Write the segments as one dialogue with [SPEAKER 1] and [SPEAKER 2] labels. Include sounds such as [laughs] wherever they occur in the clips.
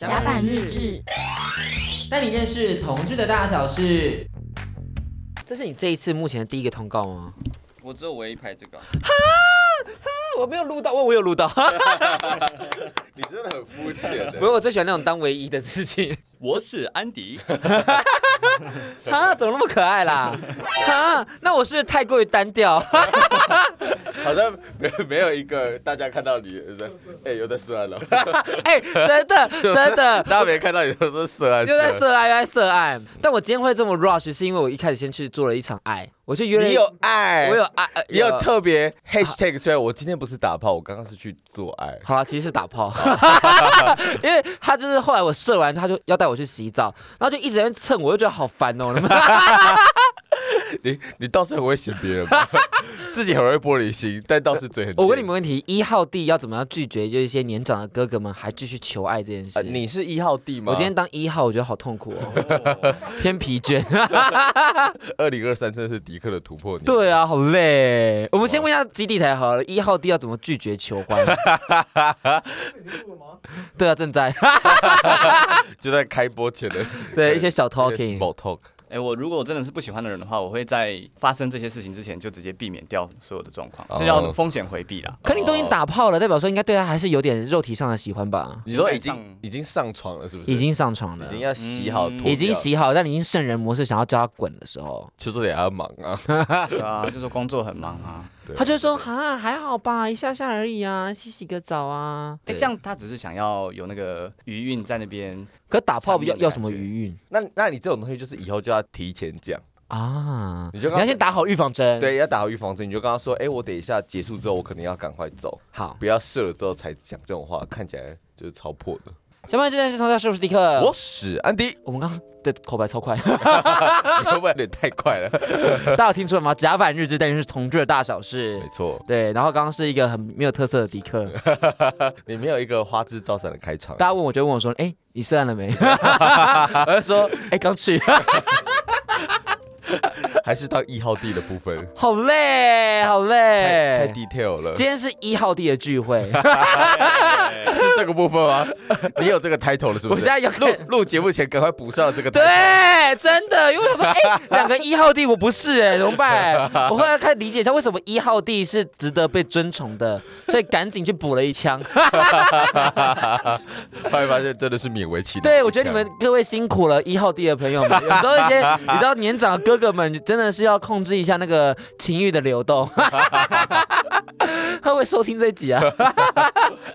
[SPEAKER 1] 甲板日志，
[SPEAKER 2] 带你认识同志的大小事。
[SPEAKER 3] 这是你这一次目前的第一个通告吗？
[SPEAKER 4] 我只有唯一拍这个啊，
[SPEAKER 3] 我没有录到，我我有录到。
[SPEAKER 5] 你真的很肤浅
[SPEAKER 3] [laughs]
[SPEAKER 5] 欸
[SPEAKER 3] 不是，我最喜欢那种当唯一的事 [laughs] 情。
[SPEAKER 4] 我是安 [laughs] 迪，
[SPEAKER 3] 啊，怎么那么可爱啦？啊，那我是太过于单调。
[SPEAKER 5] [laughs]
[SPEAKER 3] [laughs]
[SPEAKER 5] 好像没没有一个大家看到你的，哎、有在涉案了，
[SPEAKER 3] 哎、真 [laughs] 的 [laughs] 真的。
[SPEAKER 5] 大家没看到你都是涉案，
[SPEAKER 3] 又在
[SPEAKER 5] 涉
[SPEAKER 3] 涉
[SPEAKER 5] 案。
[SPEAKER 3] 爱，又在涉爱。但我今天会这么 rush，是因为我一开始先去做了一场爱，我就约了。
[SPEAKER 5] 你有爱，
[SPEAKER 3] 我有，爱，呃
[SPEAKER 5] 你有。特别 hashtag 出来。我今天不是打炮，我刚刚是去做爱。
[SPEAKER 3] 好啊了，其实是打
[SPEAKER 5] [laughs]
[SPEAKER 3] 炮，因为他就是后来我射完，他就要带我去洗澡，然后就一直在那边蹭我，我就觉得好烦
[SPEAKER 5] [laughs]
[SPEAKER 3] 哦。
[SPEAKER 5] 你你倒是很会嫌别
[SPEAKER 3] [laughs]
[SPEAKER 5] 人吧，自己很会玻璃心，但倒是嘴很尖。
[SPEAKER 3] 我问你们问题：一号弟要怎么样拒绝？就是一些年长的哥哥们还继续求爱这件事。
[SPEAKER 5] 呃，你是一号地吗？
[SPEAKER 3] 我今天当一号，我觉得好痛苦哦，
[SPEAKER 5] [laughs]
[SPEAKER 3] 偏疲倦。 [laughs]
[SPEAKER 5] 二零二三真的是迪克的突破年。
[SPEAKER 3] 对啊，好累。我们先问一下基地台好了，一号弟要怎么拒绝求
[SPEAKER 5] [laughs]
[SPEAKER 3] 欢？对啊，正
[SPEAKER 5] [laughs]
[SPEAKER 3] 在
[SPEAKER 5] 就在开播前的
[SPEAKER 3] [laughs] 对一些小
[SPEAKER 5] 那个
[SPEAKER 3] talking。
[SPEAKER 5] small talk。
[SPEAKER 4] 哎、我如果真的是不喜欢的人的话，我会在发生这些事情之前就直接避免掉所有的状况，
[SPEAKER 5] 哦
[SPEAKER 4] 这叫风险回避啦。 [laughs]
[SPEAKER 3] 可你都已经打炮了，代表说应该对他还是有点肉体上的喜欢吧？
[SPEAKER 5] 你说已
[SPEAKER 4] 基本
[SPEAKER 5] 经
[SPEAKER 4] 上
[SPEAKER 5] 已经上床了，是不是？
[SPEAKER 3] 已经上床了
[SPEAKER 5] 已，经要洗好
[SPEAKER 4] 嗯
[SPEAKER 5] 脱掉，
[SPEAKER 3] 已经洗好，但你已经圣人模式，想要叫他滚的时候，
[SPEAKER 5] 就说得要忙啊。
[SPEAKER 4] 对啊，就说工作很忙啊。
[SPEAKER 5] 对
[SPEAKER 3] 他就说：“哈，还好吧，一下下而已啊，洗洗个澡啊。”
[SPEAKER 4] 哎、这样他只是想要有那个余韵在那边，
[SPEAKER 3] 可打炮不要
[SPEAKER 4] 场面的
[SPEAKER 3] 要什么
[SPEAKER 4] 感觉
[SPEAKER 3] 余韵
[SPEAKER 5] 那那你这种东西就是以后就要提前讲，
[SPEAKER 3] 啊？
[SPEAKER 5] 你就刚
[SPEAKER 3] 要先打好预防针。，
[SPEAKER 5] 对，要打好预防针，你就跟他说，哎，我等一下结束之后，我可能要赶快走，
[SPEAKER 3] 好，
[SPEAKER 5] 不要射了之后才讲这种话，看起来就是超破的。
[SPEAKER 3] 小妹，这件事从到是不是立刻？
[SPEAKER 5] 我屎，安迪，
[SPEAKER 3] 我们刚刚的口白超快， [laughs]
[SPEAKER 5] [laughs] 你会不会有点太快了？
[SPEAKER 3] 大家有听出来吗？甲板日志等于是同志的大小事
[SPEAKER 5] [laughs] 没。错，
[SPEAKER 3] 对，然后刚刚是一个很没有特色的迪
[SPEAKER 5] [laughs]
[SPEAKER 3] 克，
[SPEAKER 5] 你没有一个花枝招展的开场。
[SPEAKER 3] 大家问我就问我说：“哎、你涉案了
[SPEAKER 5] [laughs]
[SPEAKER 3] 没？” [laughs] 我就说：“哎、刚去，
[SPEAKER 5] 还是当一号地的部 [laughs] 分，
[SPEAKER 3] 好累，好
[SPEAKER 5] 太太
[SPEAKER 3] 累。”
[SPEAKER 5] detail [laughs] 了，
[SPEAKER 3] 今天是一号地的聚
[SPEAKER 5] [laughs]
[SPEAKER 3] 会， [laughs]
[SPEAKER 5] 是这个部分吗？ [laughs] 你有这个 title 了是不
[SPEAKER 3] 我
[SPEAKER 5] 是？
[SPEAKER 3] 现在要看
[SPEAKER 5] 录录节目前赶快补上了这个 title。
[SPEAKER 3] [laughs] 对，真的，因为我想说，哎、两个一号弟我不是哎、怎么
[SPEAKER 5] [laughs]
[SPEAKER 3] 办？我后来开始理解一下为什么一号弟是值得被尊崇的，所以赶紧去补了一
[SPEAKER 5] [laughs]
[SPEAKER 3] 枪。
[SPEAKER 5] [laughs] 后来发现真的是勉为其难。
[SPEAKER 3] 对，我觉得你们各位辛苦了，一号弟的朋
[SPEAKER 5] [laughs]
[SPEAKER 3] 友们，有时候一些你知道年长的哥哥们真的是要控制一下那个情欲的流动。 [laughs] 他会收听这一集啊！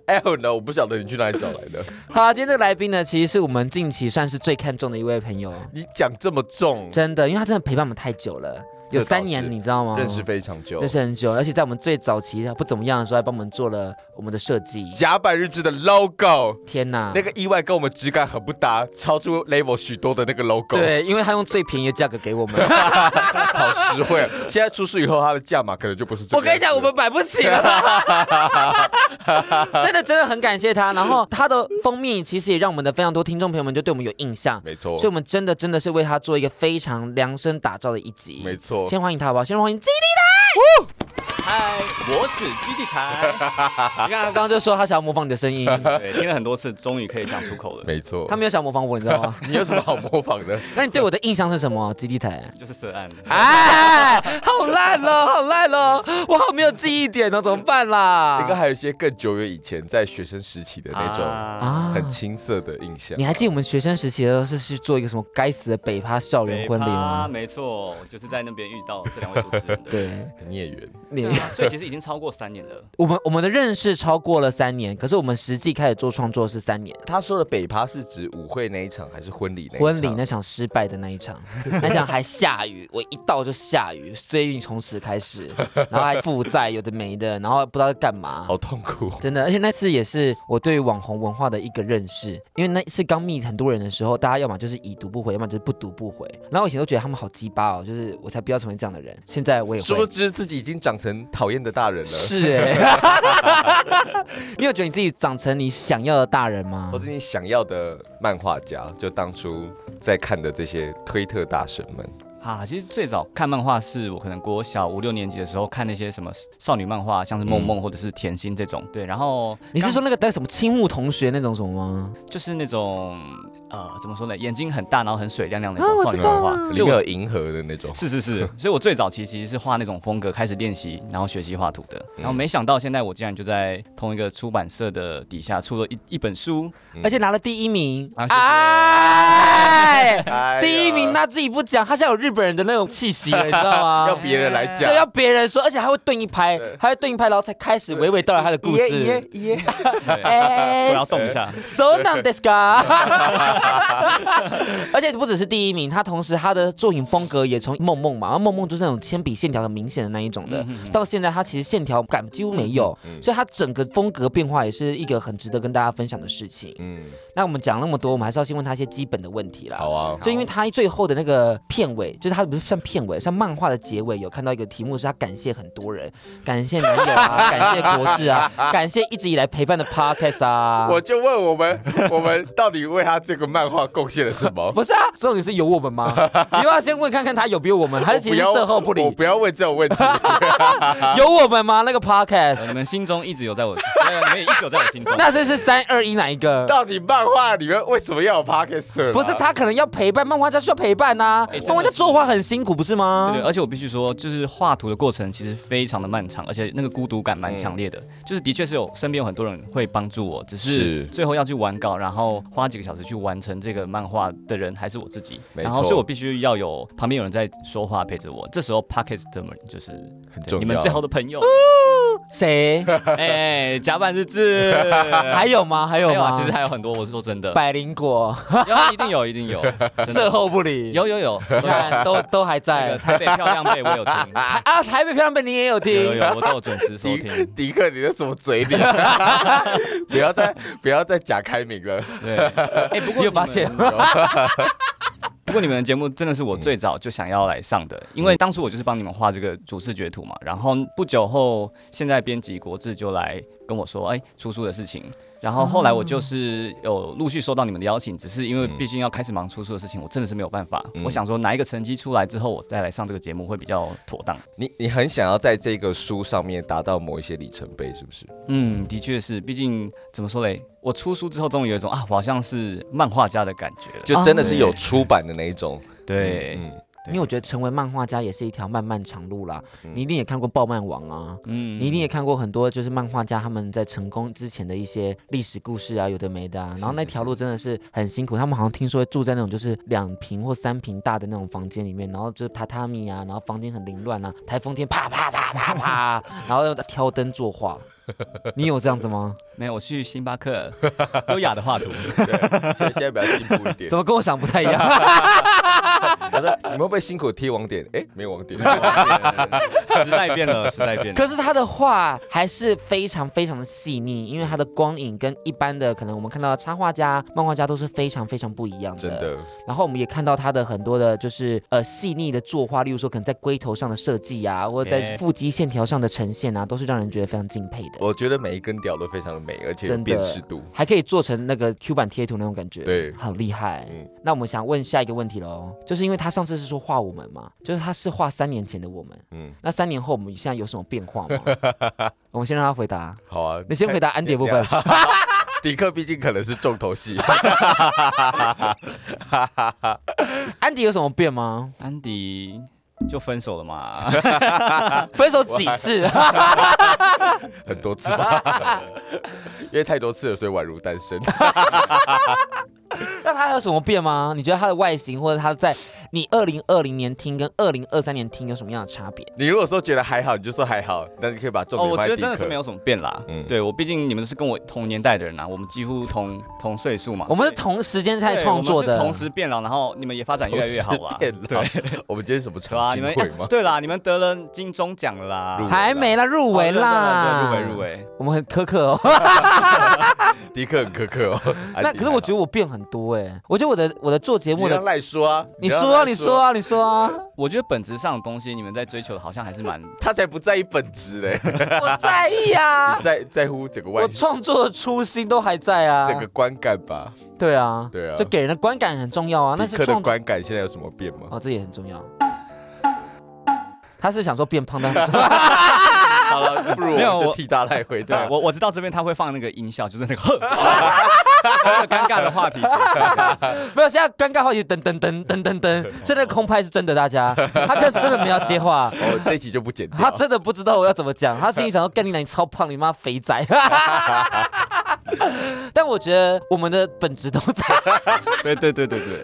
[SPEAKER 5] 哎呦，no，我不晓得你去哪里找来的。
[SPEAKER 3] 好啊，今天这个来宾呢，其实是我们近期算是最看重的一位朋友，
[SPEAKER 5] 你讲这么重，
[SPEAKER 3] 真的，因为他真的陪伴我们太久了，有
[SPEAKER 5] 嗯这倒
[SPEAKER 3] 三
[SPEAKER 5] 是
[SPEAKER 3] 年，你知道吗？
[SPEAKER 5] 认识非常久
[SPEAKER 3] 哦认。识很久，而且在我们最早期不怎么样的时候，还帮我们做了我们的设计。
[SPEAKER 5] 甲板日志的 logo，
[SPEAKER 3] 天哪！
[SPEAKER 5] 那个意外跟我们质感很不搭，超出 level 许多的那个 logo，，
[SPEAKER 3] 对，因为他用最便宜的价格给我
[SPEAKER 5] [laughs]
[SPEAKER 3] 们。
[SPEAKER 5] 好实惠。 [laughs] 现在出事以后，它的价码可能就不是这个
[SPEAKER 3] 我跟你讲，
[SPEAKER 5] 样
[SPEAKER 3] 我
[SPEAKER 5] 子
[SPEAKER 3] 们买不起了。 [laughs] 真的真的很感谢他，然后他的蜂蜜其实也让我们的非常多听众朋友们就对我们有印象，
[SPEAKER 5] 没错
[SPEAKER 3] 所以，我们真的真的是为他做一个非常量身打造的一集。
[SPEAKER 5] 没错。
[SPEAKER 3] 先欢迎他好不好？先欢迎
[SPEAKER 5] [laughs]
[SPEAKER 3] 基
[SPEAKER 4] 嗨，我是基地台。
[SPEAKER 3] 地。你看他刚刚就说他想要模仿你的
[SPEAKER 5] [laughs]
[SPEAKER 3] 声音，
[SPEAKER 4] [laughs] 对，听了很多次，终于可以讲出口了，
[SPEAKER 5] 没错，
[SPEAKER 3] 他没有想模仿我，你知道吗？
[SPEAKER 5] 你有什么好模
[SPEAKER 3] [laughs]
[SPEAKER 5] 仿的？
[SPEAKER 3] 那你对我的印象是什么？基地台。
[SPEAKER 4] 就是涉案。
[SPEAKER 3] 哎，好烂哦，好烂哦，我好没有记忆点哦，怎么办啦
[SPEAKER 5] 应？该还有一些更久远以前在学生时期的那种
[SPEAKER 4] 啊，
[SPEAKER 5] 很青涩的印象
[SPEAKER 3] 你。还记得我们学生时期的时候是是做一个什么该死的北趴校园
[SPEAKER 4] 北
[SPEAKER 3] 婚礼
[SPEAKER 4] 趴
[SPEAKER 3] 吗？
[SPEAKER 4] 没错，我就是在那边遇到这两位主持人
[SPEAKER 3] [laughs]
[SPEAKER 4] 的。
[SPEAKER 3] 对，
[SPEAKER 5] 孽缘，
[SPEAKER 3] 你
[SPEAKER 4] 对啊所以其实已经超过三年了。
[SPEAKER 3] 我们我们的认识超过了三年，可是我们实际开始做创作是三年。
[SPEAKER 5] 他说的北趴是指舞会那一场，还是婚礼那一场？
[SPEAKER 3] 婚礼那场失败的那一场， [laughs] 那场还下雨，我一到就下雨，衰运从此开始，然后还负债，有的没的，然后不知道在干嘛。
[SPEAKER 5] 好痛苦。
[SPEAKER 3] 真的，而且那次也是我对网红文化的一个认识，因为那次刚 meet 很多人的时候，大家要么就是已读不回，要么就是不读不回。然后我以前都觉得他们好鸡巴哦，就是我才不要成为这样的人。现在我也
[SPEAKER 5] 殊不
[SPEAKER 3] 会
[SPEAKER 5] 知自己已经长成讨厌的大人了。
[SPEAKER 3] 是哎、你有觉得你自己长成你想要的大人吗
[SPEAKER 5] 或？是你想要的漫画家，就当初在看的这些推特大神们，
[SPEAKER 4] 啊，其实最早看漫画是我可能国小五六年级的时候看那些什么少女漫画，像是梦梦或者是甜心这种。对，然后
[SPEAKER 3] 嗯你是
[SPEAKER 4] 刚
[SPEAKER 3] 说那个带什么青木同学那种什么吗？
[SPEAKER 4] 就是那种呃怎么说呢，眼睛很大，然后很水亮亮的那
[SPEAKER 3] 啊
[SPEAKER 4] 种
[SPEAKER 3] 我
[SPEAKER 4] 少女
[SPEAKER 3] 知道
[SPEAKER 4] 漫画。
[SPEAKER 3] 啊
[SPEAKER 5] 里
[SPEAKER 4] 就
[SPEAKER 5] 面
[SPEAKER 4] 我
[SPEAKER 5] 有银河的那种。
[SPEAKER 4] 是是是，所以我最早其实其实是画那种风格开始练习，然后学习画图的。
[SPEAKER 3] 嗯
[SPEAKER 4] 然后没想到现在我竟然就在同一个出版社的底下出了一一本书，
[SPEAKER 5] 嗯
[SPEAKER 3] 而且拿了第一名，
[SPEAKER 4] 啊谢谢
[SPEAKER 3] 哎，
[SPEAKER 5] 哎呀
[SPEAKER 3] 第一名他自己不讲，他现在有日本人的那种气息了，你知道
[SPEAKER 5] 要
[SPEAKER 3] 吗？
[SPEAKER 5] 别人来
[SPEAKER 3] 对，要
[SPEAKER 5] 讲，
[SPEAKER 3] 别人说，而且还会顿一拍
[SPEAKER 5] 对，
[SPEAKER 3] 还会顿一拍，然后才开始娓娓道来他的故
[SPEAKER 5] 耶耶
[SPEAKER 3] 事。耶， [laughs] 哎
[SPEAKER 4] [laughs] 我要动一下。
[SPEAKER 3] So n o this guy，而且不只是第一名，他同时他的作品风格也从梦梦嘛，然后梦梦就是那种铅笔线条很明显的那一种的，到现在他其实线条感几乎没有，所以他整个风格变化也是一个很值得跟大家分享的事情。
[SPEAKER 5] 嗯，
[SPEAKER 3] 那我们讲那么多，我们还是要先问他一些基本的问题啦。
[SPEAKER 5] 好啊，
[SPEAKER 3] 就因为他最后的那个片尾，就是他不是算片尾，算漫画的结尾，有看到一个题目是他感谢很多人，感谢男友 [laughs] 啊，感谢国志啊，感谢一直以来陪伴的 podcast 啊。
[SPEAKER 5] 我就问我们， [laughs] 我们到底为他这个漫画贡献了什
[SPEAKER 3] [laughs]
[SPEAKER 5] 么？
[SPEAKER 3] 不是啊，这种你是有我们 [laughs] 吗？你要不要先问看看他有没有我们，还是其实
[SPEAKER 5] 我
[SPEAKER 3] 售后不
[SPEAKER 5] 我
[SPEAKER 3] 理？
[SPEAKER 5] 不要问这种问
[SPEAKER 3] [laughs]
[SPEAKER 5] 题。
[SPEAKER 3] 有我们吗？那个 [laughs]
[SPEAKER 4] 呃
[SPEAKER 3] podcast，
[SPEAKER 4] 你们心中一直有在我，对你们也一直有在我心中。
[SPEAKER 3] 那这是三二一哪一个？
[SPEAKER 5] 到底漫画里面为什么要有 podcast？
[SPEAKER 3] 不是，他可能要陪伴漫画家需要陪伴呐、
[SPEAKER 4] 哎真的
[SPEAKER 3] 漫画家作画很辛苦，不是吗？
[SPEAKER 4] 对对，而且我必须说，就是画图的过程其实非常的漫长，而且那个孤独感蛮强烈的。就是的确是有身边有很多人会帮助我，只
[SPEAKER 5] 是
[SPEAKER 4] 是最后要去完稿，然后花几个小时去完成这个漫画的人还是我自己。
[SPEAKER 5] 没
[SPEAKER 4] 然后，
[SPEAKER 5] 错
[SPEAKER 4] 所以我必须要有旁边有人在说话陪着我。这时候 p o c k e t 的们就是
[SPEAKER 5] 很
[SPEAKER 4] 对
[SPEAKER 5] 重要
[SPEAKER 4] 你们最好的朋友，
[SPEAKER 3] 谁？
[SPEAKER 4] 哎，甲板日志。
[SPEAKER 3] [laughs] 还有吗？还有
[SPEAKER 4] 没有
[SPEAKER 3] 吗？
[SPEAKER 4] 啊，其实还有很多，我是说
[SPEAKER 3] [laughs]
[SPEAKER 4] 真的，
[SPEAKER 3] 百灵果
[SPEAKER 4] 有一定有，一定有，真
[SPEAKER 3] 售
[SPEAKER 4] 的
[SPEAKER 3] 后不理，
[SPEAKER 4] 有有有，
[SPEAKER 3] [laughs] 你看都都还
[SPEAKER 4] 那
[SPEAKER 3] 在
[SPEAKER 4] 个。台北漂亮妹我有听，
[SPEAKER 3] 台啊，台北漂亮妹你也有
[SPEAKER 4] 有有
[SPEAKER 3] 听，
[SPEAKER 4] 有，我都有准时收
[SPEAKER 5] 迪
[SPEAKER 4] 听。
[SPEAKER 5] 迪克，你的什么嘴脸？ [laughs] 不要再不要再假开明了。
[SPEAKER 4] 对，哎、不
[SPEAKER 3] [laughs]
[SPEAKER 4] 过
[SPEAKER 3] 你有
[SPEAKER 4] 们
[SPEAKER 3] 发现？
[SPEAKER 4] 不过你们的节目真的是我最早就想要来上的，因为当初我就是帮你们画这个主视觉图嘛，然后不久后，现在编辑国志就来跟我说，哎、出书的事情。然后后来我就是有陆续收到你们的邀请，只是因为毕竟要开始忙出书的事情，我真的是没有办法。我想说拿一个成绩出来之后，我再来上这个节目会比较妥当。
[SPEAKER 5] 你你很想要在这个书上面达到某一些里程碑，是不是？
[SPEAKER 4] 嗯，的确是，毕竟怎么说嘞，我出书之后终于有一种啊，我好像是漫画家的感觉了。
[SPEAKER 3] 哦
[SPEAKER 5] 就真的是有出版的那一
[SPEAKER 3] [laughs]
[SPEAKER 5] 种。
[SPEAKER 4] 对，
[SPEAKER 5] 嗯，
[SPEAKER 3] 因为我觉得成为漫画家也是一条漫漫长路啦。
[SPEAKER 5] 嗯
[SPEAKER 3] 你一定也看过《爆漫王》啊，
[SPEAKER 4] 嗯
[SPEAKER 3] 你一定也看过很多就是漫画家他们在成功之前的一些历史故事啊，有的没的啊。然后那条路真的是很辛苦，他们好像听说住在那种就是两平或三平大的那种房间里面，然后就是榻榻米啊，然后房间很凌乱啊，台风天啪啪啪啪啪，然后又在挑灯作画。你有这样子 [laughs] 吗？
[SPEAKER 4] 没有，我去星巴克优雅的画图。
[SPEAKER 5] 对，嗯所以现在比较进步一点
[SPEAKER 3] [laughs] 怎。么跟我想不太一样？
[SPEAKER 5] 他说：“你们会不会辛苦贴网点？哎，没网
[SPEAKER 3] [laughs]
[SPEAKER 5] 点。
[SPEAKER 4] 时代变了，时代变了。
[SPEAKER 3] 可是他的画还是非常非常的细腻，因为他的光影跟一般的可能我们看到的插画家、漫画家都是非常非常不一样的。
[SPEAKER 5] 真。的，
[SPEAKER 3] 然后我们也看到他的很多的，就是呃细腻的作画，例如说可能在龟头上的设计啊，或者在
[SPEAKER 4] 哎
[SPEAKER 3] 腹肌线条上的呈现啊，都是让人觉得非常敬佩的。
[SPEAKER 5] 我觉得每一根屌都非常的美，而且有
[SPEAKER 3] 真的
[SPEAKER 5] 辨识度。
[SPEAKER 3] 还可以做成那个 Q 版贴图那种感觉，
[SPEAKER 5] 对
[SPEAKER 3] 好厉害。
[SPEAKER 5] 嗯
[SPEAKER 3] 那我们想问下一个问题喽，就是因为他上次是说画我们嘛，就是他是画三年前的我们，
[SPEAKER 5] 嗯
[SPEAKER 3] 嗯，那三年后我们现在有什么变化
[SPEAKER 5] [laughs]
[SPEAKER 3] 吗？我们先让他回答。
[SPEAKER 5] 好啊，
[SPEAKER 3] 你先回答安迪的部
[SPEAKER 5] [laughs]
[SPEAKER 3] 分。
[SPEAKER 5] 迪克毕竟可能是重头戏， [laughs]
[SPEAKER 3] 安迪有什么变吗？
[SPEAKER 4] 安迪就分手
[SPEAKER 3] [laughs]
[SPEAKER 4] 了嘛？
[SPEAKER 3] 分手几次？
[SPEAKER 5] 很多次
[SPEAKER 3] [laughs]
[SPEAKER 5] 吧，因为太多次了，所以宛如单身。 [laughs]
[SPEAKER 3] 那他有什么变吗？你觉得他的外形或者他在你二零二零年听跟二零二三年听有什么样的差别？
[SPEAKER 5] 你如果说觉得还好，你就说还好，但是可以把重
[SPEAKER 4] 哦，
[SPEAKER 5] 点
[SPEAKER 4] 我
[SPEAKER 5] 放
[SPEAKER 4] 觉
[SPEAKER 5] 在
[SPEAKER 4] 得
[SPEAKER 5] 迪克。
[SPEAKER 4] 真的是没有什么变啦。
[SPEAKER 5] 嗯
[SPEAKER 4] 对我，毕竟你们是跟我同年代的人啊，我们几乎同同岁数嘛。
[SPEAKER 3] 我们是
[SPEAKER 4] 所以
[SPEAKER 3] 同时间在
[SPEAKER 4] 对
[SPEAKER 3] 创作的，
[SPEAKER 4] 我们是同时变老，然后你们也发展越来越好
[SPEAKER 5] [laughs]
[SPEAKER 4] 啦。
[SPEAKER 5] 变老。我们今天什么
[SPEAKER 4] 对吧？
[SPEAKER 3] 啊
[SPEAKER 5] 长
[SPEAKER 4] 你
[SPEAKER 5] 青
[SPEAKER 4] 们
[SPEAKER 5] 会
[SPEAKER 3] [laughs]
[SPEAKER 5] 吗？
[SPEAKER 4] [laughs] 对啦，你们得了金钟奖了啦，
[SPEAKER 5] 入围
[SPEAKER 3] 还没啦，入围啦，
[SPEAKER 4] 哦对对对对入围入围。
[SPEAKER 3] 我们很苛刻哦，
[SPEAKER 5] 迪克很苛刻哦。
[SPEAKER 3] 那可是我觉
[SPEAKER 5] 得
[SPEAKER 3] 得我变很多哎、我觉得我的我的做节
[SPEAKER 5] 你
[SPEAKER 3] 目
[SPEAKER 5] 让
[SPEAKER 3] 的，
[SPEAKER 5] 赖说啊，
[SPEAKER 3] 你
[SPEAKER 5] 让
[SPEAKER 3] 说啊，
[SPEAKER 5] 赖
[SPEAKER 3] 你说，啊，你说啊，
[SPEAKER 4] 我觉得本质上的东西，你们在追求的好像还是
[SPEAKER 3] [laughs]
[SPEAKER 4] 蛮……
[SPEAKER 5] 他才不在意本质嘞，
[SPEAKER 3] 我在意 [laughs] 啊，
[SPEAKER 5] 在在乎整个外
[SPEAKER 3] 我创作的初心都还在啊，
[SPEAKER 5] 整个观感吧。
[SPEAKER 3] 对啊，
[SPEAKER 5] 对啊
[SPEAKER 3] 就给人的观感很重要啊，那
[SPEAKER 5] 迪
[SPEAKER 3] 是
[SPEAKER 5] 克的
[SPEAKER 3] 创
[SPEAKER 5] 观感现在有什么变吗？
[SPEAKER 3] 哦，这也很重要。他是想说变胖，但是 [laughs] 啊
[SPEAKER 5] 好了，不如
[SPEAKER 4] 没有
[SPEAKER 5] 我就
[SPEAKER 4] 我
[SPEAKER 5] 替大赖回
[SPEAKER 4] 对啊
[SPEAKER 5] 答。
[SPEAKER 4] 我我知道这边他会放那个音效，就是那个 [laughs] 那个尴尬的话题结束。
[SPEAKER 3] 没有，现在尴尬话题等等等等等等，现在空拍是真的，大家他真真的没有接话。
[SPEAKER 5] 哦，这一集就不剪
[SPEAKER 3] 他
[SPEAKER 5] 掉。
[SPEAKER 3] 真的不知道我要怎么讲，他心里想说：“干你娘，你超胖，你妈肥仔。” [laughs] 但我觉得我们的本质都在，
[SPEAKER 4] 对对对对对，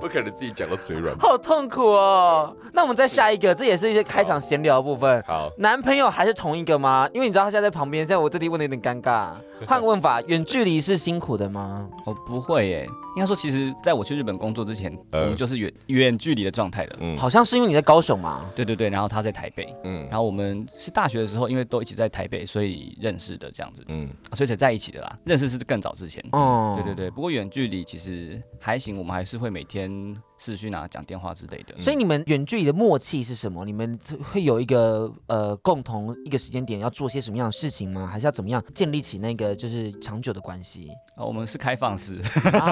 [SPEAKER 5] 不可能自己讲到嘴软。
[SPEAKER 3] 好痛苦哦。那我们再下一个，这也是一些开场闲聊的部分。
[SPEAKER 5] 好，
[SPEAKER 3] 男朋友还是同一个吗？因为你知道他现在在旁边，现在我这里问的有点尴尬。换个问法，远距离是辛苦的吗？
[SPEAKER 4] 我哦不会耶。应该说，其实在我去日本工作之前，
[SPEAKER 5] 呃
[SPEAKER 4] 我们就是远远距离的状态了。
[SPEAKER 5] 嗯
[SPEAKER 3] 好像是因为你在高雄啊嘛。
[SPEAKER 4] 对对对，然后他在台北，
[SPEAKER 5] 嗯
[SPEAKER 4] 然后我们是大学的时候，因为都一起在台北，所以认识的这样子，啊
[SPEAKER 5] 嗯，
[SPEAKER 4] 所以才在一起的啦。认识是更早之前。
[SPEAKER 3] 哦
[SPEAKER 4] 对对。对，不过远距离其实还行，我们还是会每天视讯啊、讲电话之类
[SPEAKER 5] 嗯
[SPEAKER 4] 的。
[SPEAKER 3] 所以你们远距离的默契是什么？你们会有一个呃共同一个时间点要做些什么样的事情吗？还是要怎么样建立起那个就是长久的关
[SPEAKER 5] [laughs]
[SPEAKER 3] 系
[SPEAKER 4] 啊我们是开放式，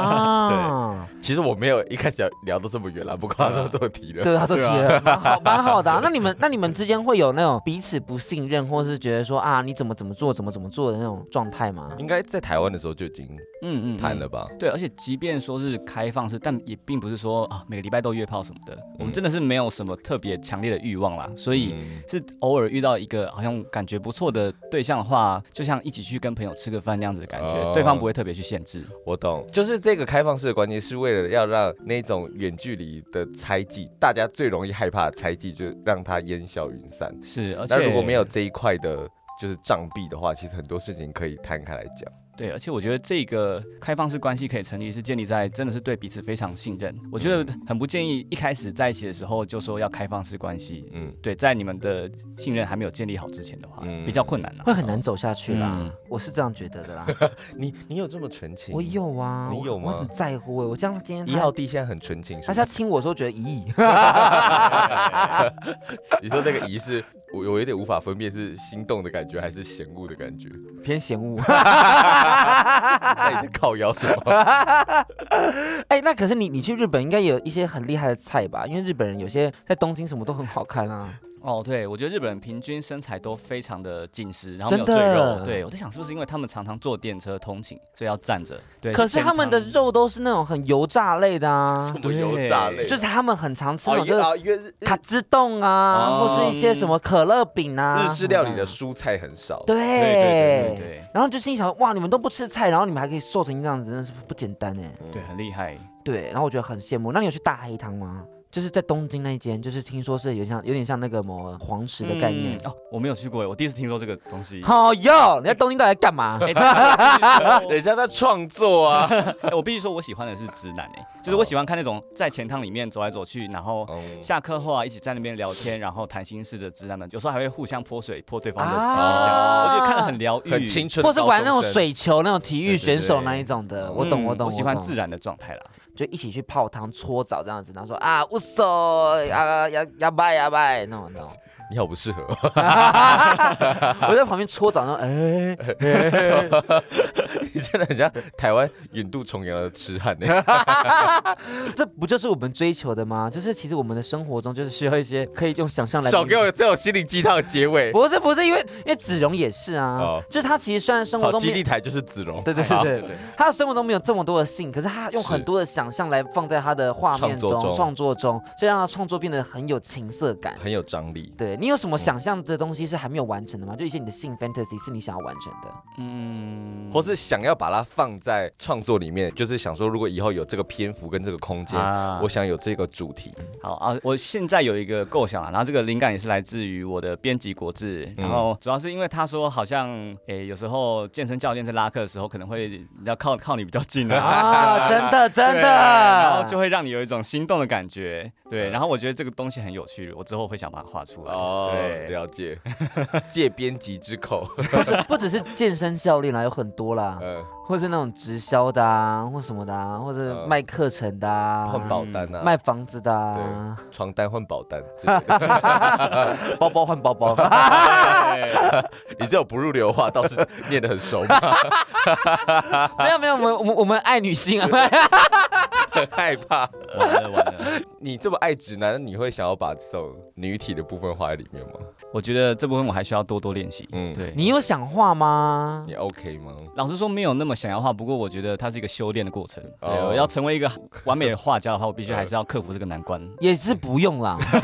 [SPEAKER 3] 啊？
[SPEAKER 5] 其实我没有一开始要聊到这么远啦，不过他都这么提了。
[SPEAKER 3] 对，啊他都提了，蛮好蛮好的啊、那你们那你们之间会有那种彼此不信任，或是觉得说啊你怎么怎么做怎么怎么做的那种状态吗？
[SPEAKER 5] 应该在台湾的时候就已经
[SPEAKER 4] 嗯嗯，
[SPEAKER 5] 谈了
[SPEAKER 4] 嗯。
[SPEAKER 5] 吧？
[SPEAKER 4] 对，而且即便说是开放式，但也并不是说啊每个礼拜都约炮什么的，我们真的是没有什么特别强烈的欲望啦，所以。
[SPEAKER 5] 嗯
[SPEAKER 4] 是偶尔遇到一个好像感觉不错的对象的话，就像一起去跟朋友吃个饭那样子的感觉，
[SPEAKER 5] 哦
[SPEAKER 4] 对方不会特别去限制。
[SPEAKER 5] 我懂，就是这个开放式的关系是为了要让那种远距离的猜忌，大家最容易害怕的猜忌，就让它烟消云散。
[SPEAKER 4] 是，而且
[SPEAKER 5] 那如果没有这一块的，就是障壁的话，其实很多事情可以摊开来讲。
[SPEAKER 4] 对，而且我觉得这个开放式关系可以成立，是建立在真的是对彼此非常信任。我觉得很不建议一开始在一起的时候就说要开放式关系。
[SPEAKER 5] 嗯，
[SPEAKER 4] 对，在你们的信任还没有建立好之前的话，
[SPEAKER 5] 嗯
[SPEAKER 4] 比较困难啦。啊
[SPEAKER 3] 会
[SPEAKER 4] [laughs]
[SPEAKER 3] 很难走下去啦，
[SPEAKER 4] 嗯
[SPEAKER 3] 我是这样觉得的
[SPEAKER 5] [laughs]
[SPEAKER 3] 啦。
[SPEAKER 5] 你你有这么纯情？
[SPEAKER 3] 我。有啊，
[SPEAKER 5] 你
[SPEAKER 3] 我
[SPEAKER 5] 有吗
[SPEAKER 3] 我很在乎哎、我这样今天
[SPEAKER 5] 一号弟现在很纯情，
[SPEAKER 3] 他
[SPEAKER 5] 是不
[SPEAKER 3] 是要亲我的时候觉得
[SPEAKER 5] [laughs]
[SPEAKER 3] 咦。 [laughs]
[SPEAKER 5] 是你说那个疑是，我我有点无法分辨是心动的感觉还是嫌恶的 [laughs] 感觉。
[SPEAKER 3] 偏嫌恶。
[SPEAKER 5] 那你在靠腰什么？
[SPEAKER 3] 哎、那可是你，你去日本应该有一些很厉害的菜吧？因为日本人有些在东京什么都很好看啊。
[SPEAKER 4] 哦，对，我觉得日本人平均身材都非常的紧实，然后没有
[SPEAKER 3] 真
[SPEAKER 4] 赘
[SPEAKER 3] 的
[SPEAKER 4] 肉。对，我在想是不是因为他们常常坐电车通勤，所以要站着。对，
[SPEAKER 3] 可是
[SPEAKER 4] 健
[SPEAKER 3] 他们的
[SPEAKER 4] 康
[SPEAKER 3] 肉都是那种很油炸类的啊
[SPEAKER 5] 什，么油炸类？
[SPEAKER 3] 就是他们很常吃那
[SPEAKER 5] 哦，
[SPEAKER 3] 种
[SPEAKER 5] 一
[SPEAKER 3] 就是
[SPEAKER 5] 啊，因为日
[SPEAKER 3] 卡兹冻啊，
[SPEAKER 5] 哦
[SPEAKER 3] 或是一些什么可乐饼啊，
[SPEAKER 5] 日式料理的
[SPEAKER 3] 什么
[SPEAKER 5] 蔬菜很少。
[SPEAKER 3] 对
[SPEAKER 4] 对对对对
[SPEAKER 3] 然后就心里想，哇，你们都不吃菜，然后你们还可以瘦成这样子，真的是不简单哎。
[SPEAKER 4] 对对，很厉害。
[SPEAKER 3] 对，然后我觉得很羡慕。那你有去大黑汤吗？就是在东京那一间，就是听说是有像有点像那个某黄石的概念。
[SPEAKER 5] 嗯
[SPEAKER 4] 哦，我没有去过，我第一次听说这个东西。
[SPEAKER 3] 好哟，你在东京到底在干嘛？
[SPEAKER 4] 哎他
[SPEAKER 5] 人家在创作 [laughs] 啊。
[SPEAKER 4] 哎我必须说，我喜欢的是直男哎、就是我喜欢看那种在钱汤里面走来走去，然后
[SPEAKER 5] 哦
[SPEAKER 4] 下课后啊一起在那边聊天，然后谈心事的直男们，有时候还会互相泼水泼对方的鸡鸡，这样
[SPEAKER 3] 啊
[SPEAKER 4] 我觉得看得很疗愈，
[SPEAKER 5] 很清。纯，
[SPEAKER 3] 或是玩那种，水球、那种体育
[SPEAKER 5] 对对
[SPEAKER 3] 选手
[SPEAKER 5] 对
[SPEAKER 3] 那一种的，
[SPEAKER 5] 嗯
[SPEAKER 3] 我懂，我懂，
[SPEAKER 4] 我喜欢
[SPEAKER 3] 懂
[SPEAKER 4] 自，然的状态啦。
[SPEAKER 3] 就一起去泡汤、搓澡这样子，然后说啊，我手
[SPEAKER 5] [laughs]
[SPEAKER 3] 啊，呀呀拜呀拜，那种那种。
[SPEAKER 5] 你好不适合。 [laughs]
[SPEAKER 3] 我在旁边搓澡，然后哎，
[SPEAKER 5] 你真的很像台湾远渡重洋的痴汉欸呢。
[SPEAKER 3] 这不就是我们追求的吗？就是其实我们的生活中就是需要一些可以用想 [laughs] 象来。
[SPEAKER 5] 少给我这种心灵鸡汤的结尾。
[SPEAKER 3] 不是不是，因为因为子荣也是啊
[SPEAKER 5] 哦，
[SPEAKER 3] 就是他其实虽然生活
[SPEAKER 5] 好，
[SPEAKER 3] 中
[SPEAKER 5] 基
[SPEAKER 3] 没
[SPEAKER 5] 地
[SPEAKER 3] 有。
[SPEAKER 5] 台就是子龙。
[SPEAKER 3] 对对
[SPEAKER 5] 好
[SPEAKER 3] 对对，他的生活中没有这么多的性，可是他用很多的想象来放在他的画面
[SPEAKER 5] 创作
[SPEAKER 3] 中、
[SPEAKER 5] 中
[SPEAKER 3] 创作中，所以让他创作变得很有情色感。
[SPEAKER 5] 很有张力。
[SPEAKER 3] 对你有什么想象的东西是还没有完成的吗？就一些你的性 fantasy 是你想要完成的。
[SPEAKER 4] 嗯，
[SPEAKER 5] 或是想要把它放在创作里面，就是想说，如果以后有这个篇幅跟这个空间，
[SPEAKER 4] 啊
[SPEAKER 5] 我想有这个主题。
[SPEAKER 4] 好啊，我现在有一个构想啊，然后这个灵感也是来自于我的编辑国志，
[SPEAKER 5] 嗯
[SPEAKER 4] 然后主要是因为他说好像诶、有时候健身教练在拉客的时候可能会比较靠靠你比较近
[SPEAKER 3] [laughs]
[SPEAKER 4] 啊。[laughs]
[SPEAKER 3] 啊，真 [laughs] 的真
[SPEAKER 4] 对
[SPEAKER 3] 的，
[SPEAKER 4] 然后就会让你有一种心动的感觉，对。然后我觉得这个东西很有趣，我之后会想把它画出来。
[SPEAKER 5] 嗯哦，
[SPEAKER 4] 对，
[SPEAKER 5] 了
[SPEAKER 3] [laughs]
[SPEAKER 5] 解，借编辑之口，
[SPEAKER 3] 不只是健身教练啦，有很多啦，
[SPEAKER 5] 呃，
[SPEAKER 3] 或是那种直销的啊，或什么的啊，或是
[SPEAKER 5] 呃
[SPEAKER 3] 卖课程的
[SPEAKER 5] 换
[SPEAKER 3] 啊，
[SPEAKER 5] 保单啊，
[SPEAKER 3] 卖房子的啊，
[SPEAKER 5] 床单换保单之类的， [laughs]
[SPEAKER 3] [laughs] 包包换包包。
[SPEAKER 5] 你这种不入流的话倒是念得很熟嘛。
[SPEAKER 3] [laughs] 没有没有，我们我们我们爱女性啊，
[SPEAKER 5] 很害
[SPEAKER 3] [laughs]
[SPEAKER 5] 怕。
[SPEAKER 4] 完了完了，
[SPEAKER 5] [laughs] 你这么爱直男，你会想要把这种女体的部分画在里面吗？
[SPEAKER 4] 我觉得这部分我还需要多多练习。
[SPEAKER 5] 嗯，
[SPEAKER 4] 对，
[SPEAKER 3] 你有想画吗
[SPEAKER 5] 你？OK 吗？
[SPEAKER 4] 老实说没有那么想要画，不过我觉得它是一个修炼的过程。对，
[SPEAKER 5] 哦
[SPEAKER 4] 我要成为一个完美的画家的话，我必须还是要克服这个难
[SPEAKER 5] [laughs]
[SPEAKER 4] 关。
[SPEAKER 3] 也是不用啦， [laughs]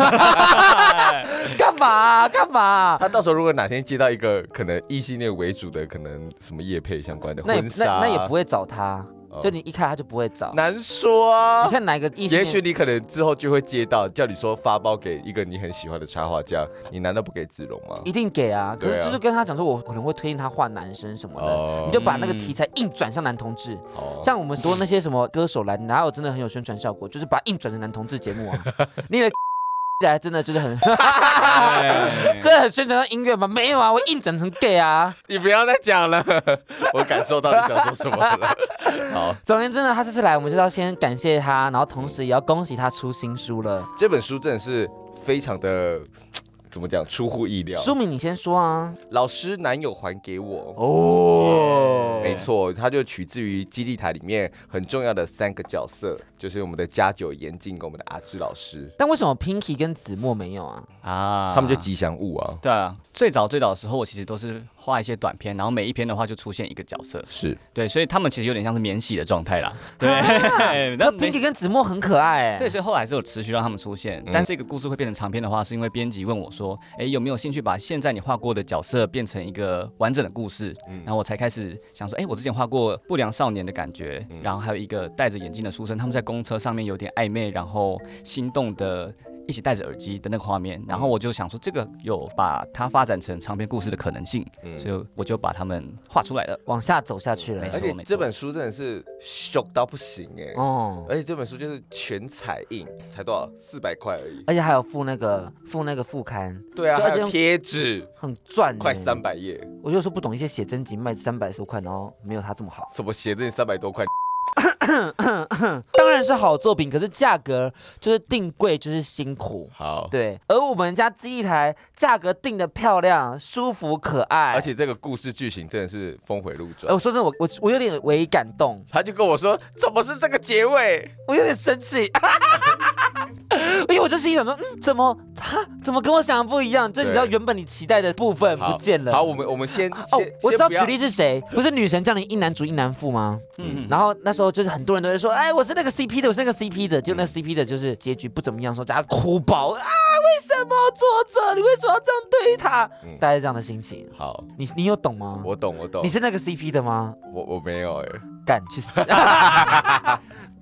[SPEAKER 3] 干嘛啊干嘛啊？
[SPEAKER 5] 他到时候如果哪天接到一个可能异性恋为主的，可能什么叶配相关的
[SPEAKER 3] 那也
[SPEAKER 5] 婚纱
[SPEAKER 3] 那
[SPEAKER 5] 啊，
[SPEAKER 3] 那也不会找他，
[SPEAKER 5] 哦
[SPEAKER 3] 就你一开他就不会找。
[SPEAKER 5] 难说啊
[SPEAKER 3] 你。看哪一个异性
[SPEAKER 5] 也
[SPEAKER 3] 恋？
[SPEAKER 5] 许你可能之后就会接到叫你说发包给一个你很喜欢的插画家，你难道不给子龙吗？
[SPEAKER 3] 一定给啊，可
[SPEAKER 5] 对
[SPEAKER 3] 是
[SPEAKER 5] 啊
[SPEAKER 3] 就是跟他讲说，我可能会推荐他画男生什么的，
[SPEAKER 5] 哦
[SPEAKER 3] 你就把那个题材硬转向男同志。
[SPEAKER 5] 哦
[SPEAKER 3] 像我们多那些什么歌手来，哪有真的很有宣传效果？
[SPEAKER 5] [laughs]
[SPEAKER 3] 就是把它硬转成男同志节目啊。你以为 [laughs] 来真的就是
[SPEAKER 5] [laughs]
[SPEAKER 3] 很， [laughs]
[SPEAKER 4] 哎
[SPEAKER 3] 真的很宣传到音乐吗？没有啊，我硬转成 gay 啊。
[SPEAKER 5] 你不要再讲了， [laughs] 我感受到你想说什
[SPEAKER 3] [laughs]
[SPEAKER 5] 么了。好，
[SPEAKER 3] 总而言之呢，他这次来，我们就是要先感谢他，然后同时也要恭喜他出新书了。
[SPEAKER 5] 这本书真的是非常的。怎么讲？出乎意料。
[SPEAKER 3] 书名你先说啊。
[SPEAKER 5] 老师男友还给我，
[SPEAKER 3] 哦
[SPEAKER 5] 没错，它就取自于《基地台》里面很重要的三个角色，就是我们的家九、严静跟我们的阿志老师，
[SPEAKER 3] 但为什么 Pinky 跟子墨没有啊？
[SPEAKER 4] 啊
[SPEAKER 5] 他们就吉祥物啊。
[SPEAKER 4] 对啊，最早最早的时候，我其实都是画一些短片，然后每一篇的话就出现一个角色，
[SPEAKER 5] 是，
[SPEAKER 4] 对，所以他们其实有点像是免洗的状态啦。对，
[SPEAKER 3] 那
[SPEAKER 4] [laughs] 那
[SPEAKER 3] Pinky 跟子墨很可爱、欸。
[SPEAKER 4] 对，，所以后来还是有持续让他们出现。但这个故事会变成长篇的话，是因为编辑问我说：“哎，有没有兴趣把现在你画过的角色变成一个完整的故事？”然后我才开始想说：“哎，我之前画过不良少年的感觉，然后还有一个戴着眼镜的书生，他们在公车上面有点暧昧，然后心动的。”一起戴着耳机的那个画面，然后我就想说，这个有把它发展成长篇故事的可能性，所以我就把它们画出来了。
[SPEAKER 3] 往下走下去了
[SPEAKER 4] 没。
[SPEAKER 5] 而
[SPEAKER 4] 错
[SPEAKER 5] 且这本书真的是 shock 到不行哎、
[SPEAKER 3] 哦，
[SPEAKER 5] 而且这本书就是全彩印，才多少？四百块而已。
[SPEAKER 3] 而且还有附那个附那个副刊，
[SPEAKER 5] 对啊，
[SPEAKER 3] 就而
[SPEAKER 5] 还
[SPEAKER 3] 且
[SPEAKER 5] 有贴纸，
[SPEAKER 3] 很赚、欸，
[SPEAKER 5] 快三。百页，
[SPEAKER 3] 我有时候不懂一些写真集卖三百多块，然后没有它这么好。
[SPEAKER 5] 什么鞋子三百多块，
[SPEAKER 3] 当然是好作品，可是价格就是定贵就是辛苦。
[SPEAKER 5] 好。
[SPEAKER 3] 对，而我们家记忆台价格定的漂亮、舒服、可爱，
[SPEAKER 5] 而且这个故事剧情真的是峰回路
[SPEAKER 3] 哎、
[SPEAKER 5] 转
[SPEAKER 3] 我。说真的，我我我有点微感动，
[SPEAKER 5] 他就跟我说，怎么是这个结尾？
[SPEAKER 3] 我有点生气， [laughs] 因为我就心里想说，嗯，怎么他怎么跟我想的不一样？就你知道
[SPEAKER 5] 对
[SPEAKER 3] 原本你期待的部分
[SPEAKER 5] 好
[SPEAKER 3] 不见了。
[SPEAKER 5] 好，我们我们先
[SPEAKER 3] 哦
[SPEAKER 5] 先，
[SPEAKER 3] 我知
[SPEAKER 5] 先
[SPEAKER 3] 道
[SPEAKER 5] 不要
[SPEAKER 3] 举例是谁，不是女神降临一男主一男妇吗？
[SPEAKER 4] 嗯，
[SPEAKER 3] 然后那时候就是很多人都会说，哎，我是那个 CP 的，我是那个 CP
[SPEAKER 5] 嗯
[SPEAKER 3] 的，就那 CP 的就是结局不怎么样的时候，说大家哭爆啊，为什么作者你为什么要这样对他？
[SPEAKER 5] 嗯
[SPEAKER 3] 大概是这样的心情，
[SPEAKER 5] 好，
[SPEAKER 3] 你你有懂吗？
[SPEAKER 5] 我懂我懂
[SPEAKER 3] 你，是那个 CP 的吗？
[SPEAKER 5] 我我没有哎、
[SPEAKER 3] 干去
[SPEAKER 5] [laughs]
[SPEAKER 3] 死！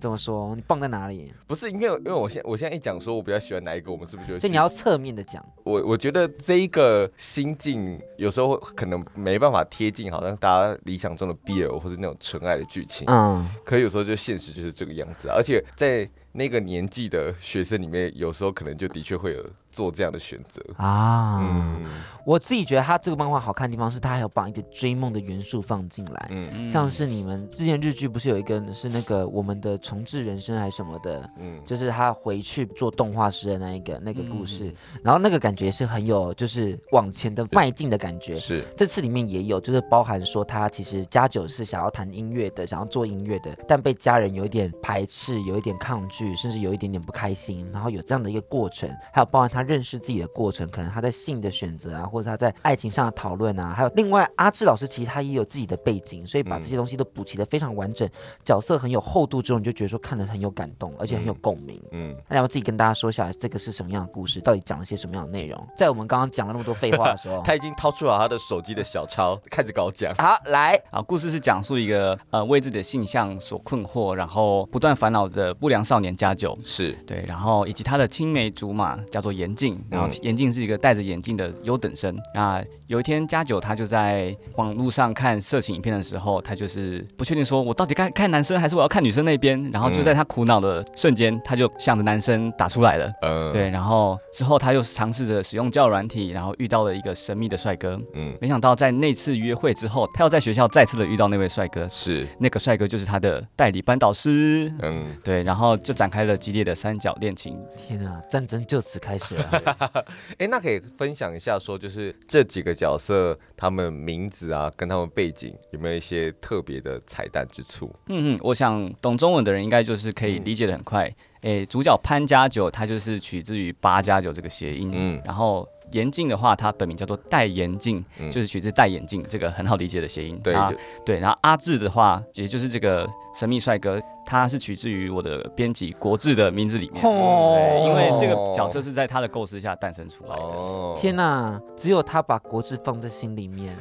[SPEAKER 3] 怎么说？你棒在哪里？
[SPEAKER 5] 不是因为因为我现我现在一讲说我比较喜欢哪一个，我们是不是就
[SPEAKER 3] 所以你要侧面的讲，
[SPEAKER 5] 我我觉得这一个心境有时候会可能没办法贴近，好像大家理想中的 BL 或是那种纯爱的剧情，
[SPEAKER 3] 嗯，
[SPEAKER 5] 可有时候就现实就是这个样子啊、而且在那个年纪的学生里面，有时候可能就的确会有做这样的选择。
[SPEAKER 3] 啊，
[SPEAKER 5] 嗯
[SPEAKER 3] 我自己觉得他这个漫画好看的地方是，他还有把一点追梦的元素放进来。
[SPEAKER 5] 嗯
[SPEAKER 3] 像是你们之前日剧不是有一个是那个我们的重置人生还是什么的，
[SPEAKER 5] 嗯，
[SPEAKER 3] 就是他回去做动画师的那一个那个故事，
[SPEAKER 5] 嗯
[SPEAKER 3] 然后那个感觉是很有就是往前的迈进的感觉。
[SPEAKER 5] 嗯是
[SPEAKER 3] 这次里面也有，就是包含说他其实家九是想要谈音乐的，想要做音乐的，但被家人有一点排斥，有一点抗拒，甚至有一点点不开心，然后有这样的一个过程，还有包含他认识自己的过程，可能他在性的选择啊，或者他在爱情上的讨论啊，还有另外阿志老师其实他也有自己的背景，所以把这些东西都补齐的非常完整，角色很有厚度之后，你就觉得说看得很有感动，而且很有共鸣。
[SPEAKER 5] 嗯，
[SPEAKER 3] 那要不要自己跟大家说一下这个是什么样的故事，到底讲了些什么样的内容？在我们刚刚讲了那么多废话的时
[SPEAKER 5] [laughs]，
[SPEAKER 3] 候
[SPEAKER 5] 他已经掏出了他的手机的小 [laughs] 抄，开始搞我讲。
[SPEAKER 3] 好来。
[SPEAKER 4] 啊，故事是讲述一个呃为自己的性向所困惑，然后不断烦恼的不良少年家九。
[SPEAKER 5] 是
[SPEAKER 4] 对，然后以及他的青梅竹马叫做严静，然后
[SPEAKER 5] 嗯
[SPEAKER 4] 严静是一个戴着眼镜的优等生。那有一天，家九他就在网络上看色情影片的时候，他就是不确定说我到底该看男生还是我要看女生那边。然后就在他苦恼的瞬间，他就向着男生打出来了。
[SPEAKER 5] 嗯，
[SPEAKER 4] 对，然后之后他又尝试着使用交友软体，然后遇到了一个神秘的帅哥。
[SPEAKER 5] 嗯
[SPEAKER 4] 没想到在那次约会之后，他又在学校再次的遇到那位帅哥，
[SPEAKER 5] 是
[SPEAKER 4] 那个帅哥就是他的代理班导师。
[SPEAKER 5] 嗯，
[SPEAKER 4] 对，然后就展开了激烈的三角恋情。
[SPEAKER 3] 天啊，战争就此开
[SPEAKER 5] [laughs]
[SPEAKER 3] 始了。
[SPEAKER 5] 哎，那可以分享一下，说就是这几个角色他们名字啊，跟他们背景有没有一些特别的彩蛋之处？
[SPEAKER 4] 嗯嗯，我想懂中文的人人应该就是可以理解的很
[SPEAKER 5] 嗯
[SPEAKER 4] 快。诶、主角潘家九，他就是取自于八加九这个谐音。
[SPEAKER 5] 嗯
[SPEAKER 4] 然后严禁的话，它本名叫做戴眼镜，
[SPEAKER 5] 嗯
[SPEAKER 4] 就是取自戴眼镜这个很好理解的谐音。
[SPEAKER 5] 对，
[SPEAKER 4] 它
[SPEAKER 5] 就
[SPEAKER 4] 对，然后阿志的话，也就是这个神秘帅哥，他是取自于我的编辑国志的名字里
[SPEAKER 3] 哦
[SPEAKER 4] 面。对，因为这个角色是在他的构思下诞生出来的。
[SPEAKER 5] 哦
[SPEAKER 3] 天哪，只有他把国志放在心里
[SPEAKER 5] [laughs]
[SPEAKER 3] 面，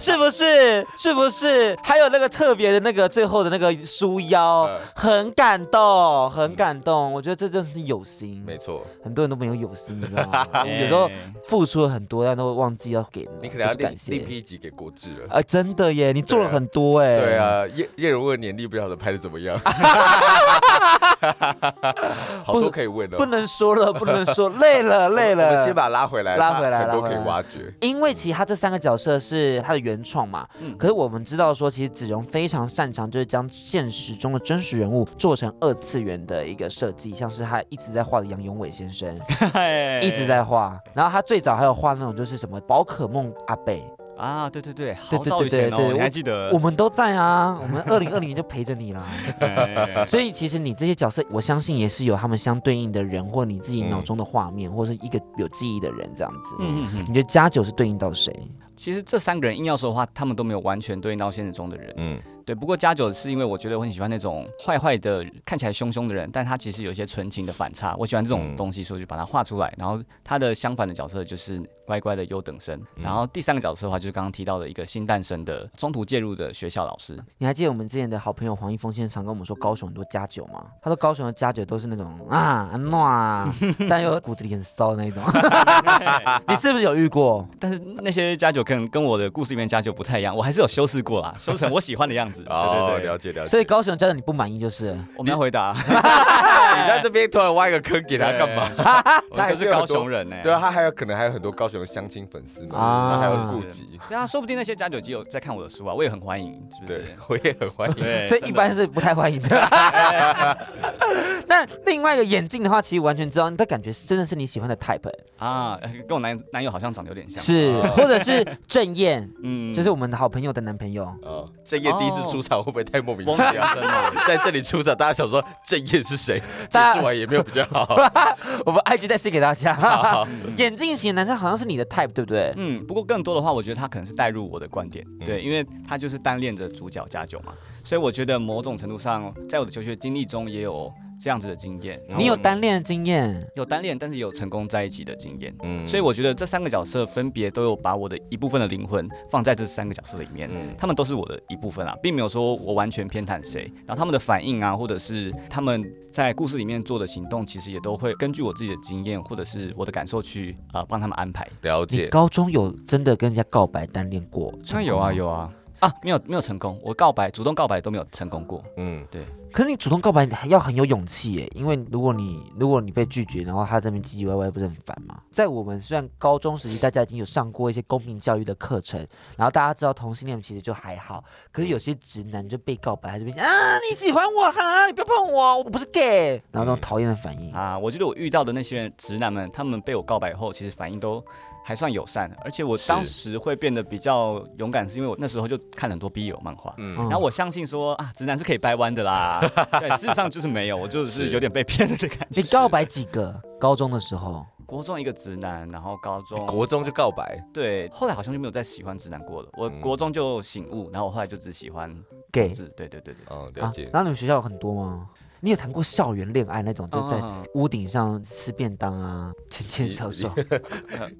[SPEAKER 3] 是不是？是不是？还有那个特别的那个最后的那个书腰
[SPEAKER 5] 嗯，
[SPEAKER 3] 很感动，很感动。我觉得这真的是有心，
[SPEAKER 5] 没错，
[SPEAKER 3] 很多人都没有有心，你知道
[SPEAKER 5] [laughs]
[SPEAKER 3] 吗？我们
[SPEAKER 4] 哎
[SPEAKER 3] 啊有时候付出了很多，但都会忘记要给
[SPEAKER 5] 你可能要
[SPEAKER 3] 就感
[SPEAKER 5] 另
[SPEAKER 3] 谢
[SPEAKER 5] 另。批一集给国志了。
[SPEAKER 3] 啊，真的耶！你做了
[SPEAKER 5] 对啊
[SPEAKER 3] 很多哎。
[SPEAKER 5] 对啊，叶叶如问年历不晓得拍的怎么 [laughs] 样，好多可以问的。哦
[SPEAKER 3] 不能说了，不能
[SPEAKER 5] [laughs]
[SPEAKER 3] 说，累了，累
[SPEAKER 5] 我们
[SPEAKER 3] 了。
[SPEAKER 5] 先把它拉回来，
[SPEAKER 3] 拉回来
[SPEAKER 5] 它很
[SPEAKER 3] 拉
[SPEAKER 5] 多
[SPEAKER 3] 回
[SPEAKER 5] 可
[SPEAKER 3] 来
[SPEAKER 5] 以挖掘。
[SPEAKER 3] 因为其实他这三个角色是他的原创嘛，
[SPEAKER 4] 嗯
[SPEAKER 3] 可是我们知道说，其实子荣非常擅长就是将现实中的真实人物做成二次元的一个设计，像是他一直在画的杨永伟先生，
[SPEAKER 4] 哎
[SPEAKER 3] [laughs] 一直在画，然后他最早还有画那种就是什么宝可梦阿贝，
[SPEAKER 4] 啊，对对对，
[SPEAKER 3] 对
[SPEAKER 4] 好
[SPEAKER 3] 对
[SPEAKER 4] 早
[SPEAKER 3] 对
[SPEAKER 4] 以
[SPEAKER 3] 对
[SPEAKER 4] 前
[SPEAKER 3] 对
[SPEAKER 4] 哦，你还记得
[SPEAKER 3] 我？ [laughs] 们都在
[SPEAKER 4] [laughs]
[SPEAKER 3] 啊，我们二零二零年就陪着你啦。
[SPEAKER 4] 哎
[SPEAKER 3] 所以其实你这些角色，我相信也是有他们相对应的人，或你自己脑中的画面，或是一个有记忆的人这样子。
[SPEAKER 4] 嗯嗯
[SPEAKER 3] 你
[SPEAKER 4] 嗯，
[SPEAKER 3] 觉得加九是对应到谁？
[SPEAKER 4] 其实这三个人硬要说的话，他们都没有完全对应到现实中的人。
[SPEAKER 5] 嗯，
[SPEAKER 4] 对，不过加九是因为我觉得我很喜欢那种坏坏的、看起来凶凶的人，但他其实有一些纯情的反差。我喜欢这种
[SPEAKER 5] 嗯
[SPEAKER 4] 东西，所以就把它画出来。然后他的相反的角色就是乖乖的优等生。
[SPEAKER 5] 嗯
[SPEAKER 4] 然后第三个角色的话，就是刚刚提到的一个新诞生的中途介入的学校老师。
[SPEAKER 3] 你还记得我们之前的好朋友黄一峰先生常跟我们说高雄很多加九吗？他说高雄的加九都是那种啊安诺啊，但又骨子里很骚的那一种。你是不是有遇过？
[SPEAKER 4] 但是那些加九跟跟我的故事里面加九不太一样，我还是有修饰过啦，修成我喜欢的样
[SPEAKER 5] [laughs]
[SPEAKER 4] 子。
[SPEAKER 5] 哦
[SPEAKER 4] 对，对
[SPEAKER 5] 了
[SPEAKER 4] 对，
[SPEAKER 5] 解了解。
[SPEAKER 3] 所以高雄的加九你不满意就是了，
[SPEAKER 4] 我们要回答哎
[SPEAKER 5] 你在这边突然挖一个坑给他干嘛？ [laughs]
[SPEAKER 4] 嘛？我
[SPEAKER 5] 他
[SPEAKER 4] 们
[SPEAKER 5] 还
[SPEAKER 4] 就是是
[SPEAKER 5] 有很
[SPEAKER 4] 高
[SPEAKER 5] 多
[SPEAKER 4] 雄人呢。
[SPEAKER 5] 对啊，他还有可能还有很多高雄的相亲粉丝嘛，
[SPEAKER 3] 啊
[SPEAKER 5] 他还有顾及。
[SPEAKER 4] 对啊，说不定那些加九基有在看我的书啊，我也很欢迎，是不
[SPEAKER 5] 对 [laughs]
[SPEAKER 4] 是？，
[SPEAKER 5] 我也很欢迎。
[SPEAKER 4] 对
[SPEAKER 3] 所以一般
[SPEAKER 4] 是
[SPEAKER 3] 是不太欢迎的。 [laughs] 那另外一个眼镜的话，其实完全知道，但感觉是真的是你喜欢的 type，、
[SPEAKER 4] 啊，跟我男男友好像长得有点像。
[SPEAKER 3] 是或者是郑燕，
[SPEAKER 4] 嗯
[SPEAKER 3] 就是我们的好朋友的男朋友。
[SPEAKER 5] 哦，郑业第一次出场会不会太莫名
[SPEAKER 4] 光
[SPEAKER 5] 其
[SPEAKER 4] 明
[SPEAKER 5] 妙？
[SPEAKER 4] 生哦，
[SPEAKER 5] [laughs] 在这里出场，大家想说郑业
[SPEAKER 4] [laughs]
[SPEAKER 5] 是谁？解
[SPEAKER 3] 大家
[SPEAKER 5] 释完也没有比较好。
[SPEAKER 3] 我们 IG 再写给大家。 [laughs] 眼镜型的男生好像是你的 type，对不对？
[SPEAKER 4] 嗯，不过更多的话，我觉得他可能是带入我的观点，对，因为他就是单恋着主角加九嘛，所以我觉得某种程度上，在我的求学经历中也有这样子的经验。然后
[SPEAKER 3] 你有单恋的经验，
[SPEAKER 4] 有单恋，但是有成功在一起的经验。
[SPEAKER 5] 嗯
[SPEAKER 4] [laughs] 所以我觉得这三个角色分别都有把我的一部分的灵魂放在这三个角色里面，
[SPEAKER 5] 嗯
[SPEAKER 4] 他们都是我的一部分啊，并没有说我完全偏袒谁。然后他们的反应啊，或者是他们在故事里面做的行动，其实也都会根据我自己的经验或者是我的感受去啊帮、他们安排。
[SPEAKER 5] 了
[SPEAKER 3] 你
[SPEAKER 5] 解，
[SPEAKER 3] 高中有真的跟人家告白单恋过？
[SPEAKER 4] 当然有啊，。有啊。啊，没有没有成功，我告白主动告白都没有成功过。
[SPEAKER 5] 嗯，
[SPEAKER 3] 可是你主动告白还要很有勇气耶，因为如果你如果你被拒绝，然后他这边唧唧歪歪，不是很烦吗？在我们虽然高中时期大家已经有上过一些公民教育的课程，然后大家知道同性恋其实就还好，可是有些直男就被告白，他这边啊你喜欢我哈、你不要碰我，我不是 gay，然后那种讨厌的反应。
[SPEAKER 4] 啊，我觉得我遇到的那些直男们，他们被我告白后，其实反应都还算友善，而且我
[SPEAKER 5] 是
[SPEAKER 4] 当时会变得比较勇敢，是因为我那时候就看很多 BL 漫画。
[SPEAKER 5] 嗯
[SPEAKER 4] 然后我相信说啊，直男是可以掰弯的啦。对，事实上就是没有，我就是有点被骗的感觉。
[SPEAKER 3] 你告白几个？高中的时候，
[SPEAKER 4] 国中一个直男，然后高中
[SPEAKER 5] 国中就告白，
[SPEAKER 4] 对，后来好像就没有再喜欢直男过了。我
[SPEAKER 5] 嗯
[SPEAKER 4] 国中就醒悟，然后我后来就只喜欢
[SPEAKER 3] 给
[SPEAKER 4] 直。对对对对，
[SPEAKER 5] 哦，了解。
[SPEAKER 3] 啊然后你们学校有很多吗？你有谈过校园恋爱那种，就是在
[SPEAKER 4] 嗯
[SPEAKER 3] 屋顶上吃便当啊，牵牵手
[SPEAKER 4] [laughs]
[SPEAKER 3] 手，
[SPEAKER 4] 哦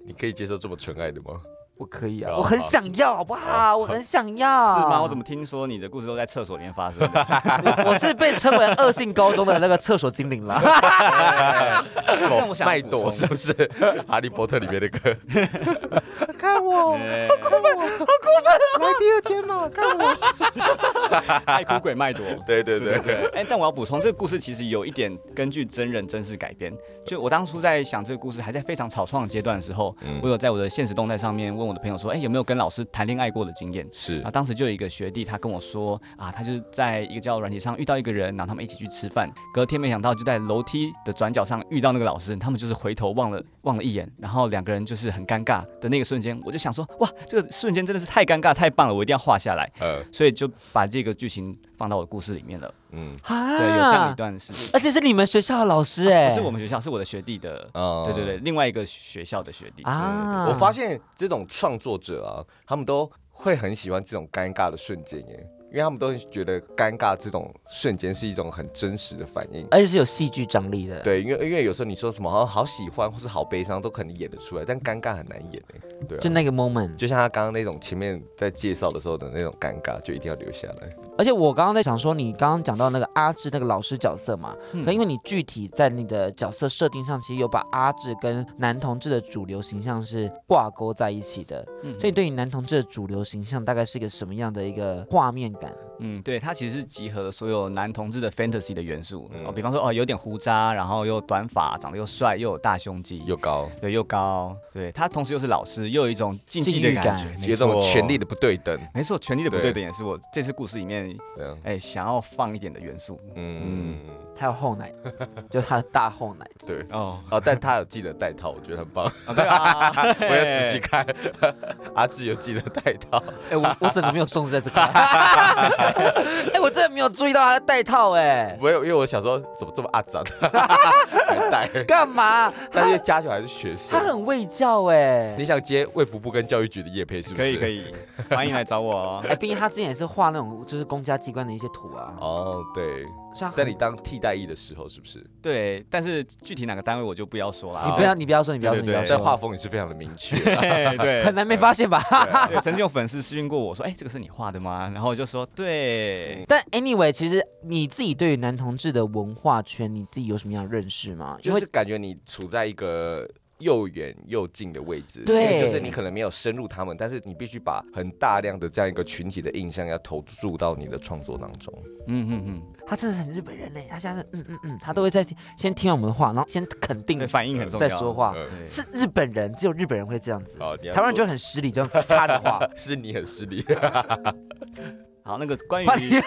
[SPEAKER 5] 你可以接受这么纯爱的吗？
[SPEAKER 3] 我可以啊，
[SPEAKER 5] 好
[SPEAKER 3] 我很想要，好不好？我很想要。
[SPEAKER 4] 哦是吗？
[SPEAKER 5] 哦
[SPEAKER 4] 我怎么听说你的故事都在厕所里面发生
[SPEAKER 5] [laughs]
[SPEAKER 3] [laughs]
[SPEAKER 4] 的？
[SPEAKER 3] 我是被称为恶性高中的那个厕所精灵了？
[SPEAKER 5] 这
[SPEAKER 4] 但
[SPEAKER 5] 么
[SPEAKER 4] 我想
[SPEAKER 5] 麦
[SPEAKER 4] 补
[SPEAKER 5] 朵
[SPEAKER 4] 充
[SPEAKER 5] 是不是 [laughs] 哈利波特里面的歌？
[SPEAKER 3] 看我，
[SPEAKER 4] 哎
[SPEAKER 3] 来第二间嘛，看我。
[SPEAKER 4] 爱哭鬼麦朵。
[SPEAKER 5] [laughs] [laughs] 对
[SPEAKER 4] [laughs]
[SPEAKER 5] 对对对，
[SPEAKER 4] 哎、但我要补充，这个故事其实有一点根据真人真事改编。就我当初在想这个故事还在非常草创的阶段的时候，
[SPEAKER 5] 嗯
[SPEAKER 4] 我有在我的现实动态上面问我的朋友说，哎、有没有跟老师谈恋爱过的经验？
[SPEAKER 5] 是
[SPEAKER 4] 啊，当时就有一个学弟，他跟我说啊，他就是在一个交友软体上遇到一个人，然后他们一起去吃饭，隔天没想到就在楼梯的转角上遇到那个老师，他们就是回头忘了望了一眼，然后两个人就是很尴尬的那个瞬间，我就想说，哇，这个瞬间真的是太尴尬太棒了，我一定要画下来，
[SPEAKER 5] 呃，
[SPEAKER 4] 所以就把这个剧情放到我的故事里面了。
[SPEAKER 5] 嗯，
[SPEAKER 3] 啊
[SPEAKER 4] [laughs] 对，有这样一段事情，
[SPEAKER 3] 而且是你们学校的老师哎、
[SPEAKER 4] 不是我们学校，是我的学弟的，
[SPEAKER 5] 哦
[SPEAKER 4] 对对对，另外一个学校的学弟。
[SPEAKER 3] 啊！
[SPEAKER 5] 我发现这种创作者啊，他们都会很喜欢这种尴尬的瞬间耶，因为他们都很觉得尴尬这种瞬间是一种很真实的反应。
[SPEAKER 3] 而且是有戏剧张力的。
[SPEAKER 5] 对，因为因为有时候你说什么好像好喜欢或是好悲伤，都可能演得出来，但尴尬很难演耶对、啊，
[SPEAKER 3] 就那个 moment，
[SPEAKER 5] 就像他刚刚那种前面在介绍的时候的那种尴尬，就一定要留下来。
[SPEAKER 3] 而且我刚刚在想说，你刚刚讲到那个阿志那个老师角色嘛，
[SPEAKER 4] 嗯
[SPEAKER 3] 可因为你具体在你的角色设定上，其实有把阿志跟男同志的主流形象是挂钩在一起的，
[SPEAKER 4] 嗯
[SPEAKER 3] 所以对你男同志的主流形象大概是一个什么样的一个画面感？
[SPEAKER 4] 嗯，对，它其实是集合了所有男同志的 fantasy 的元素。
[SPEAKER 5] 嗯
[SPEAKER 4] 哦，比方说，哦，有点胡渣，然后又短发，长得又帅，又有大胸肌，
[SPEAKER 5] 又高，
[SPEAKER 4] 对，又高，对他同时又是老师，又有一种竞技
[SPEAKER 3] 禁
[SPEAKER 4] 的
[SPEAKER 3] 欲
[SPEAKER 4] 感
[SPEAKER 3] 感
[SPEAKER 4] 觉，没
[SPEAKER 5] 有种
[SPEAKER 4] 错
[SPEAKER 5] 权力的不对等。
[SPEAKER 4] 没错，权力的不
[SPEAKER 5] 对
[SPEAKER 4] 对等也是我这次故事里面，
[SPEAKER 5] 对啊，
[SPEAKER 4] 哎，想要放一点的元素。
[SPEAKER 5] 嗯，
[SPEAKER 3] 还有后奶，就他的大后奶。
[SPEAKER 5] 对。
[SPEAKER 4] 哦，
[SPEAKER 5] 哦，但他有记得带套，我觉得很棒。
[SPEAKER 4] 啊对啊，
[SPEAKER 5] [laughs] 我要仔细看，阿志有记得带套。
[SPEAKER 3] 哎、 [laughs] 我我真的没有重视在这个。哎、我真的没有注意到他戴套哎、
[SPEAKER 5] 没有，因为我想说怎么这么阿杂，还带。
[SPEAKER 3] 干嘛？
[SPEAKER 5] 但因为家球还是学生
[SPEAKER 3] 他，很卫教哎、
[SPEAKER 5] 你想接卫福部跟教育局的业配是不是？
[SPEAKER 4] 可以可。以，欢迎来找我哦
[SPEAKER 3] 哎、。毕竟他之前也是画那种就是公家机关的一些图啊，
[SPEAKER 5] 哦，对，
[SPEAKER 3] 像
[SPEAKER 5] 在你当替代役的时候是不是？
[SPEAKER 4] 对，但是具体哪个单位我就不要说了。啊
[SPEAKER 3] 你不要，啊你不要说，你不要说，
[SPEAKER 4] 对
[SPEAKER 3] 你不要
[SPEAKER 4] 对
[SPEAKER 5] 但
[SPEAKER 3] 说，
[SPEAKER 5] 画风也是非常的明确。
[SPEAKER 4] 嘿哎对，
[SPEAKER 3] 很难没发现吧？
[SPEAKER 4] 对，曾经有粉丝私信过我说：“哎、这个是你画的吗？”然后我就说：“对，
[SPEAKER 3] [laughs] 但 anyway，其实你自己对于男同志的文化圈，你自己有什么样的认识吗？因
[SPEAKER 5] 就
[SPEAKER 3] 为
[SPEAKER 5] 是感觉你处在一个又远又近的位置，
[SPEAKER 3] 对
[SPEAKER 5] 因为就是你可能没有深入他们，但是你必须把很大量的这样一个群体的印象要投注到你的创作当中。
[SPEAKER 4] 嗯嗯嗯，
[SPEAKER 3] 他真的是很日本人嘞，他现在是嗯嗯嗯，他都会在先听完我们的话，然后先肯定
[SPEAKER 4] 对，反应很重要。
[SPEAKER 3] 再说话，
[SPEAKER 5] 呃
[SPEAKER 4] 对，
[SPEAKER 3] 是日本人，只有日本人会这样子，
[SPEAKER 5] 哦好，你要。
[SPEAKER 3] 台湾人就很失礼，这样插的话
[SPEAKER 5] 是你很失礼， [laughs]
[SPEAKER 4] 好，那个关于
[SPEAKER 3] 换
[SPEAKER 4] 因
[SPEAKER 3] 你
[SPEAKER 4] 为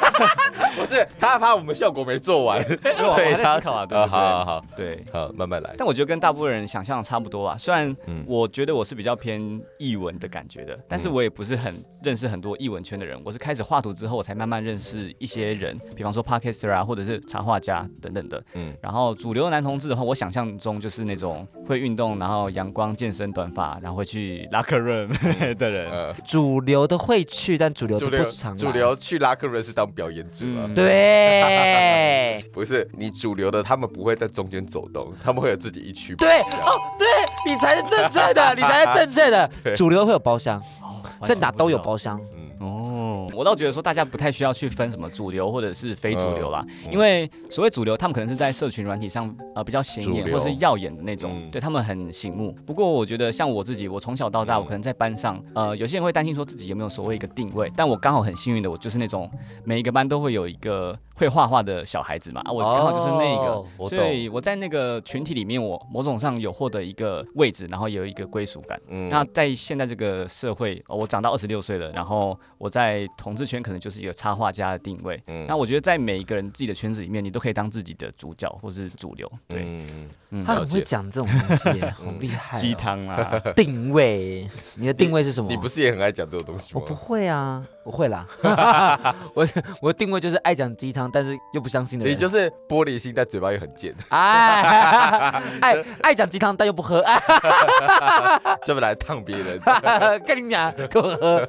[SPEAKER 5] 不是他怕我们效果没做完，
[SPEAKER 4] 我
[SPEAKER 5] 所以
[SPEAKER 4] 还在
[SPEAKER 5] 他
[SPEAKER 4] 思考啊，对
[SPEAKER 5] 啊，
[SPEAKER 4] 不对？
[SPEAKER 5] 好好好
[SPEAKER 4] 对。
[SPEAKER 5] 好，慢慢来。
[SPEAKER 4] 但我觉得跟大部分人想象的差不多啊。虽然
[SPEAKER 5] 嗯
[SPEAKER 4] 我觉得我是比较偏译文的感觉的，但是我也不是很认识很多译文圈的人。我是开始画图之后，我才慢慢认识一些人，比方说 podcaster 啊，或者是插画家等等的。
[SPEAKER 5] 嗯
[SPEAKER 4] 嗯。然后主流男同志的话，我想象中就是那种会运动，然后阳光、健身、短发，然后会去 locker room 的人。
[SPEAKER 5] 呃，
[SPEAKER 3] 主流的会去，但主流
[SPEAKER 5] 主
[SPEAKER 3] 的
[SPEAKER 5] 流
[SPEAKER 3] 不常来
[SPEAKER 5] 主流去拉克瑞是当表演者
[SPEAKER 4] 啊
[SPEAKER 5] 啊
[SPEAKER 4] 嗯，
[SPEAKER 3] 对
[SPEAKER 5] [laughs] 不是你主流的，他们不会在中间走动，他们会有自己一区。
[SPEAKER 3] 对哦对，你才是正确的，你才是正确的。主流会有包厢，
[SPEAKER 4] 哦
[SPEAKER 3] 在哪都有
[SPEAKER 4] 包。
[SPEAKER 3] 包厢。
[SPEAKER 5] 嗯，
[SPEAKER 4] 哦，我倒觉得说大家不太需要去分什么主流或者是非主流
[SPEAKER 5] 嗯
[SPEAKER 4] 啦，因为所谓主流，他们可能是在社群软体上呃比较显
[SPEAKER 5] 主
[SPEAKER 4] 眼
[SPEAKER 5] 流
[SPEAKER 4] 或是耀眼的那种，
[SPEAKER 5] 嗯
[SPEAKER 4] 对他们很醒目。不过我觉得像我自己，我从小到大，
[SPEAKER 5] 嗯
[SPEAKER 4] 我可能在班上，呃，有些人会担心说自己有没有所谓一个定位，但我刚好很幸运的，我就是那种每一个班都会有一个会画画的小孩子嘛，啊，我刚好就是那个。
[SPEAKER 5] 哦我
[SPEAKER 4] 所
[SPEAKER 5] 懂。
[SPEAKER 4] 以我在那个群体里面，我某种上有获得一个位置，然后有一个归属感。
[SPEAKER 5] 嗯
[SPEAKER 4] 那在现在这个社会，呃我长到二十六岁了，然后我在同志圈可能就是一个插画家的定位。
[SPEAKER 5] 嗯
[SPEAKER 4] 那我觉得在每一个人自己的圈子里面，你都可以当自己的主角或是主流。对，
[SPEAKER 5] 嗯
[SPEAKER 4] 嗯
[SPEAKER 3] 他很会讲这种东西耶，好厉害哦！
[SPEAKER 4] 鸡
[SPEAKER 3] [laughs]
[SPEAKER 4] 汤啦，
[SPEAKER 3] 定位，你的定位是什么？
[SPEAKER 5] 你不是也很爱讲这种东西
[SPEAKER 3] 我
[SPEAKER 5] 吗？
[SPEAKER 3] 不会啊，我会啦。我我的定位就是爱讲鸡汤，但是又不相信的人。
[SPEAKER 5] 你就是玻璃心，但嘴巴又很贱， [laughs]
[SPEAKER 3] 哎，爱爱讲鸡汤，但又不喝。哎，
[SPEAKER 5] 专门来烫
[SPEAKER 4] [laughs]
[SPEAKER 5] 别人。
[SPEAKER 3] 跟你讲，给我喝。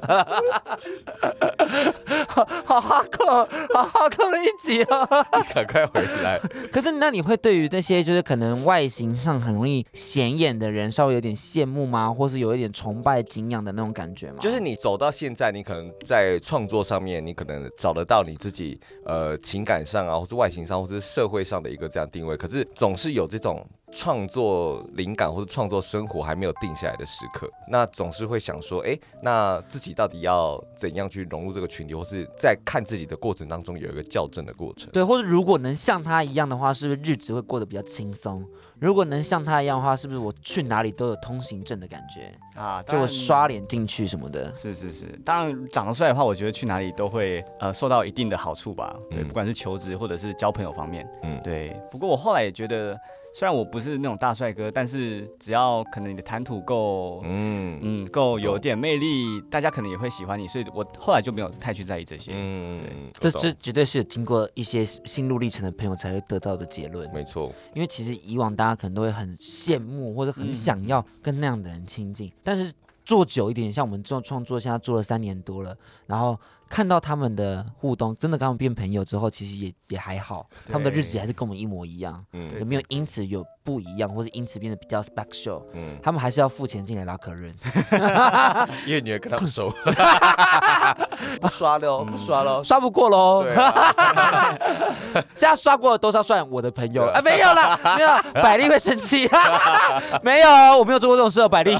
[SPEAKER 3] 好好哈扣，好哈扣了一集哦。
[SPEAKER 5] 赶快回来。
[SPEAKER 3] 可是那你会对于那些就是可能外形上很容易显眼的人，稍微有点羡慕吗？或是有一点崇拜、敬仰的那种感觉吗？
[SPEAKER 5] 就是你走到现在，你可能在创作上面，你可能找得到你自己呃情感上啊，或是外形上，或是社会上的一个这样定位。可是总是有这种创作灵感或者创作生活还没有定下来的时刻，那总是会想说，哎、那自己到底要怎样去融入这个群体，或是在看自己的过程当中有一个校正的过程。
[SPEAKER 3] 对，或者如果能像他一样的话，是不是日子会过得比较轻松？如果能像他一样的话，是不是我去哪里都有通行证的感觉？
[SPEAKER 4] 啊，
[SPEAKER 3] 就
[SPEAKER 4] 当
[SPEAKER 3] 我
[SPEAKER 4] 然
[SPEAKER 3] 刷。脸进去什么的。
[SPEAKER 4] 是是是，当然长得帅的话，我觉得去哪里都会呃受到一定的好处吧。对，
[SPEAKER 5] 嗯
[SPEAKER 4] 不管是求职或者是交朋友方面，
[SPEAKER 5] 嗯
[SPEAKER 4] 嗯，对。不过我后来也觉得，虽然我不是那种大帅哥，但是只要可能你的谈吐够，
[SPEAKER 5] 嗯
[SPEAKER 4] 嗯，够有点魅力，大家可能也会喜欢你，所以我后来就没有太去在意这些。
[SPEAKER 5] 嗯，
[SPEAKER 3] 这
[SPEAKER 5] 我懂
[SPEAKER 3] 这绝对是有经过一些心路历程的朋友才会得到的结论。
[SPEAKER 5] 没错，
[SPEAKER 3] 因为其实以往大家可能都会很羡慕或者很想要跟那样的人亲近，但是做久一点，像我们这种创作，现在做了三年多了，然后看到他们的互动，真的跟他们变朋友之后，其实也也还好，他们的日子还是跟我们一模一样，
[SPEAKER 5] 嗯
[SPEAKER 3] 有没有因此有不一样，或者因此变得比较 special？
[SPEAKER 5] 嗯，
[SPEAKER 3] 他们还是要付钱进来拉客 [laughs] 人，
[SPEAKER 5] 因为你会跟他们熟， [laughs] 不刷喽，不刷喽，
[SPEAKER 3] 刷不过喽。
[SPEAKER 5] 对啊，
[SPEAKER 3] [laughs] 现在刷过的都是要算我的朋友啊，没有啦，没有 [laughs] 啦，百丽会生气， [laughs] 没有，我没有做过这种事哦，百丽。
[SPEAKER 5] [laughs]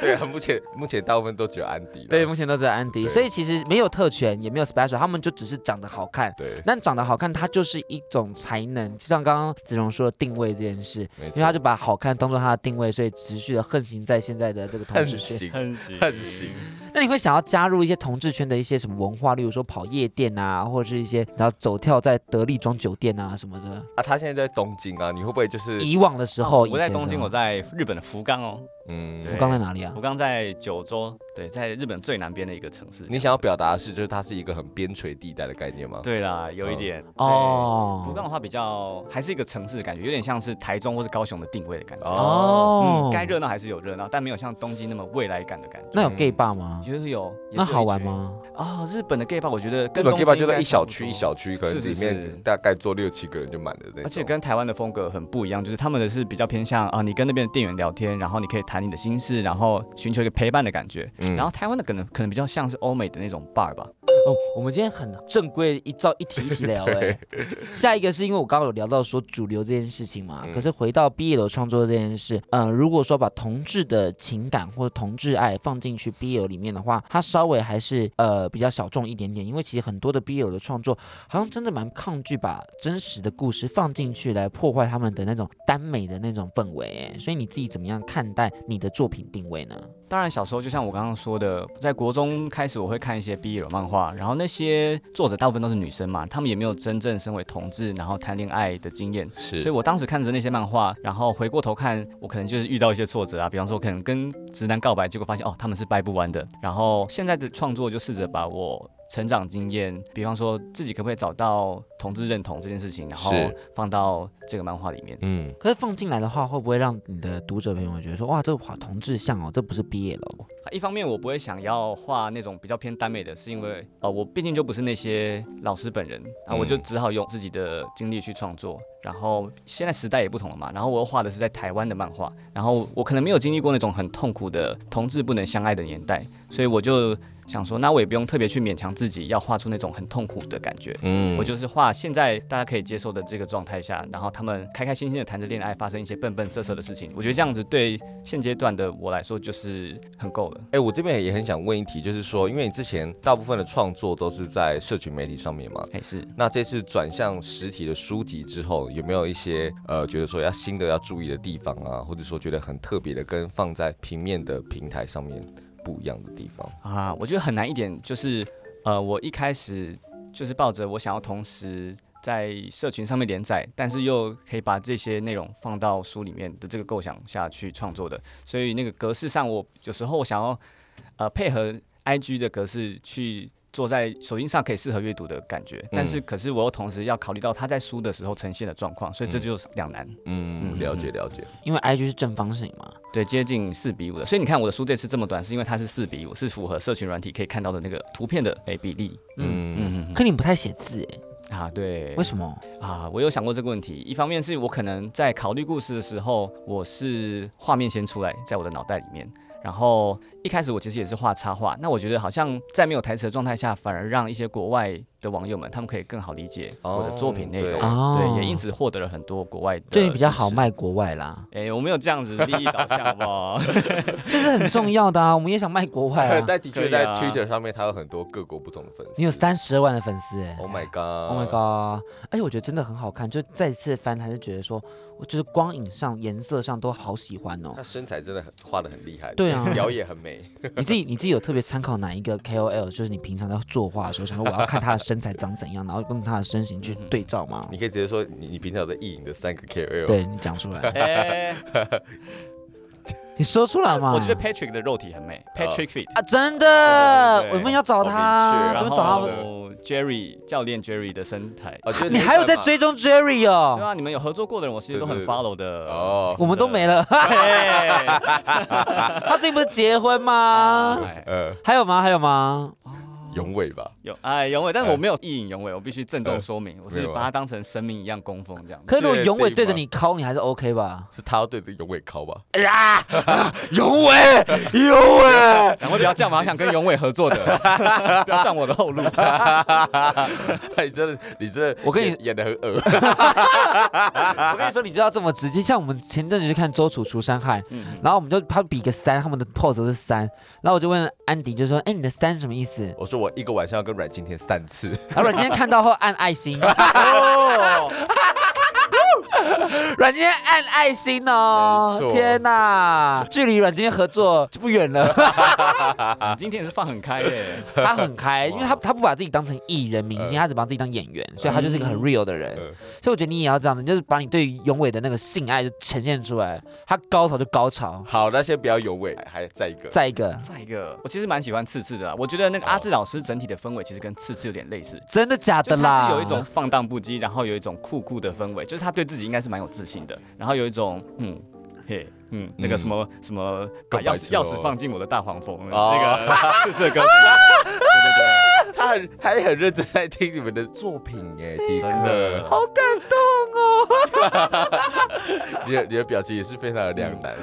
[SPEAKER 5] 对啊，目前目前大部分都只有安迪了，
[SPEAKER 3] [laughs] 对，目前都只有安迪，
[SPEAKER 5] 对
[SPEAKER 3] 所以其实没有特权，也没有 special，他们就只是长得好看。
[SPEAKER 5] 对，
[SPEAKER 3] 那长得好看，它就是一种才能，就像刚刚子荣说的定位这件事，
[SPEAKER 5] 没
[SPEAKER 3] 因为
[SPEAKER 5] 错
[SPEAKER 3] 他，就把好看当做他的定位，所以持续的横行在现在的这个同
[SPEAKER 5] 恨
[SPEAKER 3] 志圈。
[SPEAKER 5] 行
[SPEAKER 4] 很行
[SPEAKER 5] 恨行，
[SPEAKER 3] 那你会想要加入一些同志圈的一些什么文化，例如说跑夜店啊，或者是一些然后走跳在德利庄酒店啊什么的。
[SPEAKER 5] 啊，他现在在东京啊，你会不会就是
[SPEAKER 3] 以往的时候，
[SPEAKER 4] 哦我在东京，我
[SPEAKER 3] 在
[SPEAKER 4] 在日本的福冈哦，
[SPEAKER 5] 嗯
[SPEAKER 4] 对
[SPEAKER 3] 福冈在哪里啊？
[SPEAKER 4] 福冈在九州，对，在日本最南边的一个城市。
[SPEAKER 5] 你想要表达的是，就是它是一个很边陲地带的概念吗？
[SPEAKER 4] 对啦，有一点。
[SPEAKER 3] 哦，
[SPEAKER 4] 福冈的话比较还是一个城市的感觉，有点像是台中或是高雄的定位的感觉。
[SPEAKER 5] 哦，
[SPEAKER 3] 哦
[SPEAKER 4] 嗯，，该热闹还是有热闹，但没有像东京那么未来感的感觉。
[SPEAKER 3] 那有 gay 爸吗？
[SPEAKER 4] 就是有，也是有
[SPEAKER 3] 那好玩
[SPEAKER 4] 一群？
[SPEAKER 3] 吗？
[SPEAKER 4] 啊、日本的 gay bar 我觉得
[SPEAKER 5] 日
[SPEAKER 4] 跟
[SPEAKER 5] 本 gay 吧
[SPEAKER 4] 东
[SPEAKER 5] 就
[SPEAKER 4] 京应
[SPEAKER 5] 在
[SPEAKER 4] 该
[SPEAKER 5] 一小区一
[SPEAKER 4] 差
[SPEAKER 5] 小区，可能
[SPEAKER 4] 是是
[SPEAKER 5] 里
[SPEAKER 4] 是
[SPEAKER 5] 面大概坐六七个人就满了
[SPEAKER 4] 不
[SPEAKER 5] 那种，
[SPEAKER 4] 多，而且跟台湾的风格很不一样，就是他们的是比较偏向啊、你跟那边的店员聊天，然后你可以谈你的心事，然后寻求一个陪伴的感觉。
[SPEAKER 5] 嗯
[SPEAKER 4] 然后台湾的可能可能比较像是欧美的那种 bar 吧，
[SPEAKER 3] 哦，我们今天很正规，一照一题一题聊、哎，下一个是因为我刚刚有聊到说主流这件事情嘛，
[SPEAKER 5] 嗯
[SPEAKER 3] 可是回到毕业楼创作这件事，呃，如果说把同志的情感或者同志爱放进去毕业楼里面的话，它稍微还是呃比较小众一点点，因为其实很多的毕业楼的创作好像真的蛮抗拒把真实的故事放进去来破坏他们的那种耽美的那种氛围、哎所以你自己怎么样看待你的作品定位呢？
[SPEAKER 4] 当然，小时候就像我刚刚说的，在国中开始我会看一些 BL 漫画，然后那些作者大部分都是女生嘛，她们也没有真正身为同志然后谈恋爱的经验，
[SPEAKER 5] 是
[SPEAKER 4] 所以我当时看着那些漫画，然后回过头看，我可能就是遇到一些挫折啊，比方说我可能跟直男告白，结果发现哦他们是掰不弯的。然后现在的创作就试着把我成长经验，比方说自己可不可以找到同志认同这件事情，然后
[SPEAKER 5] 是
[SPEAKER 4] 放到这个漫画里面。
[SPEAKER 5] 嗯，
[SPEAKER 3] 可是放进来的话，会不会让你的读者朋友们觉得说，哇，这个好同志像哦，这不是毕业了？
[SPEAKER 4] 啊一方面我不会想要画那种比较偏耽美的，是因为呃我毕竟就不是那些老师本人啊，
[SPEAKER 5] 嗯
[SPEAKER 4] 我就只好用自己的经历去创作。然后现在时代也不同了嘛，然后我又画的是在台湾的漫画，然后我可能没有经历过那种很痛苦的同志不能相爱的年代，所以我就想说，那我也不用特别去勉强自己要画出那种很痛苦的感觉。
[SPEAKER 5] 嗯
[SPEAKER 4] 我就是画现在大家可以接受的这个状态下，然后他们开开心心的谈着恋爱，发生一些笨笨涩涩的事情。我觉得这样子对现阶段的我来说就是很够了。
[SPEAKER 5] 哎、我这边也很想问一题，就是说，因为你之前大部分的创作都是在社群媒体上面嘛，
[SPEAKER 4] 哎，是
[SPEAKER 5] 那这次转向实体的书籍之后，有没有一些呃觉得说要新的要注意的地方啊，或者说觉得很特别的跟放在平面的平台上面不一样的地方？
[SPEAKER 4] 啊，我觉得很难一点就是，呃，我一开始就是抱着我想要同时在社群上面连载，但是又可以把这些内容放到书里面的这个构想下去创作的，所以那个格式上，我有时候我想要呃配合 IG 的格式去。做在手机上可以适合阅读的感觉，但是可是我又同时要考虑到他在书的时候呈现的状况，所以这就是两难。
[SPEAKER 5] 嗯，
[SPEAKER 4] 嗯
[SPEAKER 5] 了解了解，
[SPEAKER 3] 因为 IG 是正方形嘛，
[SPEAKER 4] 对，接近四比五的，所以你看我的书这次这么短，是因为它是四比五，是符合社群软体可以看到的那个图片的诶比例。
[SPEAKER 5] 嗯
[SPEAKER 4] 嗯嗯
[SPEAKER 3] 可你不太写字哎，
[SPEAKER 4] 嗯啊，对
[SPEAKER 3] 为，什么？
[SPEAKER 4] 啊，我有想过这个问题。一方面是我可能在考虑故事的时候，我是画面先出来，在我的脑袋里面。然后一开始我其实也是画插画，那我觉得好像在没有台词的状态下，反而让一些国外的网友们他们可以更好理解我的作品内容，
[SPEAKER 3] 哦对
[SPEAKER 4] 对，也因此获得了很多国外的
[SPEAKER 3] 对你比较
[SPEAKER 4] 支持
[SPEAKER 3] 好。卖国外啦，
[SPEAKER 4] 哎，我没有这样子利益导向，好哦不
[SPEAKER 3] [laughs]
[SPEAKER 4] 好？
[SPEAKER 3] 这是很重要的啊，我 [laughs] 们也想卖国外啊。
[SPEAKER 5] [laughs] [laughs] 但的确
[SPEAKER 4] 可以
[SPEAKER 5] 在
[SPEAKER 4] 啊
[SPEAKER 5] Twitter 上面，它有很多各国不同的粉丝。
[SPEAKER 3] 你有三十二万的粉丝哎
[SPEAKER 5] Oh my
[SPEAKER 3] ，Oh my
[SPEAKER 5] god！Oh
[SPEAKER 3] god！而且我觉得真的很好看，就再次翻还是觉得说，我觉得光影上、颜色上都好喜欢哦。
[SPEAKER 5] [laughs] 他身材真的很画的很厉害，
[SPEAKER 3] 对啊
[SPEAKER 5] 表也很美，
[SPEAKER 4] 对，
[SPEAKER 3] 你自己你自己有特别参考哪一个 KOL？就是你平常在作画的时候，想说我要看他的身材长怎样，然后用他的身形去对照吗
[SPEAKER 5] 你？可以直接说你你平常有在意淫的三个 KOL，，
[SPEAKER 3] 对你讲出来，
[SPEAKER 4] 哎、
[SPEAKER 3] 你说出来嘛？
[SPEAKER 4] 我觉得 Patrick 的肉体很美，Patrick Fit，、
[SPEAKER 3] 啊，真的
[SPEAKER 5] 对对，对
[SPEAKER 3] 我们要找
[SPEAKER 5] 好
[SPEAKER 3] 他，
[SPEAKER 5] 明确
[SPEAKER 3] 我
[SPEAKER 4] 然
[SPEAKER 3] 们
[SPEAKER 4] 后
[SPEAKER 3] 啊找他
[SPEAKER 5] 们。
[SPEAKER 4] Jerry 教练 Jerry 的身材，
[SPEAKER 5] 哦，就是
[SPEAKER 3] 你还有在追踪 Jerry
[SPEAKER 4] 对
[SPEAKER 3] 哦？
[SPEAKER 4] 啊，你们有合作过的人，我其实都很
[SPEAKER 5] 对对对
[SPEAKER 4] follow
[SPEAKER 3] [laughs]
[SPEAKER 4] 的
[SPEAKER 5] 哦，
[SPEAKER 3] 我们都没了，
[SPEAKER 4] 哎
[SPEAKER 3] 他最近不是结婚吗？
[SPEAKER 4] 哎
[SPEAKER 5] 呃，
[SPEAKER 3] 还有吗？还有吗？
[SPEAKER 5] 永伟吧，
[SPEAKER 4] 有哎永伟，但是我没有意淫永伟，我必须郑重说明，我
[SPEAKER 5] 没
[SPEAKER 4] 是
[SPEAKER 5] 有啊
[SPEAKER 4] 把他当成神明一样供奉这样。
[SPEAKER 3] 可是如果永
[SPEAKER 5] 确
[SPEAKER 3] 伟
[SPEAKER 5] 定
[SPEAKER 3] 对着
[SPEAKER 5] 吗
[SPEAKER 3] 你敲，你还是 OK 吧？
[SPEAKER 5] 是他要对着永伟考吧？
[SPEAKER 3] 哎呀，永伟，永
[SPEAKER 5] [laughs]
[SPEAKER 3] 伟，
[SPEAKER 4] 然后不要这样嘛，我想跟永伟合作的，不要断我的后
[SPEAKER 5] [laughs]
[SPEAKER 4] 路。
[SPEAKER 5] 哎你真的，你真的，
[SPEAKER 3] 我跟你
[SPEAKER 5] 演演的很恶， [laughs]
[SPEAKER 3] 我跟你说，你知道这么直接，像我们前阵子去看周楚除山海，
[SPEAKER 4] 嗯，
[SPEAKER 3] 然后我们就他比个三，他们的 pose 都是三，然后我就问安迪，就说：“哎，你的三什么意思 [laughs]
[SPEAKER 5] 我说我一个晚上要跟阮经天三次，？”
[SPEAKER 3] 然后阮今天看到后按爱心，
[SPEAKER 4] 哦
[SPEAKER 3] 阮今天按爱心哦
[SPEAKER 5] 没，错
[SPEAKER 3] 天哪，距离阮今天合作就不远了。
[SPEAKER 5] 啊
[SPEAKER 4] 你今天也是放很开耶。
[SPEAKER 3] 他很开，
[SPEAKER 5] [laughs]
[SPEAKER 3] 因为他他不把自己当成艺人明星，他只把自己当演员，所以他就是一个很 real 的人
[SPEAKER 5] 呃嗯。
[SPEAKER 3] 所以我觉得你也要这样子，你就是把你对于永伟的那个性爱就呈现出来，他高潮就高潮。
[SPEAKER 5] 好，那先不要永伟，还再一个，
[SPEAKER 3] 再一个，
[SPEAKER 4] 再一个，我其实蛮喜欢次次的啦，我觉得那个阿志老师整体的氛围其实跟次次有点类似。
[SPEAKER 3] 真的假
[SPEAKER 4] [laughs] 就
[SPEAKER 3] 的
[SPEAKER 4] 他
[SPEAKER 3] 啦？
[SPEAKER 4] 是有一种放荡不羁，然后有一种酷酷的氛围，就是他对自己应该是蛮有自信的，然后有一种嗯嘿嗯那个什么、什么把
[SPEAKER 5] 更白
[SPEAKER 4] 钥匙
[SPEAKER 5] 痴哦
[SPEAKER 4] 钥匙放进我的大黄蜂、
[SPEAKER 5] 哦
[SPEAKER 3] [laughs]
[SPEAKER 4] 那个是这个歌
[SPEAKER 5] [laughs]
[SPEAKER 4] 词，
[SPEAKER 5] 他很还很认真在听你们的作品哎，迪
[SPEAKER 4] 真的
[SPEAKER 5] 克，
[SPEAKER 4] 好
[SPEAKER 5] 你的你的表情也是非常的两
[SPEAKER 3] [laughs]
[SPEAKER 5] 难，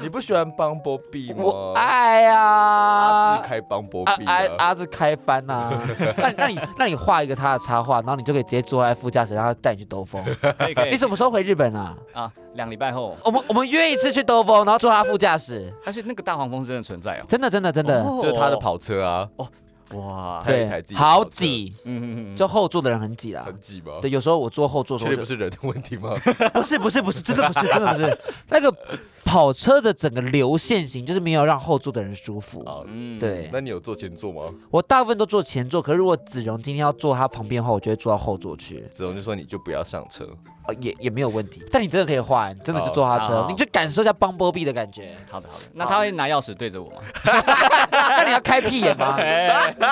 [SPEAKER 5] 你不喜欢邦波币
[SPEAKER 3] 我
[SPEAKER 5] 吗？
[SPEAKER 3] 爱
[SPEAKER 5] 呃阿
[SPEAKER 3] 啊
[SPEAKER 5] 志。开邦波
[SPEAKER 3] 阿
[SPEAKER 5] 币
[SPEAKER 3] 阿
[SPEAKER 5] 啊，
[SPEAKER 3] 阿是开翻呐、
[SPEAKER 5] [laughs]
[SPEAKER 3] 那那你那你画一个他的插画，然后你就可以直接坐在副驾驶，让他带你去兜风。
[SPEAKER 4] 可以可
[SPEAKER 3] [laughs] 你
[SPEAKER 4] 以
[SPEAKER 3] 什么时候回日本啊？
[SPEAKER 4] 啊，两礼拜后，
[SPEAKER 3] 我们我们约一次去兜风，然后坐他副驾驶。
[SPEAKER 4] 而且那个大黄蜂真的存在哦，
[SPEAKER 3] 真的真的真的，
[SPEAKER 5] 就是他的跑车啊，
[SPEAKER 3] 哦
[SPEAKER 4] 哇，
[SPEAKER 5] 他有一台自己的
[SPEAKER 3] 好
[SPEAKER 5] 跑车
[SPEAKER 3] 挤，
[SPEAKER 4] 嗯嗯嗯，
[SPEAKER 3] 就后座的人很挤啦。
[SPEAKER 5] 很挤吗？
[SPEAKER 3] 对，有时候我坐后座的时
[SPEAKER 5] 确
[SPEAKER 3] 候就
[SPEAKER 5] 定哦不是人的问题吗？
[SPEAKER 3] [laughs] 不是不是不是，真的
[SPEAKER 5] [laughs]
[SPEAKER 3] 不是真的不是，那个跑车的整个流线型就是没有让后座的人舒服。
[SPEAKER 5] 好，
[SPEAKER 4] 嗯
[SPEAKER 3] 对
[SPEAKER 5] 那你有坐前座吗？
[SPEAKER 3] 我大部分都坐前座，可是如果子荣今天要坐他旁边的话，我就会坐到后座去，
[SPEAKER 5] 子龙就说你就不要上车，
[SPEAKER 3] 呃、也也没有问题。但你真的可以换，真的就坐他车
[SPEAKER 5] 哦
[SPEAKER 4] 好，
[SPEAKER 3] 你就感受一下邦波比的感
[SPEAKER 5] [laughs]
[SPEAKER 3] 觉。
[SPEAKER 4] 好的好的，那他会拿钥匙对着我吗？
[SPEAKER 3] 那你要开屁眼
[SPEAKER 5] [laughs]
[SPEAKER 3] 吗？
[SPEAKER 4] [laughs] 哎，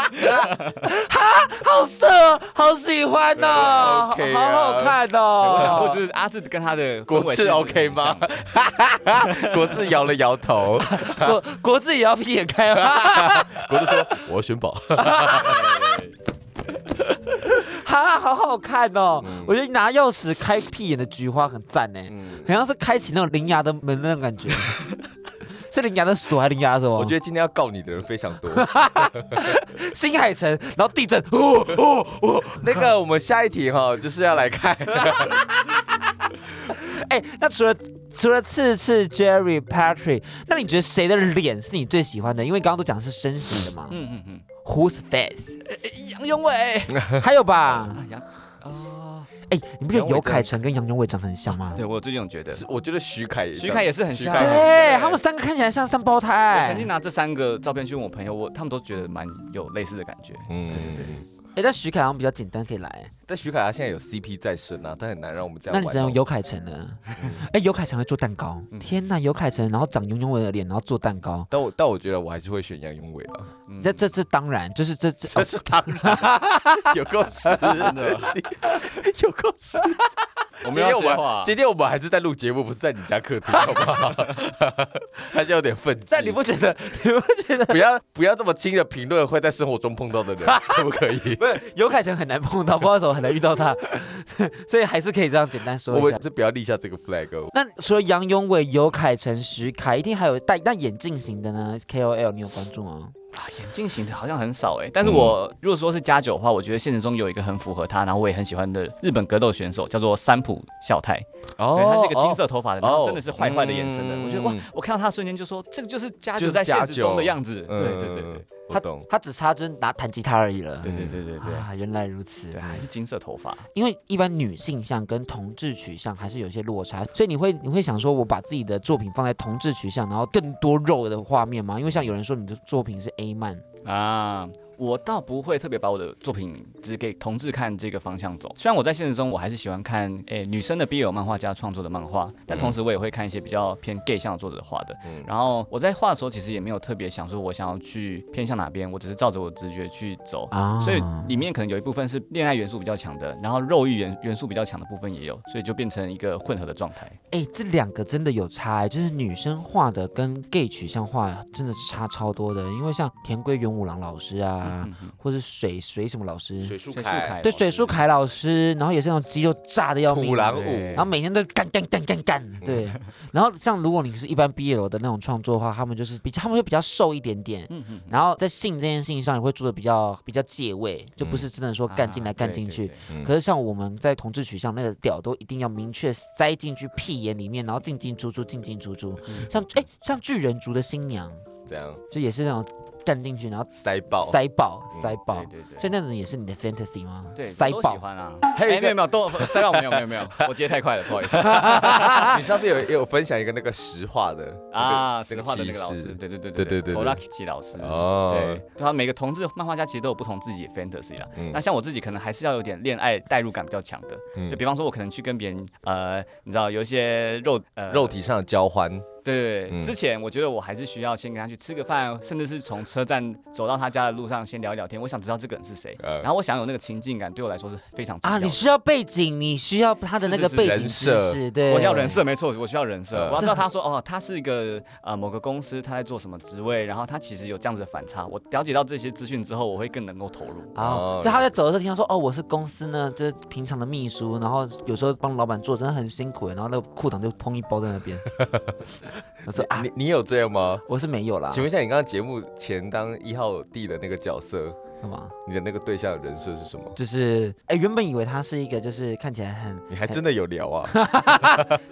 [SPEAKER 3] 好色哦，好喜欢哦，
[SPEAKER 5] [laughs] 对，OK
[SPEAKER 3] 好
[SPEAKER 5] 啊
[SPEAKER 3] 好好看哦。
[SPEAKER 4] 我想说就是阿志跟他的氛围
[SPEAKER 5] 果
[SPEAKER 4] 其
[SPEAKER 5] 汁
[SPEAKER 4] 实
[SPEAKER 5] OK
[SPEAKER 4] 很
[SPEAKER 5] 吗
[SPEAKER 4] 像的？
[SPEAKER 5] [laughs]
[SPEAKER 4] 哎
[SPEAKER 5] 国志摇了摇头，
[SPEAKER 3] 国国字也要屁眼开吗？
[SPEAKER 5] [laughs] 国志说我要选宝，
[SPEAKER 3] 哈，好好看哦！
[SPEAKER 4] 嗯
[SPEAKER 3] 我觉得拿钥匙开屁眼的菊花很赞呢，好像是开启那种铃芽的门那种感
[SPEAKER 4] [laughs]
[SPEAKER 3] 觉。是铃芽的锁还是铃芽的什么？
[SPEAKER 5] 我觉得今天要告你的人非常多。
[SPEAKER 3] 得新海诚，然后地震，哦哦哦！
[SPEAKER 5] [laughs] 那个，我们下一题哈，就是要来看
[SPEAKER 3] 哎，那除了除了次次 Jerry Patrick，那你觉得谁的脸是你最喜欢的？因为刚刚都讲是身形的嘛。
[SPEAKER 4] 嗯嗯嗯，
[SPEAKER 3] Whose face？
[SPEAKER 4] 杨永伟
[SPEAKER 3] 还有吧？
[SPEAKER 4] [laughs] 啊杨啊。
[SPEAKER 3] 哎，你不觉得
[SPEAKER 5] 杨伟
[SPEAKER 3] 尤凯成跟杨永伟长得很像吗？
[SPEAKER 4] 对我最近有觉得，
[SPEAKER 5] 是 [laughs] 我觉得徐凯也这样，
[SPEAKER 4] 徐凯也是很像
[SPEAKER 5] 徐凯也是
[SPEAKER 3] 对，他们三个看起来像三胞胎。
[SPEAKER 4] 我曾经拿这三个照片去问我朋友，我他们都觉得蛮有类似的感觉。
[SPEAKER 5] 嗯，对对对。
[SPEAKER 3] 哎，但徐凯好像比较简单，可以来。
[SPEAKER 5] 但徐凯他现在有 CP 在身啊，但很难让我们这样
[SPEAKER 3] 那
[SPEAKER 5] 玩
[SPEAKER 3] 你
[SPEAKER 5] 到。
[SPEAKER 3] 只能用尤凯成了。
[SPEAKER 4] 嗯
[SPEAKER 3] 哎，尤凯成会做蛋糕，天呐，尤凯成，然后长永永伟的脸，然后做蛋糕。
[SPEAKER 5] 但我但我觉得我还是会选杨永伟啊，
[SPEAKER 4] 嗯
[SPEAKER 3] 那这这当然就是这这哦
[SPEAKER 5] [laughs]
[SPEAKER 4] [laughs]
[SPEAKER 5] 这是当然， [laughs] 有够实的，有够实。
[SPEAKER 4] 我
[SPEAKER 5] 今
[SPEAKER 4] 们
[SPEAKER 5] 天
[SPEAKER 4] 要
[SPEAKER 5] 我
[SPEAKER 4] 接
[SPEAKER 5] 们
[SPEAKER 4] 话，
[SPEAKER 5] 今天我们还是在录节目，不是在你家 [laughs] 客厅，好不好？还是有点愤激。
[SPEAKER 3] 但你不觉得？你不觉得
[SPEAKER 5] 不要不要这么轻的评论会在生活中碰到的人， [laughs] 可不可以？
[SPEAKER 3] 尤凯成很难碰到，不知道为什么很难遇到他， [laughs] 所以还是可以这样简单
[SPEAKER 5] 我
[SPEAKER 3] 说一
[SPEAKER 5] 们
[SPEAKER 3] 下。
[SPEAKER 5] 是不要立下这个 flag 哦。
[SPEAKER 3] 那除了杨永伟、尤凯成、徐凯，一定还有戴那眼镜型的呢？KOL 你有关注吗？
[SPEAKER 4] 啊，眼镜型的好像很少哎、但是我、如果说是加九的话，我觉得现实中有一个很符合他，然后我也很喜欢的日本格斗选手，叫做三浦孝太。
[SPEAKER 5] 哦
[SPEAKER 4] 对，他是一个金色头发的，然
[SPEAKER 5] 哦
[SPEAKER 4] 后真的是坏坏的眼神的。
[SPEAKER 5] 嗯
[SPEAKER 4] 我觉得哇，我看到他的瞬间就说，这个就是加
[SPEAKER 5] 就
[SPEAKER 4] 九
[SPEAKER 5] 是
[SPEAKER 4] 在现
[SPEAKER 5] 加
[SPEAKER 4] 实
[SPEAKER 5] 九
[SPEAKER 4] 中的样子。
[SPEAKER 5] 哦，
[SPEAKER 4] 对对对对
[SPEAKER 5] 嗯
[SPEAKER 4] 对，
[SPEAKER 5] 我懂。
[SPEAKER 3] 他只差就是拿弹吉他而已了。
[SPEAKER 4] 对对对对对。
[SPEAKER 3] 啊，原来如此。
[SPEAKER 4] 对，还是金色头发，
[SPEAKER 3] 因为一般女性向跟同志取向还是有些落差，所以你会你会想说，我把自己的作品放在同志取向，然后更多肉的画面吗？因为像有人说你的作品是 A 漫，
[SPEAKER 4] 啊，我倒不会特别把我的作品只给同志看这个方向走。虽然我在现实中我还是喜欢看诶、女生的 BL 漫画家创作的漫画，但同时我也会看一些比较偏 gay 向的作者画的。
[SPEAKER 5] 嗯
[SPEAKER 4] 然后我在画的时候，其实也没有特别想说我想要去偏向哪边，我只是照着我直觉去走。
[SPEAKER 3] 啊
[SPEAKER 4] 所以里面可能有一部分是恋爱元素比较强的，然后肉欲元元素比较强的部分也有，所以就变成一个混合的状态。
[SPEAKER 3] 哎、这两个真的有差、欸，就是女生画的跟 gay 取向画真的是差超多的。因为像田归元五郎老师啊，
[SPEAKER 4] 嗯嗯
[SPEAKER 3] 或是水水什么老师，
[SPEAKER 5] 水树
[SPEAKER 4] 水树凯
[SPEAKER 5] 凯，
[SPEAKER 3] 对
[SPEAKER 4] 老
[SPEAKER 3] 水
[SPEAKER 4] 师
[SPEAKER 3] 树凯老师，然后也是那种肌肉炸的要命，
[SPEAKER 5] 土狼
[SPEAKER 4] 对嗯
[SPEAKER 5] 舞
[SPEAKER 3] 然后每天都干干干干干，对。然后像如果你是一般 BL 的那种创作的话，他们就是比他们会比较瘦一点点，
[SPEAKER 4] 嗯嗯，
[SPEAKER 3] 然后在性这件事情上也会做的比较比较戒味，就不是真的说干进来
[SPEAKER 4] 啊
[SPEAKER 3] 干
[SPEAKER 4] 对
[SPEAKER 3] 进
[SPEAKER 4] 对
[SPEAKER 3] 去
[SPEAKER 4] 对。
[SPEAKER 5] 嗯
[SPEAKER 3] 可是像我们在同志取向那个屌都一定要明确塞进去屁眼里面，然后进进出出进进出出，
[SPEAKER 4] 嗯
[SPEAKER 3] 像哎像巨人族的新娘
[SPEAKER 5] 这样
[SPEAKER 3] 就也是那种干进去然后
[SPEAKER 5] 塞爆，
[SPEAKER 3] 塞爆
[SPEAKER 5] 嗯
[SPEAKER 3] 塞爆
[SPEAKER 4] 对，对对。
[SPEAKER 3] 所以那种也是你的 fantasy 吗？
[SPEAKER 4] 对，
[SPEAKER 3] 塞
[SPEAKER 4] 都
[SPEAKER 3] 爆
[SPEAKER 4] 喜。欢啊！
[SPEAKER 5] 还有一
[SPEAKER 4] 哎，
[SPEAKER 5] 个
[SPEAKER 4] 没有没有，都塞爆没有没有没 [laughs] 有，我接太快了，不好意思
[SPEAKER 5] 你上次有也有分享一个那个石化的
[SPEAKER 4] 啊。
[SPEAKER 5] 这
[SPEAKER 4] 神
[SPEAKER 5] 个
[SPEAKER 4] 话的那个老
[SPEAKER 5] 骑
[SPEAKER 4] 师，
[SPEAKER 5] 士
[SPEAKER 4] 对对对
[SPEAKER 5] 对对对对
[SPEAKER 4] 头拉基奇老师
[SPEAKER 5] 哦
[SPEAKER 4] 对，他每个同志漫画家其实都有不同自己的 fantasy 啦。
[SPEAKER 5] 嗯
[SPEAKER 4] 那像我自己可能还是要有点恋爱代入感比较强的，
[SPEAKER 5] 嗯
[SPEAKER 4] 就比方说我可能去跟别人呃，你知道有一些肉呃
[SPEAKER 5] 肉体上的交欢，
[SPEAKER 4] 对，
[SPEAKER 5] 嗯
[SPEAKER 4] 之前我觉得我还是需要先跟他去吃个饭，甚至是从车站走到他家的路上先聊一聊天。我想知道这个人是谁，
[SPEAKER 5] 呃
[SPEAKER 4] 然后我想有那个情境感，对我来说是非常重
[SPEAKER 3] 啊，
[SPEAKER 4] 要
[SPEAKER 3] 你
[SPEAKER 4] 的。
[SPEAKER 3] 需要背景，你需要他的那个
[SPEAKER 5] 是是
[SPEAKER 3] 背
[SPEAKER 5] 人
[SPEAKER 3] 景知
[SPEAKER 5] 设
[SPEAKER 3] 识，对，
[SPEAKER 4] 我要人设，没错，我需要人设。
[SPEAKER 5] 呃
[SPEAKER 4] 我要知道他说哦，他是一个呃某个公司，他在做什么职位，然后他其实有这样子的反差。我了解到这些资讯之后，我会更能够投入。
[SPEAKER 3] 啊
[SPEAKER 5] 哦，
[SPEAKER 3] 就他在走的时候听到说，哦，我是公司呢，就是平常的秘书，然后有时候帮老板做，真的很辛苦耶，然后那个裤裆就砰一包在那边。 [laughs] 我说啊，
[SPEAKER 5] 你你有这样吗？
[SPEAKER 3] 我是没有啦，
[SPEAKER 5] 请问一下，你刚刚节目前当一号弟的那个角色，
[SPEAKER 3] 干嘛？
[SPEAKER 5] 你的那个对象人设是什么？
[SPEAKER 3] 就是哎，原本以为他是一个，就是看起来很，
[SPEAKER 5] 你还真的有聊啊？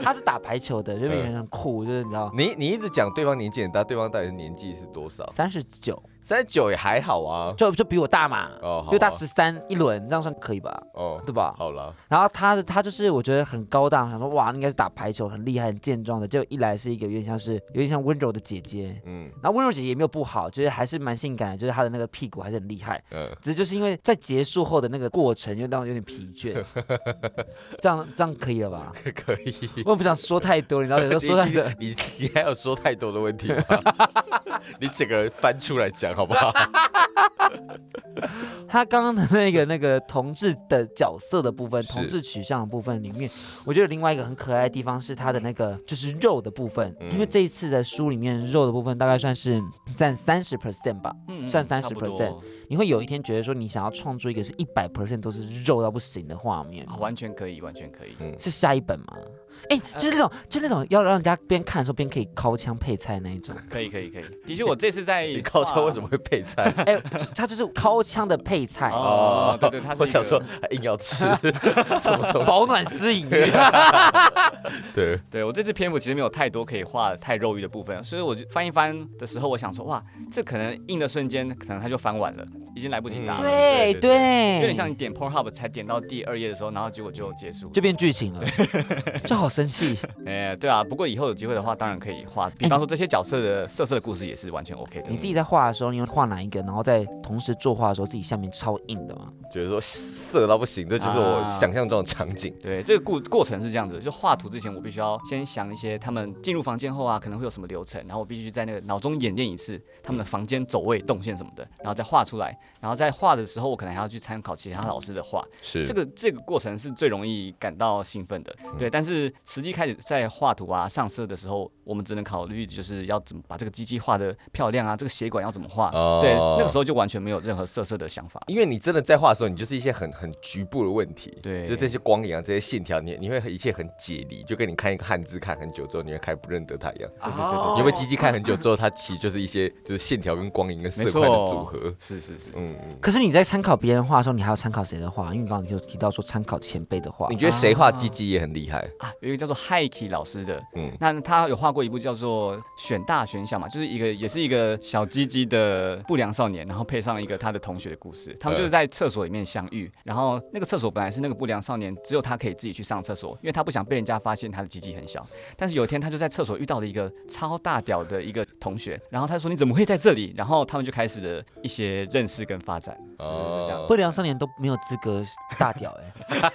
[SPEAKER 3] 他是打排球的，原本以为很酷，就是你知道，
[SPEAKER 5] [laughs] 你你一直讲对方年纪很大，对方到底是年纪是多少？
[SPEAKER 3] 三十九，
[SPEAKER 5] 三十九也还好啊。
[SPEAKER 3] 就就比我大嘛，
[SPEAKER 5] 哦好
[SPEAKER 3] 比我大
[SPEAKER 5] 好
[SPEAKER 3] 十三一轮，这样算可以吧？
[SPEAKER 5] 哦，
[SPEAKER 3] 对吧？
[SPEAKER 5] 好了，
[SPEAKER 3] 然后他的他就是我觉得很高大，想说哇，应该是打排球很厉害、很健壮的。结果一来是一个有点像是有点像温柔的姐姐，
[SPEAKER 5] 嗯
[SPEAKER 3] 然后温柔姐姐也没有不好，就是还是蛮性感的，就是她的那个屁股还是很厉害。
[SPEAKER 5] 嗯，
[SPEAKER 3] 只是就是因为在结束后的那个过程，又让我有点疲倦。这样这样可以了 [laughs] 吧？
[SPEAKER 5] 可可以。
[SPEAKER 3] 我也不想说太多，你知道，有时候说太多。
[SPEAKER 5] 你你你还有说太多的问题
[SPEAKER 4] [laughs]
[SPEAKER 5] 吗？你整个人翻出来讲好不好？
[SPEAKER 3] 他刚刚的那个那个同志的角色的部分，
[SPEAKER 5] 是
[SPEAKER 3] 同志取向的部分里面，我觉得有另外一个很可爱的地方是他的那个就是肉的部分，
[SPEAKER 5] 嗯
[SPEAKER 3] 因为这一次的书里面肉的部分大概算是占三十 percent 吧。
[SPEAKER 4] 嗯
[SPEAKER 3] 算
[SPEAKER 4] 差不
[SPEAKER 3] 30%
[SPEAKER 4] 多
[SPEAKER 3] 你会有一天觉得说你想要创作一个是一百 percent 都是肉到不行的画面
[SPEAKER 4] 啊，，完全可以，完全可以。
[SPEAKER 3] 是下一本吗？哎，就是那种，就那种要让人家边看的时候边可以掏枪配菜那一种。
[SPEAKER 4] 可以可以可以，的确，我这次在
[SPEAKER 5] [laughs] 你高超为什么会配菜？
[SPEAKER 3] 哎，就他就是掏枪的配菜，
[SPEAKER 4] 哦，对对，他是
[SPEAKER 5] 我
[SPEAKER 4] 一
[SPEAKER 5] 想
[SPEAKER 4] 个
[SPEAKER 5] 说，还硬要
[SPEAKER 4] [laughs]
[SPEAKER 5] 吃什么东西？
[SPEAKER 3] 保暖思淫。
[SPEAKER 5] 对，
[SPEAKER 4] 对我这次篇幅其实没有太多可以画太肉欲的部分，所以我就翻一翻的时候，我想说，哇，这可能硬的瞬间，可能他就翻完了，已经来不及打了。
[SPEAKER 3] 对
[SPEAKER 4] 对
[SPEAKER 3] 对，
[SPEAKER 4] 有点像你点 Pornhub 才点到第二页的时候，然后结果就结束。
[SPEAKER 3] 就变剧情
[SPEAKER 5] [laughs]
[SPEAKER 3] 了，就好生气。
[SPEAKER 4] 哎、对啊，不过以后有机会的话，当然可以画，比方说这些角色的色色的故事也是完全 OK 的。
[SPEAKER 3] 你自己在画的时候，你会画哪一个？然后在同时作画的时候，自己下面超硬的嘛？
[SPEAKER 5] 觉得说色到不行，这就是
[SPEAKER 4] 啊
[SPEAKER 5] 我想象中的场景。
[SPEAKER 4] 对，这个过过程是这样子的，就画图之前，我必须要先想一些他们进入房间后啊，可能会有什么流程，然后我必须在那个脑中演练一次他们的房间走位、动线什么的，然后再画出来。然后在画的时候，我可能还要去参考其他老师的画，
[SPEAKER 5] 是
[SPEAKER 4] 这个这个过程是最容易感到兴奋的，对。但是实际开始在画图啊、上色的时候，我们只能考虑就是要怎么把这个机器画的漂亮啊，这个血管要怎么画，
[SPEAKER 5] 哦
[SPEAKER 4] 对。那个时候就完全没有任何色色的想法，
[SPEAKER 5] 因为你真的在画的时候，你就是一些很很局部的问题，
[SPEAKER 4] 对
[SPEAKER 5] 就这些光影啊、这些线条，你你会一切很解离，就跟你看一个汉字看很久之后，你会开始不认得它一样。
[SPEAKER 4] 对对
[SPEAKER 2] 哦
[SPEAKER 5] 你会不会机器看很久之后，它其实就是一些就是线条跟光影跟色
[SPEAKER 4] 没
[SPEAKER 5] 块的组
[SPEAKER 4] 错
[SPEAKER 5] 合，。
[SPEAKER 4] 是是是，
[SPEAKER 5] 嗯，嗯
[SPEAKER 3] 可是你在参考别人画的时候，你还要参考谁的画？因为你刚刚有提到说参考前辈的画
[SPEAKER 5] 你，觉得谁画鸡鸡也很厉害？
[SPEAKER 4] 啊，有一个叫做 Hiki 老师的，
[SPEAKER 5] 嗯
[SPEAKER 4] 嗯，那他有画过一部叫做《选大选小》嘛，就是一个也是一个小鸡鸡的不良少年，然后配上一个他的同学的故事，他们就是在厕所里面相遇，然后那个厕所本来是那个不良少年只有他可以自己去上厕所，因为他不想被人家发现他的鸡鸡很小，但是有一天他就在厕所遇到了一个超大屌的一个同学，然后他说你怎么会在这里？然后他们就开始了一些认识跟发展，是是是这样。
[SPEAKER 5] 哦
[SPEAKER 3] 不良少年都没有资格大屌
[SPEAKER 5] [laughs]
[SPEAKER 3] 哎、
[SPEAKER 5] [laughs]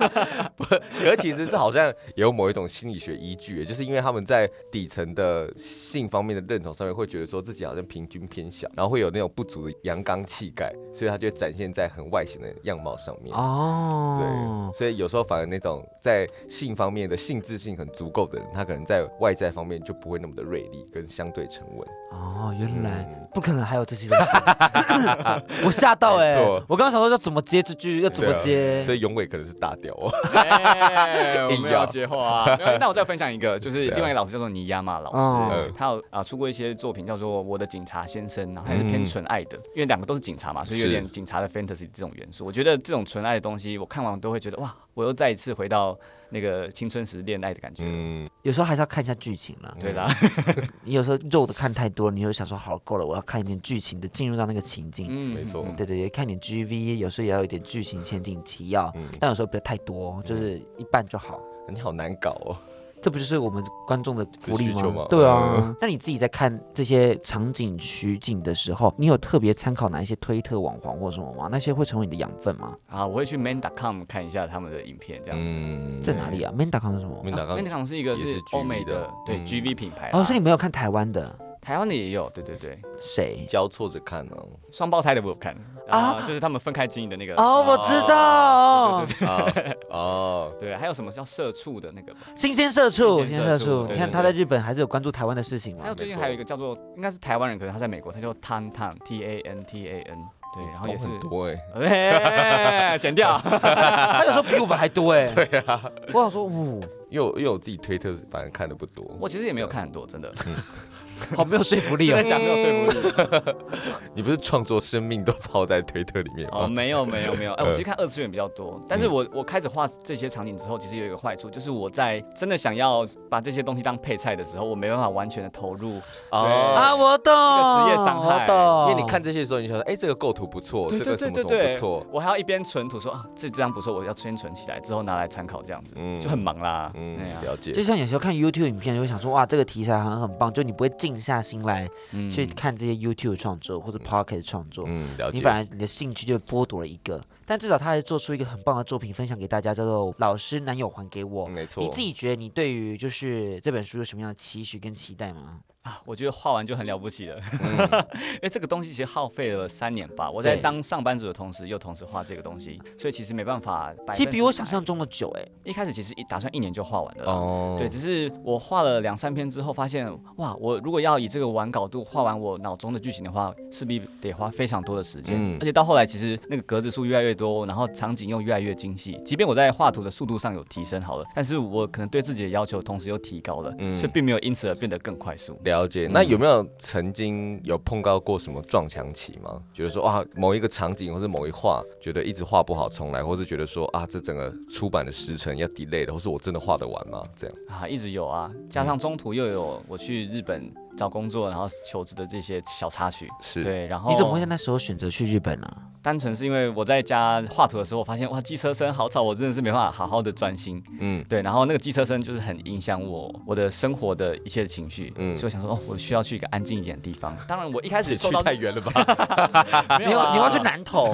[SPEAKER 5] 可是其实这好像也有某一种心理学依据，就是因为他们在底层的性方面的认同上面，会觉得说自己好像平均偏小，然后会有那种不足的阳刚气概，所以他就会展现在很外显的样貌上面。
[SPEAKER 3] 哦
[SPEAKER 5] 对，，所以有时候反而那种在性方面的性质性很足够的人，他可能在外在方面就不会那么的锐利跟相对沉稳。
[SPEAKER 3] 哦，原来、
[SPEAKER 5] 嗯
[SPEAKER 3] 不可能还有这些东西， [laughs] 我吓到哎、
[SPEAKER 5] 没错
[SPEAKER 3] 我刚刚想说要怎么接这句，要怎么接
[SPEAKER 5] 啊？所以永伟可能是大屌哦。
[SPEAKER 4] 哎，我
[SPEAKER 5] 硬
[SPEAKER 4] 没
[SPEAKER 5] 要
[SPEAKER 4] 有接话
[SPEAKER 5] [laughs]
[SPEAKER 4] 啊。没有那我再分享一个，就是
[SPEAKER 5] 对啊
[SPEAKER 4] 另外一个老师叫做尼亚马老
[SPEAKER 3] 嗯
[SPEAKER 4] 师，他有啊出过一些作品叫做《我的警察先生》，然后他是偏纯爱的，因为两个都是警察嘛，所以有
[SPEAKER 5] 嗯是
[SPEAKER 4] 点警察的 fantasy 这种元素。我觉得这种纯爱的东西，我看完都会觉得哇，我又再一次回到那个青春时恋爱的感觉。
[SPEAKER 5] [laughs] 嗯，
[SPEAKER 3] 有时候还是要看一下剧情啦。
[SPEAKER 4] 对
[SPEAKER 5] [laughs]
[SPEAKER 4] 啦，
[SPEAKER 3] 你有时候肉的看太多，你又想说好够了，我要看一点剧情的，进入到那个情境。
[SPEAKER 4] 嗯
[SPEAKER 5] 没错
[SPEAKER 4] 嗯
[SPEAKER 3] 对对对，看点 GV，有时候也要有一点剧情前景提要，
[SPEAKER 5] 嗯
[SPEAKER 3] 但有时候不要太
[SPEAKER 4] 嗯
[SPEAKER 3] 多，就是一半就好。
[SPEAKER 5] 你好难搞哦。
[SPEAKER 3] 这不就是我们观众的福利
[SPEAKER 5] 这需求吗
[SPEAKER 3] 吗？对啊
[SPEAKER 5] 嗯。
[SPEAKER 3] 那你自己在看这些场景取景的时候，你有特别参考哪一些推特网红或什么吗？那些会成为你的养分吗？
[SPEAKER 4] 啊，我会去 man.com 看一下他们的影片，这样子。
[SPEAKER 5] 嗯，
[SPEAKER 3] 在哪里啊？Manda 是什么
[SPEAKER 5] 我？们打
[SPEAKER 4] 啊
[SPEAKER 5] 刚
[SPEAKER 4] man.com 是一个
[SPEAKER 5] 也是
[SPEAKER 4] 是欧美
[SPEAKER 5] GV 的
[SPEAKER 4] 的对
[SPEAKER 5] 嗯
[SPEAKER 4] GB 品牌啦，
[SPEAKER 3] 哦，所以你没有看台湾的
[SPEAKER 4] 台湾的也有，对对对，
[SPEAKER 3] 谁？
[SPEAKER 5] 交错着看哦。
[SPEAKER 4] 双胞胎的我有看啊，就是他们分开经营的那个
[SPEAKER 3] 哦，我知道，
[SPEAKER 5] 啊哦，
[SPEAKER 4] 对，还有什么叫社畜的那个吧？
[SPEAKER 3] 新鲜社畜，
[SPEAKER 4] 新
[SPEAKER 3] 新
[SPEAKER 4] 鲜
[SPEAKER 3] 鲜
[SPEAKER 4] 社
[SPEAKER 3] 社
[SPEAKER 4] 畜
[SPEAKER 3] 畜。
[SPEAKER 4] 对
[SPEAKER 3] 你看
[SPEAKER 4] 对啊
[SPEAKER 3] 他在
[SPEAKER 4] 对
[SPEAKER 3] 日本还是有关注台湾的事情嘛
[SPEAKER 4] [laughs] 还？有最近还有一个叫做，应该是台湾人，可能他在美国，他叫 Tan Tan T A N T A N，对， [laughs] 然后也
[SPEAKER 5] 懂
[SPEAKER 4] 是，
[SPEAKER 5] 很多哎。
[SPEAKER 4] 哎，剪掉，
[SPEAKER 3] 他有时候比我们还多哎。对啊，我想说，呜，
[SPEAKER 5] 因为我因为我自己推特反正看的不多，
[SPEAKER 4] 我其实也没有看很多，真的，
[SPEAKER 3] 好没有说服力
[SPEAKER 4] 在
[SPEAKER 3] 哦。
[SPEAKER 4] 讲没有说服力，
[SPEAKER 5] 你不是创作生命都泡在推特里面 [laughs]
[SPEAKER 4] 哦，
[SPEAKER 5] 吗？
[SPEAKER 4] 没有没有没有，哎，我其实看二次元比较多，但是我我开始画这些场景之后，其实有一个坏处，就是我在真的想要把这些东西当配菜的时候，我没办法完全的投入，
[SPEAKER 5] 哦，
[SPEAKER 3] 啊，我懂，
[SPEAKER 4] 一个职业伤害
[SPEAKER 3] 我懂。
[SPEAKER 5] 因为你看这些时候，你就想说，哎，这个构图不错，
[SPEAKER 4] 对
[SPEAKER 5] 这
[SPEAKER 4] 对
[SPEAKER 5] 个什
[SPEAKER 4] 对
[SPEAKER 5] 么什
[SPEAKER 4] 对
[SPEAKER 5] 么
[SPEAKER 4] 对，
[SPEAKER 5] 不错，
[SPEAKER 4] 我还要一边存图说啊，这张不错，我要先存起来，之后拿来参考这样子，
[SPEAKER 5] 嗯
[SPEAKER 4] 就很忙啦，
[SPEAKER 5] 嗯
[SPEAKER 4] 对啊，
[SPEAKER 5] 了解
[SPEAKER 3] 就。像有时候看 YouTube 影片，就会想说哇，这个题材很很棒，就你不会静下心来
[SPEAKER 4] 嗯
[SPEAKER 3] 去看这些 YouTube 创作或者 Pocket 创作，
[SPEAKER 5] 嗯，了
[SPEAKER 3] 你
[SPEAKER 5] 解。
[SPEAKER 3] 反而你的兴趣就剥夺了一个。但至少他还做出一个很棒的作品分享给大家，叫做《老师男友还给我》。
[SPEAKER 5] 嗯没错，
[SPEAKER 3] 你自己觉得你对于就是这本书有什么样的期许跟期待吗？
[SPEAKER 4] 啊，我觉得画完就很了不起了，
[SPEAKER 5] 嗯
[SPEAKER 4] [laughs] 因为这个东西其实耗费了三年吧。我在
[SPEAKER 3] 对
[SPEAKER 4] 当上班族的同时，又同时画这个东西，所以其实没办法。
[SPEAKER 3] 其实比我想象，中的久哎、
[SPEAKER 4] 一开始其实一打算一年就画完了啦。
[SPEAKER 5] 哦
[SPEAKER 4] 对，只是我画了两三篇之后，发现哇，我如果要以这个完稿度画完我脑中的剧情的话，势必得花非常多的时间。
[SPEAKER 5] 嗯
[SPEAKER 4] 而且到后来，其实那个格子数越来越多，然后场景又越来越精细。即便我在画图的速度上有提升好了，但是我可能对自己的要求同时又提高了，
[SPEAKER 5] 嗯
[SPEAKER 4] 所以并没有因此而变得更快速。
[SPEAKER 5] 了解，那有没有曾经有碰到过什么撞墙期吗？觉得说啊，某一个场景或是某一画，觉得一直画不好重来，或是觉得说啊，这整个出版的时程要 delay 了，或是我真的画得完吗？这样
[SPEAKER 4] 啊，一直有啊，加上中途又有我去日本找工作，然后求职的这些小插曲。
[SPEAKER 5] 是
[SPEAKER 4] 对，然后
[SPEAKER 3] 你怎么会在那时候选择去日本呢、啊
[SPEAKER 4] 单纯是因为我在家画图的时候，我发现哇，机车声好吵，我真的是没办法好好的专心。
[SPEAKER 5] 嗯
[SPEAKER 4] 对，然后那个机车声就是很影响我我的生活的一切情绪，
[SPEAKER 5] 嗯
[SPEAKER 4] 所以我想说哦，我需要去一个安静一点的地方。当然，我一开始
[SPEAKER 5] 你去
[SPEAKER 4] 受到
[SPEAKER 5] 太远了吧？ [laughs]
[SPEAKER 4] 没
[SPEAKER 3] 你
[SPEAKER 4] 有
[SPEAKER 3] 要
[SPEAKER 4] 啊
[SPEAKER 3] 你要去南投、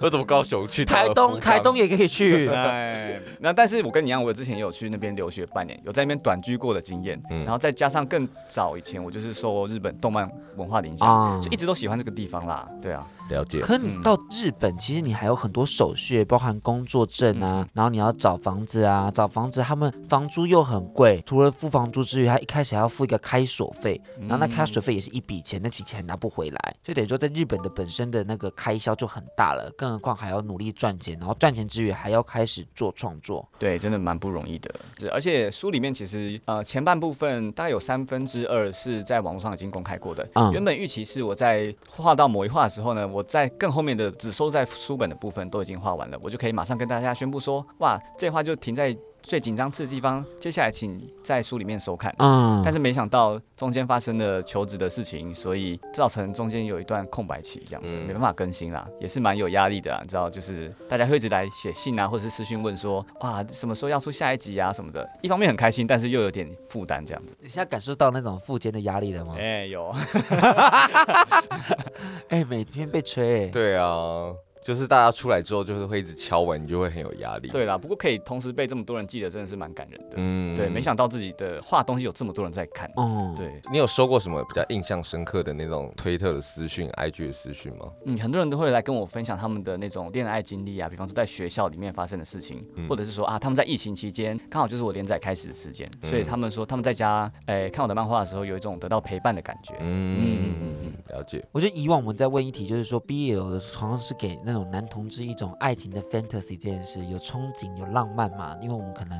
[SPEAKER 5] 我怎么高雄去
[SPEAKER 3] 台东，台东？也可以
[SPEAKER 5] [laughs]
[SPEAKER 3] 去。
[SPEAKER 4] 哎，那但是我跟你一样，我之前也有去那边留学半年，有在那边短居过的经验。然后再加上更早以前，我我就是受日本动漫文化的影响，
[SPEAKER 3] 啊
[SPEAKER 4] 就一直都喜欢这个地方啦。对啊，
[SPEAKER 5] 了解。
[SPEAKER 3] 可你到日本，其实你还有很多手续，包含工作证啊，然后你要找房子啊，找房子他们房租又很贵，除了付房租之余，他一开始还要付一个开锁费，然后那开锁费也是一笔钱，那笔钱拿不回来，所以等于说在日本的本身的那个开销就很大了，更何况还要努力赚钱，然后赚钱之余还要开始做创作，
[SPEAKER 4] 对，真的蛮不容易的。是而且书里面其实呃前半部分大概有三分之二是在网络上已经公开过的。
[SPEAKER 3] 嗯
[SPEAKER 4] 原本预期是我在画到某一画的时候呢，我在更后面的只收在书本的部分都已经画完了，我就可以马上跟大家宣布说，哇，这画就停在最紧张刺的地方，接下来请在书里面收看。
[SPEAKER 3] 嗯，
[SPEAKER 4] 但是没想到中间发生了求职的事情，所以造成中间有一段空白期，这样子、
[SPEAKER 5] 嗯
[SPEAKER 4] 没办法更新啦，也是蛮有压力的啊。你知道，就是大家会一直来写信啊，或者是私讯问说，哇，什么时候要出下一集啊什么的。一方面很开心，但是又有点负担这样子。
[SPEAKER 3] 你现在感受到那种腹肩的压力了吗
[SPEAKER 4] 哎、？有，
[SPEAKER 3] 哎、每天被吹、哎
[SPEAKER 5] 对啊，就是大家出来之后，就是会一直敲门，你就会很有压力。
[SPEAKER 4] 对啦，不过可以同时被这么多人记得，真的是蛮感人的。
[SPEAKER 5] 嗯
[SPEAKER 4] 对，没想到自己的画东西有这么多人在看。
[SPEAKER 3] 哦，
[SPEAKER 4] 对，
[SPEAKER 5] 你有收过什么比较印象深刻的那种推特的私讯、IG 的私讯吗？
[SPEAKER 4] 嗯，很多人都会来跟我分享他们的那种恋爱经历啊，比方说在学校里面发生的事情，
[SPEAKER 5] 嗯
[SPEAKER 4] 或者是说啊，他们在疫情期间刚好就是我连载开始的时间，所以
[SPEAKER 5] 嗯
[SPEAKER 4] 他们说他们在家诶、看我的漫画的时候，有一种得到陪伴的感觉。嗯嗯
[SPEAKER 5] 嗯
[SPEAKER 4] 嗯，
[SPEAKER 5] 了解。
[SPEAKER 3] 我觉得以往我们在问一题，就是说 BL 的好像是给那种男同志一种爱情的 fantasy 这件事，有憧憬，有浪漫嘛。因为我们可能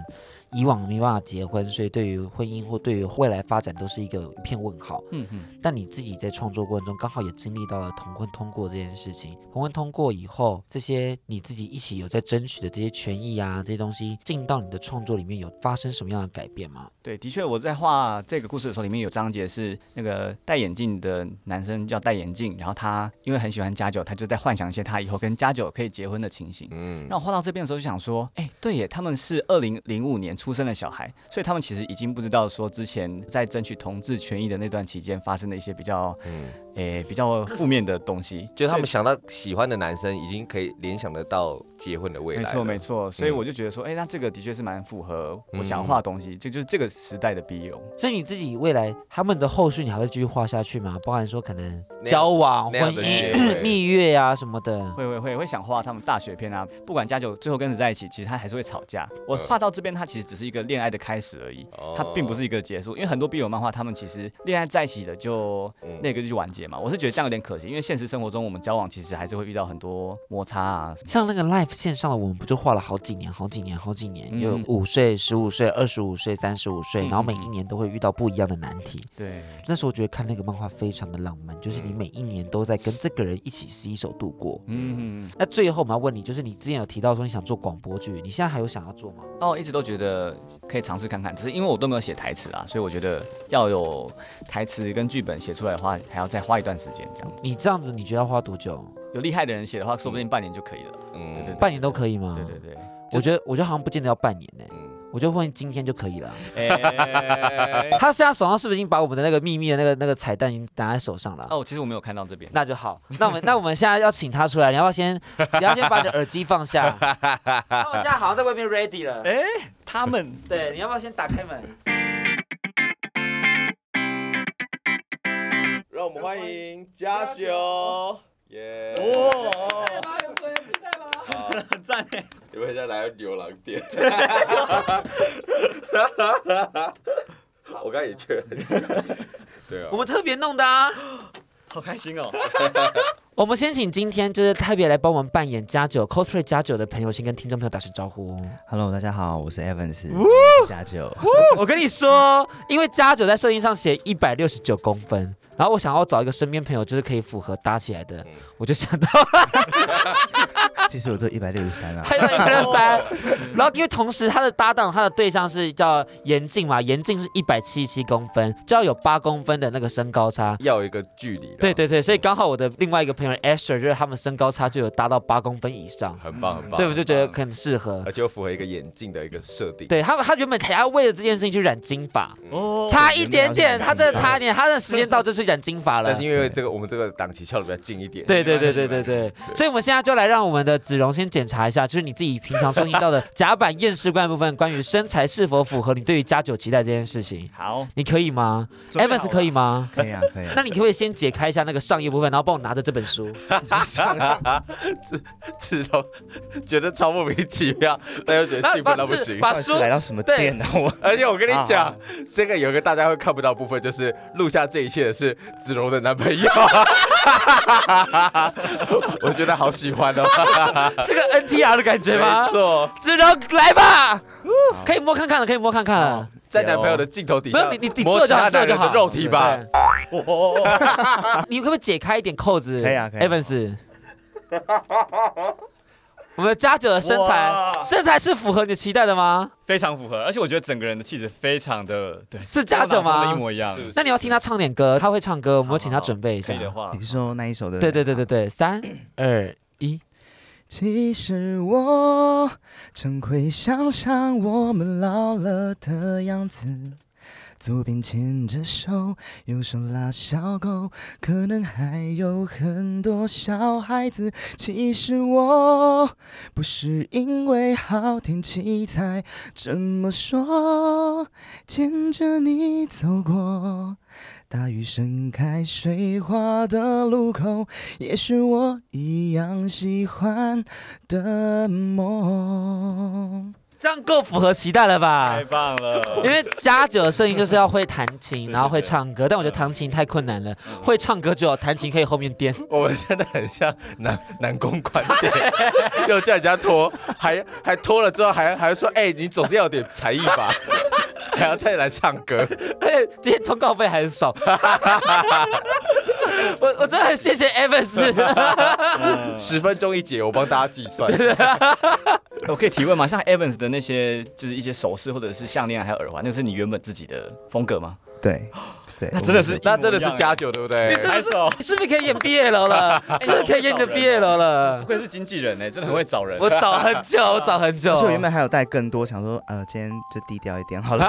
[SPEAKER 3] 以往没办法结婚，所以对于婚姻或对于未来发展都是一个一片问号。
[SPEAKER 4] 嗯嗯，
[SPEAKER 3] 但你自己在创作过程中，刚好也经历到了同婚通过这件事情。同婚通过以后，这些你自己一起有在争取的这些权益啊，这些东西进到你的创作里面，有发生什么样的改变吗？
[SPEAKER 4] 对，的确我在画这个故事的时候，里面有章节是那个戴眼镜的男生叫戴眼镜，然后他因为很喜欢加九，他就在幻想一些他以后跟加九可以结婚的情形。
[SPEAKER 5] 嗯
[SPEAKER 4] 那，我画到这边的时候就想说，哎、对耶，他们是二零零五年出生的小孩，所以他们其实已经不知道说之前在争取同志权益的那段期间发生的一些比较，
[SPEAKER 5] 嗯，
[SPEAKER 4] 诶、比较负面的东西。
[SPEAKER 5] [laughs] 就是他们
[SPEAKER 4] 所
[SPEAKER 5] 想到喜欢的男生，已经可以联想得到结婚的未
[SPEAKER 4] 以
[SPEAKER 5] 来
[SPEAKER 4] 没
[SPEAKER 5] 了。
[SPEAKER 4] 错没错，所以
[SPEAKER 5] 嗯
[SPEAKER 4] 我就觉得说，哎、那这个的确是蛮符合我
[SPEAKER 5] 嗯
[SPEAKER 4] 想画的东西，这就是这个时代的 BL。
[SPEAKER 3] 所以你自己未来他们的后续，你还会继续画下去吗？包含说可能
[SPEAKER 5] 那
[SPEAKER 3] 交往、
[SPEAKER 5] 那
[SPEAKER 3] 婚 [clears throat]
[SPEAKER 5] 样的
[SPEAKER 3] 姻
[SPEAKER 5] 结尾、
[SPEAKER 3] 蜜月啊什么的。
[SPEAKER 4] 会会会会想画他们大学片啊，不管家九最后跟谁在一起，其实他还是会吵架。我
[SPEAKER 5] 嗯
[SPEAKER 4] 画到这边，它其实只是一个恋爱的开始而已，
[SPEAKER 5] 哦
[SPEAKER 4] 它并不是一个结束。因为很多 BL 漫画，他们其实恋爱在一起的就
[SPEAKER 5] 嗯
[SPEAKER 4] 那个就完结嘛。我是觉得这样有点可惜，因为现实生活中我们交往其实还是会遇到很多摩擦啊什么。
[SPEAKER 3] 像那个 Life 线上的，我们不就画了好几年、好几年、好几年，
[SPEAKER 4] 嗯
[SPEAKER 3] 有五岁、十五岁、二十五岁、三十五岁，
[SPEAKER 4] 嗯
[SPEAKER 3] 然后每一年都会遇到不一样的难题。
[SPEAKER 4] 对，
[SPEAKER 3] 那时候我觉得看那个漫画非常的浪漫，就是你每一年都在跟这个人一起携手度过。
[SPEAKER 4] 嗯，
[SPEAKER 3] 那最后我们要问你，就是你之前有提到说你想做广播剧，你现在还有想要做吗？
[SPEAKER 4] 哦，一直都觉得可以尝试看看，只是因为我都没有写台词啊，所以我觉得要有台词跟剧本写出来的话，还要再花一段时间这样子。
[SPEAKER 3] 你这样子，你觉得要花多久？
[SPEAKER 4] 有厉害的人写的话，说不定半年就可以了。
[SPEAKER 5] 嗯
[SPEAKER 4] 对对对
[SPEAKER 3] 半年都可以吗？
[SPEAKER 4] 对对对。
[SPEAKER 3] 我觉得我觉得好像不见得要半年呢、
[SPEAKER 5] 嗯
[SPEAKER 3] 我觉得问今天就可以了。啊
[SPEAKER 4] 哎
[SPEAKER 3] 他现在手上是不是已经把我们的那个秘密的那个那个彩蛋已经拿在手上了？啊
[SPEAKER 4] [laughs] 哦，其实我没有看到
[SPEAKER 1] [laughs]
[SPEAKER 4] 这边。
[SPEAKER 3] 那就好，那我们那我们现在要请他出来，你要不要先，你要先把你的耳机放下。他们现在好像在外面 ready 了，
[SPEAKER 4] 他们
[SPEAKER 3] 对，你要不要先打开门？
[SPEAKER 5] 让我们欢迎加九，耶！
[SPEAKER 4] 哦，
[SPEAKER 3] 哦
[SPEAKER 4] 很赞哎！
[SPEAKER 5] 欸有没有再来牛郎店？ [laughs] 我刚也觉得很像，对啊
[SPEAKER 3] 我，们特别弄的啊。
[SPEAKER 4] 好开心哦！
[SPEAKER 3] [laughs]
[SPEAKER 4] [laughs]
[SPEAKER 3] 我们先请今天就是特别来帮我们扮演加九 cosplay 加九的朋友，先跟听众朋友打声招呼。
[SPEAKER 1] Hello，大家好，我是 Evans，加九。
[SPEAKER 3] [laughs] 我跟你说，因为加九在设定上写一百六十九公分，然后我想要找一个身边朋友就是可以符合搭起来
[SPEAKER 5] 嗯
[SPEAKER 3] 的，我就想到
[SPEAKER 1] [laughs] 其实我做一百六十
[SPEAKER 3] [laughs]
[SPEAKER 1] 三啊，
[SPEAKER 3] 拍到一百六三，
[SPEAKER 5] 嗯
[SPEAKER 3] 然后因为同时他的搭档他的对象是叫严静嘛，严静是一百七七公分，就要有八公分的那个身高差。
[SPEAKER 5] 要有一个距离啦。
[SPEAKER 3] 对对对，所以刚好我的另外一个朋友 Asher 就是他们身高差就有搭到八公分以上，
[SPEAKER 5] 很棒，很棒，
[SPEAKER 3] 所以我们就觉得
[SPEAKER 5] 很棒，
[SPEAKER 3] 很适合
[SPEAKER 5] 而。且又符合一个眼镜的一个设定。
[SPEAKER 3] 对他，他原本还要为了这件事情去染金发，
[SPEAKER 4] 哦，
[SPEAKER 3] 差一点点，他真的差一点，他的时间到就是染金发
[SPEAKER 5] [laughs] 但
[SPEAKER 3] 了
[SPEAKER 5] [laughs] 是。因为这个，我们这个档期跳的比较近一点。
[SPEAKER 3] 对对对对对对，所以我们现在就来让我们的个子荣先检查一下，就是你自己平常收听到的甲板验尸官的部分，关于身材是否符合你对于加九期待这件事情，
[SPEAKER 4] 好，
[SPEAKER 3] 你可以吗
[SPEAKER 6] 准备好
[SPEAKER 3] ？Evans
[SPEAKER 6] 了
[SPEAKER 3] 可以吗？
[SPEAKER 1] 可以啊，可以啊。
[SPEAKER 3] 那你可不可以先解开一下那个上页部分，然后帮我拿着这本书？
[SPEAKER 5] 子龙觉得超莫名其妙，但又觉得兴奋到不行。
[SPEAKER 3] [laughs] 把
[SPEAKER 1] 到底 [laughs] 是
[SPEAKER 3] 书
[SPEAKER 1] 来到什么
[SPEAKER 3] 对
[SPEAKER 1] 店呢？啊我
[SPEAKER 5] 而且我跟你讲，
[SPEAKER 1] 啊
[SPEAKER 5] 这个有一个大家会看不到的部分，就是录下这一切的是子荣的男朋友， [laughs] 我觉得好喜欢哦，
[SPEAKER 3] [laughs] 是个 NTR 的感觉吗
[SPEAKER 5] 没？错，
[SPEAKER 3] 子荣来吧，可以摸看看了，可以摸看看了。
[SPEAKER 5] 在男朋友的镜头底
[SPEAKER 3] 不
[SPEAKER 5] 下
[SPEAKER 3] 是你你你
[SPEAKER 5] 摩
[SPEAKER 3] 坐就
[SPEAKER 5] 擦
[SPEAKER 3] 好，坐
[SPEAKER 5] 男
[SPEAKER 3] 就
[SPEAKER 5] 人
[SPEAKER 3] 好。
[SPEAKER 5] 的肉体吧。
[SPEAKER 4] 哦
[SPEAKER 3] 对。 [laughs] 你可不可以解开一点扣子？
[SPEAKER 1] 可以啊可以啊
[SPEAKER 3] Evans，我们的嘉者的身材
[SPEAKER 4] 哇，
[SPEAKER 3] 身材是符合你的期待的吗？
[SPEAKER 4] 非常符合，而且我觉得整个人的气质非常的对，
[SPEAKER 3] 是嘉者
[SPEAKER 4] 跟我脑中的一
[SPEAKER 3] 吗？
[SPEAKER 4] 模一样。
[SPEAKER 5] 是
[SPEAKER 3] 那你要听他唱点歌，他会唱歌，我们会请他
[SPEAKER 4] 好好
[SPEAKER 3] 准备一下
[SPEAKER 4] 可以。的话
[SPEAKER 1] [laughs] 你，是说那一首的？
[SPEAKER 3] 对对对对对，三二一，
[SPEAKER 1] 其实我常会想象我们老了的样子，左边牵着手，右手拉小狗，可能还有很多小孩子。其实我不是因为好天气才这么说，牵着你走过。大雨盛开水花的路口，也是我一样喜欢的梦。
[SPEAKER 3] 这样够符合期待了吧
[SPEAKER 4] [laughs] 太？棒了！
[SPEAKER 3] 因为嘉者的声音就是要会弹琴，然后会唱歌，但我觉得弹琴太困难了，
[SPEAKER 4] 嗯
[SPEAKER 3] 会唱歌只有弹琴可以后面颠。
[SPEAKER 5] 我们真的很像男男公关店， [laughs] 又叫人家脱，还还脱了之后还还说，哎、你总是要有点才艺吧， [laughs] 还要再来唱歌。
[SPEAKER 3] 而且 [laughs] 今天通告费还很少。 [laughs] 我我真的很谢谢
[SPEAKER 5] [laughs]
[SPEAKER 3] Evans，
[SPEAKER 5] 十分钟一节，我帮大家计算。
[SPEAKER 4] 我可以提问吗？像 Evans 的那些就是一些首饰或者是项链还有耳环，那是你原本自己的风格吗？
[SPEAKER 1] 对，对，
[SPEAKER 4] 那真的是，
[SPEAKER 5] 那真的是加九，对不对？
[SPEAKER 3] 是不
[SPEAKER 4] 拍
[SPEAKER 3] 是
[SPEAKER 4] 手
[SPEAKER 3] 是不是可以演 BL
[SPEAKER 5] [laughs]
[SPEAKER 3] 了？
[SPEAKER 5] 哎
[SPEAKER 3] 是不是可以演你的 BL
[SPEAKER 4] 不
[SPEAKER 3] 了？
[SPEAKER 4] 愧是经纪人欸呢，真的很会找人。
[SPEAKER 3] 我找很
[SPEAKER 5] [laughs]
[SPEAKER 3] 久，我找很久。
[SPEAKER 1] 我就原本还有带更多，想说呃，今天就低调一点好了。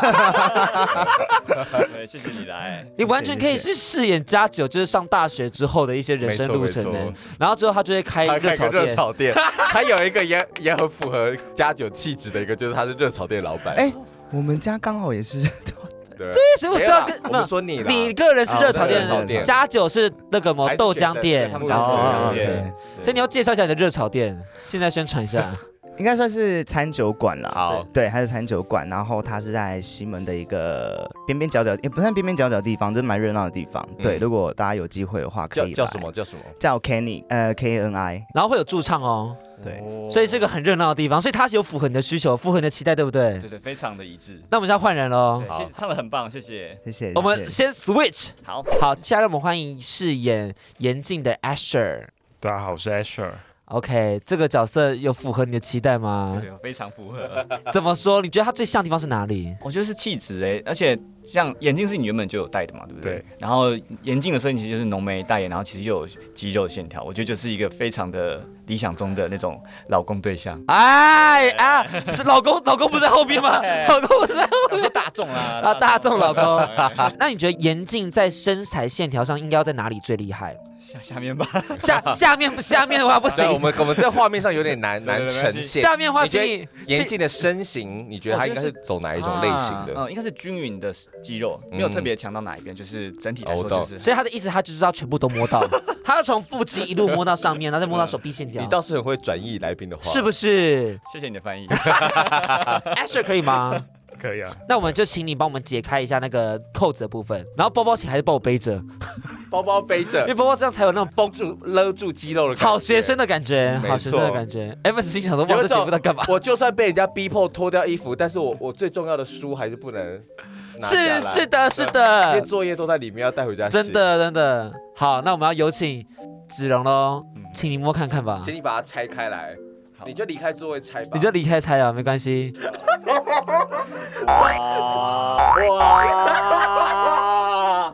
[SPEAKER 4] [laughs] 对，谢谢你来。
[SPEAKER 3] 你完全可以是饰演加九，就是上大学之后的一些人生路程
[SPEAKER 5] 没错
[SPEAKER 3] 呢
[SPEAKER 5] 没错。
[SPEAKER 3] 然后之后他就会开
[SPEAKER 5] 他
[SPEAKER 3] 热
[SPEAKER 5] 开
[SPEAKER 3] 炒
[SPEAKER 5] 个热
[SPEAKER 3] 店。
[SPEAKER 5] 炒店，他有一个也也很符合加九气质的一个，就是他是热炒店老板。
[SPEAKER 1] 哎、我们家刚好也是，
[SPEAKER 5] 对，
[SPEAKER 3] 对，所以我知道跟
[SPEAKER 5] 我
[SPEAKER 3] 没有
[SPEAKER 5] 们说你啦，
[SPEAKER 3] 你个人是热炒
[SPEAKER 1] 哦热炒
[SPEAKER 3] 店，
[SPEAKER 5] 店
[SPEAKER 3] 加九是那个什么
[SPEAKER 5] 还是
[SPEAKER 3] 豆浆
[SPEAKER 5] 学生对
[SPEAKER 3] 店
[SPEAKER 5] 他。们
[SPEAKER 4] 家是豆
[SPEAKER 1] 哦
[SPEAKER 4] 浆
[SPEAKER 1] ，OK，
[SPEAKER 4] 店
[SPEAKER 3] 所以你要介绍一下你的热炒店，现在宣传一
[SPEAKER 5] [laughs]
[SPEAKER 3] 下。
[SPEAKER 1] 应该算是餐酒馆啦。
[SPEAKER 5] 好
[SPEAKER 1] 对，它是餐酒馆，然后它是在西门的一个边边角角，也不算边边角角的地方，就是蛮热闹的地方。对，
[SPEAKER 5] 嗯
[SPEAKER 1] 如果大家有机会的话，可
[SPEAKER 5] 叫
[SPEAKER 1] 以
[SPEAKER 5] 叫
[SPEAKER 1] 来
[SPEAKER 5] 什么？叫什么？
[SPEAKER 1] 叫 Kenny，呃，K N I。
[SPEAKER 3] 然后会有驻唱哦，
[SPEAKER 1] 对，
[SPEAKER 3] 所以是个很热闹的地方，所以它是有符合你的需求，符合你的期待，对不对？
[SPEAKER 4] 对对，非常的一致。
[SPEAKER 3] 那我们现在换人喽
[SPEAKER 4] 对，，谢谢，唱的很棒，谢谢。
[SPEAKER 1] 谢谢。
[SPEAKER 3] 我
[SPEAKER 1] 谢
[SPEAKER 3] 们
[SPEAKER 1] 谢
[SPEAKER 3] 先 switch。
[SPEAKER 4] 好，
[SPEAKER 3] 好，接下来让我们欢迎饰演严静的 Asher。
[SPEAKER 6] 大家好，我是 Asher。
[SPEAKER 3] OK，这个角色有符合你的期待吗？
[SPEAKER 4] 对非常符合。
[SPEAKER 3] 怎么说？你觉得他最像的地方是哪里？。
[SPEAKER 4] 我觉得是气质哎，而且像眼镜是你原本就有戴的嘛，对不对？
[SPEAKER 6] 对
[SPEAKER 4] 然后眼镜的设计其实就是浓眉大眼，然后其实又有肌肉线条，我觉得就是一个非常的理想中的那种老公对象
[SPEAKER 3] 哎啊，是老公，老公不是在后边吗？老公不是在后
[SPEAKER 4] 我说大众啊
[SPEAKER 3] 啊，大众老公。那你觉得严静在身材线条上应该要在哪里最厉害？
[SPEAKER 4] 下下面吧，
[SPEAKER 3] 下下面下面的话不
[SPEAKER 5] 所以我
[SPEAKER 3] 行，
[SPEAKER 5] 们我们在画面上有点难
[SPEAKER 4] 对对
[SPEAKER 5] 难
[SPEAKER 4] 对
[SPEAKER 5] 呈现。
[SPEAKER 3] 下面的话
[SPEAKER 5] 你觉
[SPEAKER 3] 请
[SPEAKER 5] 得
[SPEAKER 3] 你
[SPEAKER 5] 严
[SPEAKER 3] 去
[SPEAKER 5] 静的身形，你觉得他应该是走哪一种类型
[SPEAKER 3] 哦
[SPEAKER 4] 啊
[SPEAKER 5] 的？嗯
[SPEAKER 4] 嗯，应该是均匀的肌肉，没有特别强到哪一边，就是整体来
[SPEAKER 5] 哦我
[SPEAKER 4] 说
[SPEAKER 5] 懂
[SPEAKER 4] 就是。
[SPEAKER 3] 所以他的意思，他就是要全部都摸
[SPEAKER 5] [laughs]
[SPEAKER 3] 到，他要从腹肌一路摸到上面，然后再摸到手臂线条
[SPEAKER 5] 你，倒是很会转译来宾的话，
[SPEAKER 3] 是不是
[SPEAKER 4] 谢谢你的翻译。
[SPEAKER 3] ？Asher 可以吗？
[SPEAKER 6] 可以啊，
[SPEAKER 3] 那我们就请你帮我们解开一下那个扣子的部分，然后包包请还是帮我背着，因
[SPEAKER 5] 包包背着
[SPEAKER 3] 为，包包这样才有那种
[SPEAKER 5] 绷住勒住肌肉的感觉
[SPEAKER 3] 好学生。的感觉，
[SPEAKER 5] 没错
[SPEAKER 3] 好学生的感觉。Evans 心想说，哇，
[SPEAKER 5] 有一
[SPEAKER 3] 这节
[SPEAKER 5] 种
[SPEAKER 3] 目在干嘛？
[SPEAKER 5] 我就算被人家逼迫脱掉衣服，但是我我最重要的书还是不能拿下来
[SPEAKER 3] 是是，的，是
[SPEAKER 5] [laughs] 因为
[SPEAKER 3] 的，
[SPEAKER 5] 作业都在里面要带回家。
[SPEAKER 3] 真，的真的。好，那我们要有请子荣喽，
[SPEAKER 5] 嗯
[SPEAKER 3] 请你摸看看吧
[SPEAKER 5] 请，你把它拆开来，你就离开座位拆吧。
[SPEAKER 3] 你就离开猜啊，没关系。
[SPEAKER 4] 哇，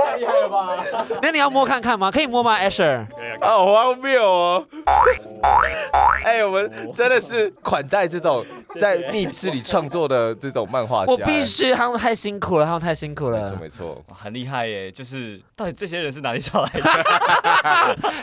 [SPEAKER 4] 太厉害了吧！
[SPEAKER 3] 那你要摸看看吗？可以摸吗，Asher？
[SPEAKER 6] 可以啊。
[SPEAKER 5] [laughs] 好荒谬哦！哎，我们真的是款待这种在密室里创作的这种漫画家，
[SPEAKER 3] 我必须，他们太辛苦了，他们太辛苦
[SPEAKER 5] 没错
[SPEAKER 3] 了。
[SPEAKER 5] 没错，
[SPEAKER 4] 哇很厉害耶！就是到底这些人是哪里找
[SPEAKER 5] 啊
[SPEAKER 4] 来的？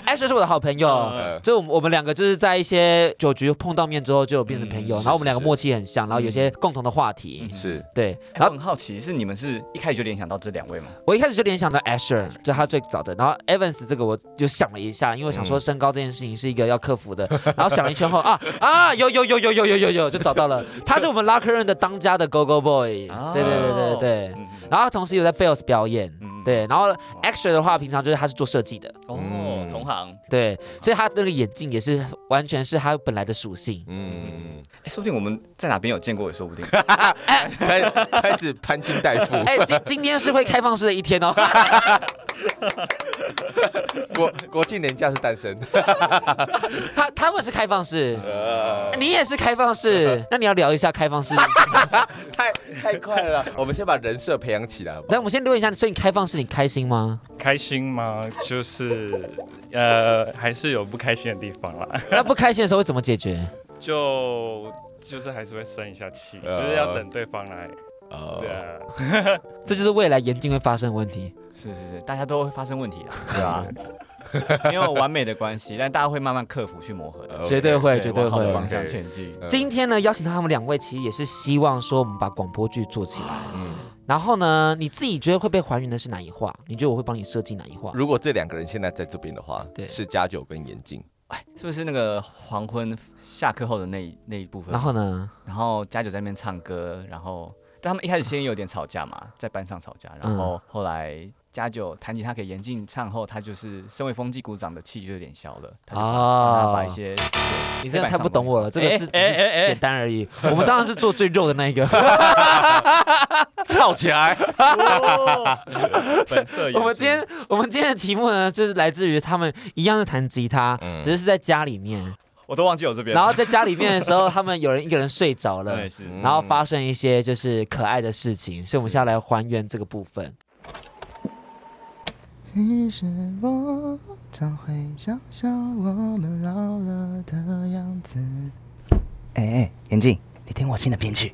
[SPEAKER 3] a s 是我的好朋友，
[SPEAKER 5] 呃，
[SPEAKER 3] 就我们我们两个就是在一些酒局碰到面之后就有变成朋友，
[SPEAKER 5] 嗯
[SPEAKER 3] 然后我们两个
[SPEAKER 5] 是是
[SPEAKER 3] 默契很像，然后有些共同的话题。
[SPEAKER 5] 是
[SPEAKER 3] 对，
[SPEAKER 4] 哎
[SPEAKER 3] 然
[SPEAKER 4] 我
[SPEAKER 3] 后
[SPEAKER 4] 很好奇，是你们是一开始就联想到这两位吗？
[SPEAKER 3] 我一开始就联想到 Asher，就他最早的，然后 Evans 这个我就想了一下，因为我
[SPEAKER 4] 嗯
[SPEAKER 3] 想说身高这件事情是一个要克服的，然后想了一圈后啊啊有有有有有有有有就找到了，他是我们拉克人的当家的 Go Go Boy，
[SPEAKER 4] 哦
[SPEAKER 3] 对对对对对，
[SPEAKER 4] 嗯
[SPEAKER 3] 然后他同时有在 Bells 表演，
[SPEAKER 4] 嗯，
[SPEAKER 3] 对，然后 Asher 的话平常就是他是做设计的，
[SPEAKER 4] 哦
[SPEAKER 5] 嗯，
[SPEAKER 4] 同行，
[SPEAKER 3] 对，所以他那个眼镜也是完全是他本来的属
[SPEAKER 4] [laughs]
[SPEAKER 3] 性。
[SPEAKER 5] 嗯，
[SPEAKER 4] 哎，说不定我们在哪边有见过，也说不定。
[SPEAKER 5] 开开始攀亲带富，
[SPEAKER 3] 哎，今今天是会开放式的一天哦，
[SPEAKER 5] [laughs] 国国庆年假是单身，
[SPEAKER 3] 他他们是开放式，
[SPEAKER 5] [laughs] 呃，
[SPEAKER 3] 你也是开放式，那你要聊一下开放式。
[SPEAKER 5] 太太快了，我们先把人设培养起来好不
[SPEAKER 3] 那
[SPEAKER 5] 好，
[SPEAKER 3] 我们先留言一下，所以你开放式你开心
[SPEAKER 4] [laughs]
[SPEAKER 3] 吗？
[SPEAKER 6] 开心吗？就是呃，还是有不开心的地方啦， [laughs]
[SPEAKER 3] 那不开心的时候会怎么解决？
[SPEAKER 6] 就就是还是会生一下气，就
[SPEAKER 5] 呃
[SPEAKER 6] 是要等对方来。
[SPEAKER 5] 哦
[SPEAKER 6] 对啊，
[SPEAKER 3] 这就是未来眼镜会发生的问题。
[SPEAKER 4] 是是是，大家都会发生问
[SPEAKER 3] [laughs]
[SPEAKER 4] 题的，啊对吧？没有完美的关系，但大家会慢慢克服去磨合的，
[SPEAKER 5] OK，
[SPEAKER 3] 绝对呃会，绝对
[SPEAKER 4] 往好的
[SPEAKER 3] 会
[SPEAKER 4] 方。向前进。
[SPEAKER 5] 呃
[SPEAKER 3] 今天呢，邀请到他们两位，其实也是希望说我们把广播剧做起
[SPEAKER 4] 啊
[SPEAKER 3] 来。
[SPEAKER 5] 嗯
[SPEAKER 3] 然后呢，你自己觉得会被还原的是哪一话？你觉得我会帮你设计哪一话？
[SPEAKER 5] 如果这两个人现在在这边的话，
[SPEAKER 3] 对
[SPEAKER 5] 是加九跟眼镜，
[SPEAKER 4] 哎，是不是那个黄昏下课后的那一那一部分？
[SPEAKER 3] 然后呢？
[SPEAKER 4] 然后家九在那边唱歌，然后但他们一开始先有点吵
[SPEAKER 3] [laughs]
[SPEAKER 4] 架嘛，在班上吵架，然
[SPEAKER 3] 嗯
[SPEAKER 4] 后后来家九弹吉他给严静唱后，他就是身为风纪股长的气就有点消了，他就把他
[SPEAKER 3] 哦
[SPEAKER 4] 把一些
[SPEAKER 3] 你真的太不懂我了，这个是只
[SPEAKER 4] 哎
[SPEAKER 3] 是
[SPEAKER 4] 哎哎
[SPEAKER 3] 简单而已。我们当然是做最肉的那一
[SPEAKER 4] [laughs]
[SPEAKER 3] 个，
[SPEAKER 5] 造起来，
[SPEAKER 6] 本色
[SPEAKER 3] 我们今天我们今天的题目呢，就是来自于他们一样是弹吉他，
[SPEAKER 5] 嗯
[SPEAKER 3] 只是是在家里面。
[SPEAKER 4] 我都忘记我这边了，
[SPEAKER 3] 然后在家里面的时候，他们有人一个人睡着了
[SPEAKER 4] 对，是
[SPEAKER 5] 嗯
[SPEAKER 3] 然后发生一些就是可爱的事情，所以我们现在来还原这个部分。
[SPEAKER 1] 其实我常会想象我们老了的样子。哎哎，眼镜，你听我新的编 [laughs] 曲。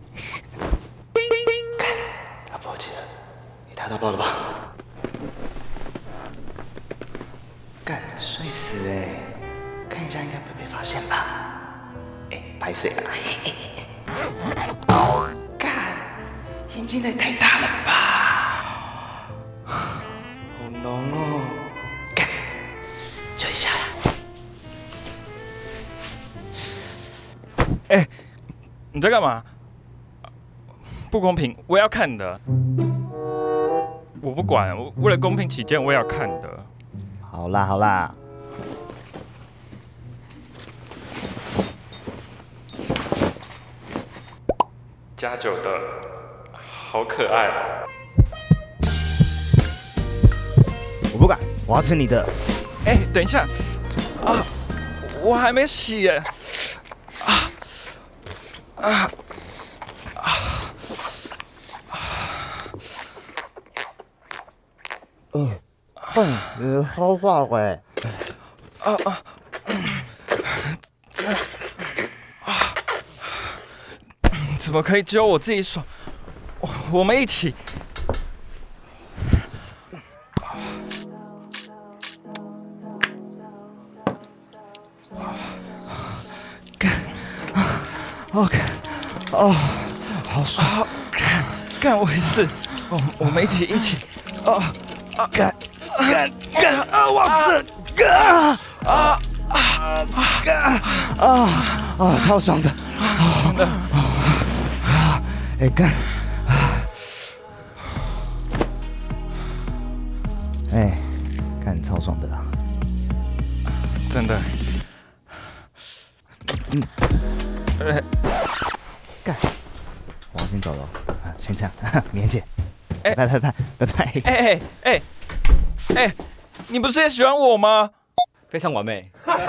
[SPEAKER 1] 大破解，你打到爆了吧？干，睡死哎、看一下，应该不会被发现吧？哎、白色啊！干，眼睛也太大了吧！好浓哦！干，就一下啦。
[SPEAKER 6] 你在干嘛？不公平，我要看的。我不管，我为了公平起见，我也要看的。
[SPEAKER 2] 好啦好啦，
[SPEAKER 6] 加九的好可爱，啊
[SPEAKER 2] 我不管，我要吃你的。
[SPEAKER 6] 哎、等一下啊，我还没洗耶。
[SPEAKER 2] 呃，好化回。
[SPEAKER 6] 怎么可以只有我自己爽？我我们一起。哦干，哦，干，哦，好爽！干，干，我也是。我我们一起一起。
[SPEAKER 1] 啊，超爽的，啊啊！哎干，哎，干超爽的
[SPEAKER 2] 啊
[SPEAKER 1] 啦！
[SPEAKER 6] 真的。
[SPEAKER 1] 我要先走了哦，啊先这样， [laughs] 明天见。
[SPEAKER 6] 哎
[SPEAKER 1] 拜拜拜拜拜。
[SPEAKER 6] 哎哎哎哎，你不是也喜欢我吗？
[SPEAKER 4] 非常完美，
[SPEAKER 5] 在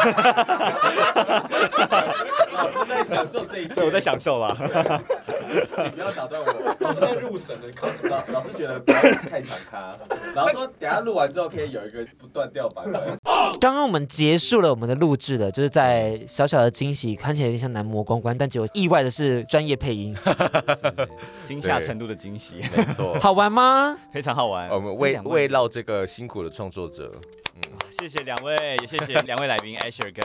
[SPEAKER 5] 享受这一切
[SPEAKER 4] 对，我在享受啦。
[SPEAKER 5] 你不要打断我，我现在入神了，靠老老师觉得不要太敞开，然后说等一下录完之后可以有一个不断掉版本。
[SPEAKER 3] 刚刚我们结束了我们的录制了，就是在小小的惊喜，看起来有点像男模公关，但结果意外的是专业配
[SPEAKER 4] [laughs]
[SPEAKER 3] 音，
[SPEAKER 4] 惊吓程度的惊喜，
[SPEAKER 5] 没 [laughs] 错。
[SPEAKER 3] 好玩吗？
[SPEAKER 4] 非常好玩。
[SPEAKER 5] 哦我们慰
[SPEAKER 4] 两
[SPEAKER 5] 慰
[SPEAKER 4] 位，
[SPEAKER 5] 劳这个辛苦的创作者，
[SPEAKER 4] 谢谢两位，也谢谢两位来宾 Asher
[SPEAKER 5] [laughs]
[SPEAKER 4] 跟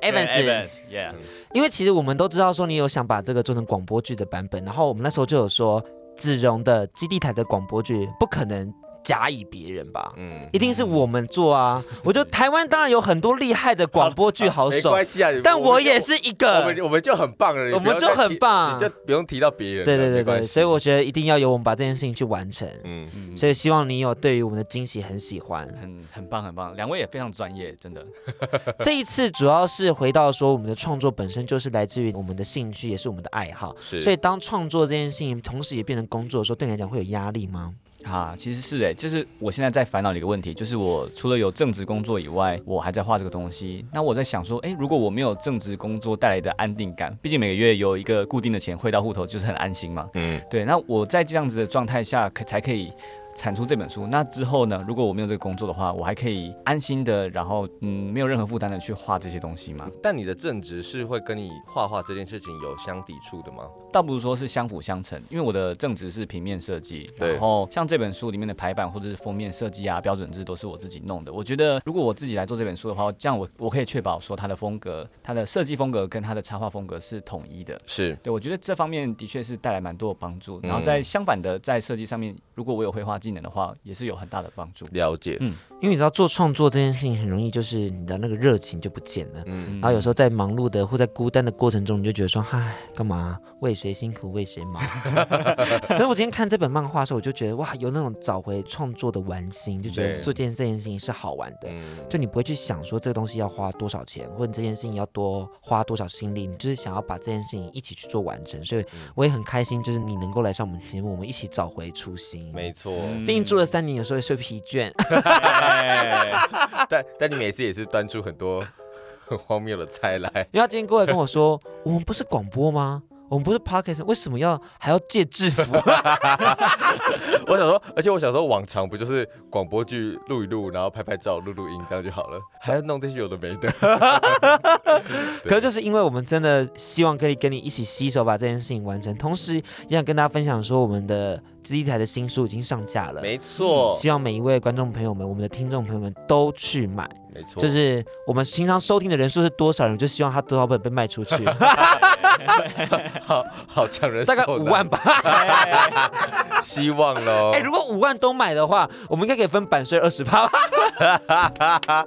[SPEAKER 3] Evans
[SPEAKER 4] Yeah，
[SPEAKER 3] 因为其实我们都知道说你有想把这个做成广播剧的版本，然后我们那时候就有说子荣的基地台的广播剧不可能假以别人吧。
[SPEAKER 5] 嗯，
[SPEAKER 3] 一定是我们做啊！我觉得台湾当然有很多厉害的广播剧好
[SPEAKER 5] 没
[SPEAKER 3] 手，
[SPEAKER 5] 关系啊，
[SPEAKER 3] 但我
[SPEAKER 5] 们就
[SPEAKER 3] 也是一
[SPEAKER 5] 我
[SPEAKER 3] 个
[SPEAKER 5] 们。我们就很棒了，你
[SPEAKER 3] 我们
[SPEAKER 5] 不用再
[SPEAKER 3] 就很
[SPEAKER 5] 提
[SPEAKER 3] 棒
[SPEAKER 5] 你就不用提到别人了，
[SPEAKER 3] 对对
[SPEAKER 5] 没
[SPEAKER 3] 对
[SPEAKER 5] 关
[SPEAKER 3] 对，
[SPEAKER 5] 系
[SPEAKER 3] 所以我觉得一定要由我们把这件事情去完成。
[SPEAKER 5] 嗯，
[SPEAKER 3] 所以希望你有对于我们的惊喜很喜欢。
[SPEAKER 5] [laughs]
[SPEAKER 4] 很很棒很棒，两位也非常专业，真的。
[SPEAKER 3] 这一次主要是回到说，我们的创作本身就是来自于我们的兴趣，也是我们的爱好。
[SPEAKER 5] 是，
[SPEAKER 3] 所以当创作这件事情，同时也变成工作的时候，对你来讲会有压力吗？
[SPEAKER 4] 啊，其实是哎，就是我现在在烦恼的一个问题，就是我除了有正职工作以外，我还在画这个东西。那我在想说，哎，如果我没有正职工作带来的安定感，毕竟每个月有一个固定的钱汇到户头，就是很安心嘛。
[SPEAKER 5] 嗯，
[SPEAKER 4] 对，那我在这样子的状态下，可才可以产出这本书。那之后呢，如果我没有这个工作的话，我还可以安心的，然后嗯，没有任何负担的去画这些东西嘛。
[SPEAKER 5] 但你的正职是会跟你画画这件事情有相抵触的吗？
[SPEAKER 4] 倒不如说是相辅相成，因为我的正职是平面设计，
[SPEAKER 5] 对
[SPEAKER 4] 然后像这本书里面的排版或者是封面设计啊、标准字都是我自己弄的。我觉得如果我自己来做这本书的话，这样我我可以确保说它的风格、它的设计风格跟它的插画风格是统一的。
[SPEAKER 5] 是，
[SPEAKER 4] 对，我觉得这方面的确是带来蛮多的帮助。
[SPEAKER 5] 嗯
[SPEAKER 4] 然后在相反的，在设计上面，如果我有绘画技能的话，也是有很大的帮助。
[SPEAKER 5] 了解，
[SPEAKER 3] 因为你知道做创作这件事情很容易，就是你的那个热情就不见了。
[SPEAKER 5] 嗯，
[SPEAKER 3] 然后有时候在忙碌的或在孤单的过程中，你就觉得说，嗨，干嘛为谁辛苦为谁忙？ [laughs] 可是我今天看这本漫画的时候，我就觉得哇，有那种找回创作的玩心，就觉得
[SPEAKER 5] 对
[SPEAKER 3] 做这件这件事情是好玩的。
[SPEAKER 5] 嗯，
[SPEAKER 3] 就你不会去想说这个东西要花多少钱，或者你这件事情要多花多少心力，你就是想要把这件事情一起去做完成。所以
[SPEAKER 5] 嗯
[SPEAKER 3] 我也很开心，就是你能够来上我们节目，我们一起找回初心。
[SPEAKER 5] 没嗯错，
[SPEAKER 3] 毕竟做了三年，有时候也是会疲倦。
[SPEAKER 5] 但但你每次也是端出很多 [laughs] 很荒谬的菜来， [laughs]
[SPEAKER 3] 因为他今天过来跟我说，我们不是广播吗？我们不是 podcast，为什么要还要借制服？
[SPEAKER 5] [laughs]
[SPEAKER 3] [laughs]
[SPEAKER 5] 我想说，而且我想说，往常不就是广播剧录一录，然后拍拍照、录录音这样就好了，还要弄这些有的没的， [laughs]
[SPEAKER 3] 可是就是因为我们真的希望可以跟你一起携手把这件事情完成，同时也想跟大家分享说，我们的第一台的新书已经上架了。
[SPEAKER 5] 没错，
[SPEAKER 3] 希望每一位观众朋友们，我们的听众朋友们都去买。
[SPEAKER 5] 没错，
[SPEAKER 3] 就是我们平常收听的人数是多少人，就希望他多少本被卖出
[SPEAKER 5] [laughs]
[SPEAKER 3] 去，
[SPEAKER 5] 好好强人，
[SPEAKER 3] 大概五万，吧。
[SPEAKER 5] 希望喽。
[SPEAKER 3] [laughs] 哎、如果五万都买的话，我们应该可以分版税二十趴吧？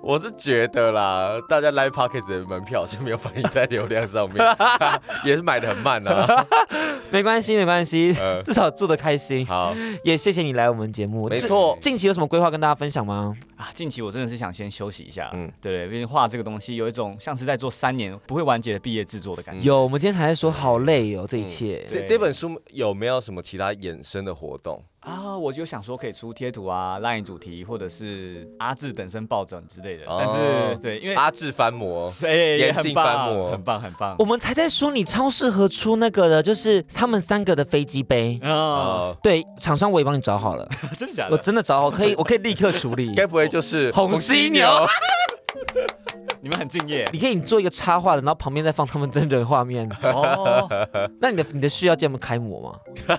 [SPEAKER 5] 我是觉得啦，大家 Live Pocket 的门票好像没有反映在流量上面， [laughs] 也是买的很慢
[SPEAKER 3] [laughs]
[SPEAKER 5] 啊。
[SPEAKER 3] 没关系，没关系，
[SPEAKER 5] 呃
[SPEAKER 3] 至少做的开心。
[SPEAKER 5] 好，
[SPEAKER 3] 也谢谢你来我们节目。
[SPEAKER 5] 没
[SPEAKER 3] 这
[SPEAKER 5] 错
[SPEAKER 3] 近期有什么规划跟大家分享吗？
[SPEAKER 4] 啊，近期我真的是想先休息一下，
[SPEAKER 5] 嗯
[SPEAKER 4] 嗯，对，因为画这个东西有一种像是在做三年不会完结的毕业制作的
[SPEAKER 5] 嗯
[SPEAKER 4] 感觉。
[SPEAKER 3] 有，我们今天还在说好累哦，这一切。
[SPEAKER 5] 这
[SPEAKER 4] 对
[SPEAKER 5] 这本书有没有什么其他衍生的活动？
[SPEAKER 4] 啊，我就想说可以出贴图啊、LINE 主题，或者是阿志等身抱枕之类的。但
[SPEAKER 5] 哦
[SPEAKER 4] 是对，因为
[SPEAKER 5] 阿志翻模，
[SPEAKER 4] 谁也
[SPEAKER 5] 严
[SPEAKER 4] 很
[SPEAKER 5] 禁翻
[SPEAKER 4] 棒，
[SPEAKER 5] 模
[SPEAKER 4] 很棒，很棒
[SPEAKER 3] 我。们才在说你超适合出那个的，就是他们三个的飞机杯。
[SPEAKER 4] 啊，
[SPEAKER 5] 哦，
[SPEAKER 3] 对，厂商我也帮你找好
[SPEAKER 5] [laughs]
[SPEAKER 3] 了，
[SPEAKER 4] [laughs] 真的假
[SPEAKER 3] 我
[SPEAKER 4] 的？
[SPEAKER 3] 真的找好，可以，我可以立刻处理。
[SPEAKER 5] 该不会就是
[SPEAKER 3] 红犀牛？
[SPEAKER 4] 你们很敬业
[SPEAKER 3] 你可以做一个插画的，然后旁边再放他们真人画
[SPEAKER 5] [laughs]
[SPEAKER 3] 面。
[SPEAKER 4] 哦。
[SPEAKER 3] 那你的你的需要叫他们开模吗
[SPEAKER 5] [laughs]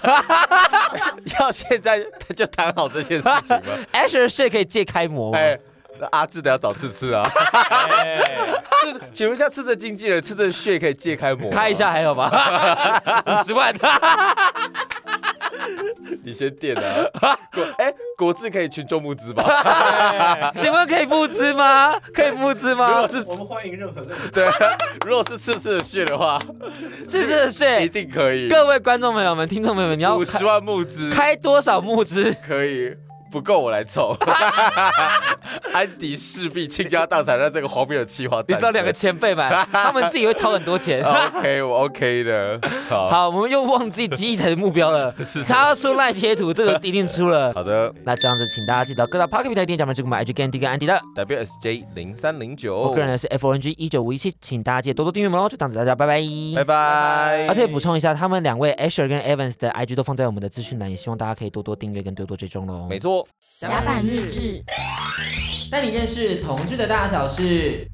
[SPEAKER 5] 要现在就谈好这件事情
[SPEAKER 3] [laughs]
[SPEAKER 5] 吗？
[SPEAKER 3] ？Asher 是可以借开模吗？
[SPEAKER 5] 哎，那阿志得要找次次啊。
[SPEAKER 3] 哎
[SPEAKER 5] 是请问一下，次次经纪人，次次血可以借开模？
[SPEAKER 3] 开一，下还有吧？五十万，
[SPEAKER 5] 你先垫
[SPEAKER 3] [laughs]
[SPEAKER 5] 啊。国哎，国志可以群众募资吧？
[SPEAKER 3] [laughs] 请问可以募资吗？可以募资
[SPEAKER 5] 哎如果
[SPEAKER 3] 吗？
[SPEAKER 5] 是
[SPEAKER 7] 我们欢迎任何的。
[SPEAKER 5] 对，如果是次次的血的话，
[SPEAKER 3] 是是
[SPEAKER 5] 一
[SPEAKER 3] 是，
[SPEAKER 5] 定可以。
[SPEAKER 3] 哎各位观众朋友们、听众朋友们，你要
[SPEAKER 5] 五
[SPEAKER 3] 开
[SPEAKER 5] 十万募资
[SPEAKER 3] 开多少募资？
[SPEAKER 5] 可以，不够我
[SPEAKER 3] [laughs]
[SPEAKER 5] 来凑。安迪势必倾家荡产让这个荒谬的计划诞
[SPEAKER 3] 你
[SPEAKER 5] 生。
[SPEAKER 3] 知道两个前
[SPEAKER 5] [laughs]
[SPEAKER 3] 辈们，他们自己会掏很多钱。
[SPEAKER 5] OK，我 OK 的。
[SPEAKER 3] [laughs]
[SPEAKER 5] 好
[SPEAKER 3] 好，我们又忘记第一台的目标
[SPEAKER 5] [laughs]
[SPEAKER 3] 了。他要出赖贴图，这个一定出了。
[SPEAKER 5] 好的
[SPEAKER 3] 那这样子，请大家记得各大 Pocket 平台店长们是购买 IG g a n d y 跟安迪的。
[SPEAKER 5] ，WSJ 零三零九，
[SPEAKER 3] 我个人是 F O N G 一九五一七，请大家记得多多订阅我们哦。就这样子，大家拜拜。
[SPEAKER 5] 拜拜。
[SPEAKER 3] 而且补充一下，他们两位 Asher 跟 Evans 的 IG 都放在我们的资讯栏，也希望大家可以多多订阅跟多多追踪喽。
[SPEAKER 5] 没错。
[SPEAKER 8] 甲板日志。
[SPEAKER 3] 带你认识同志的大小事。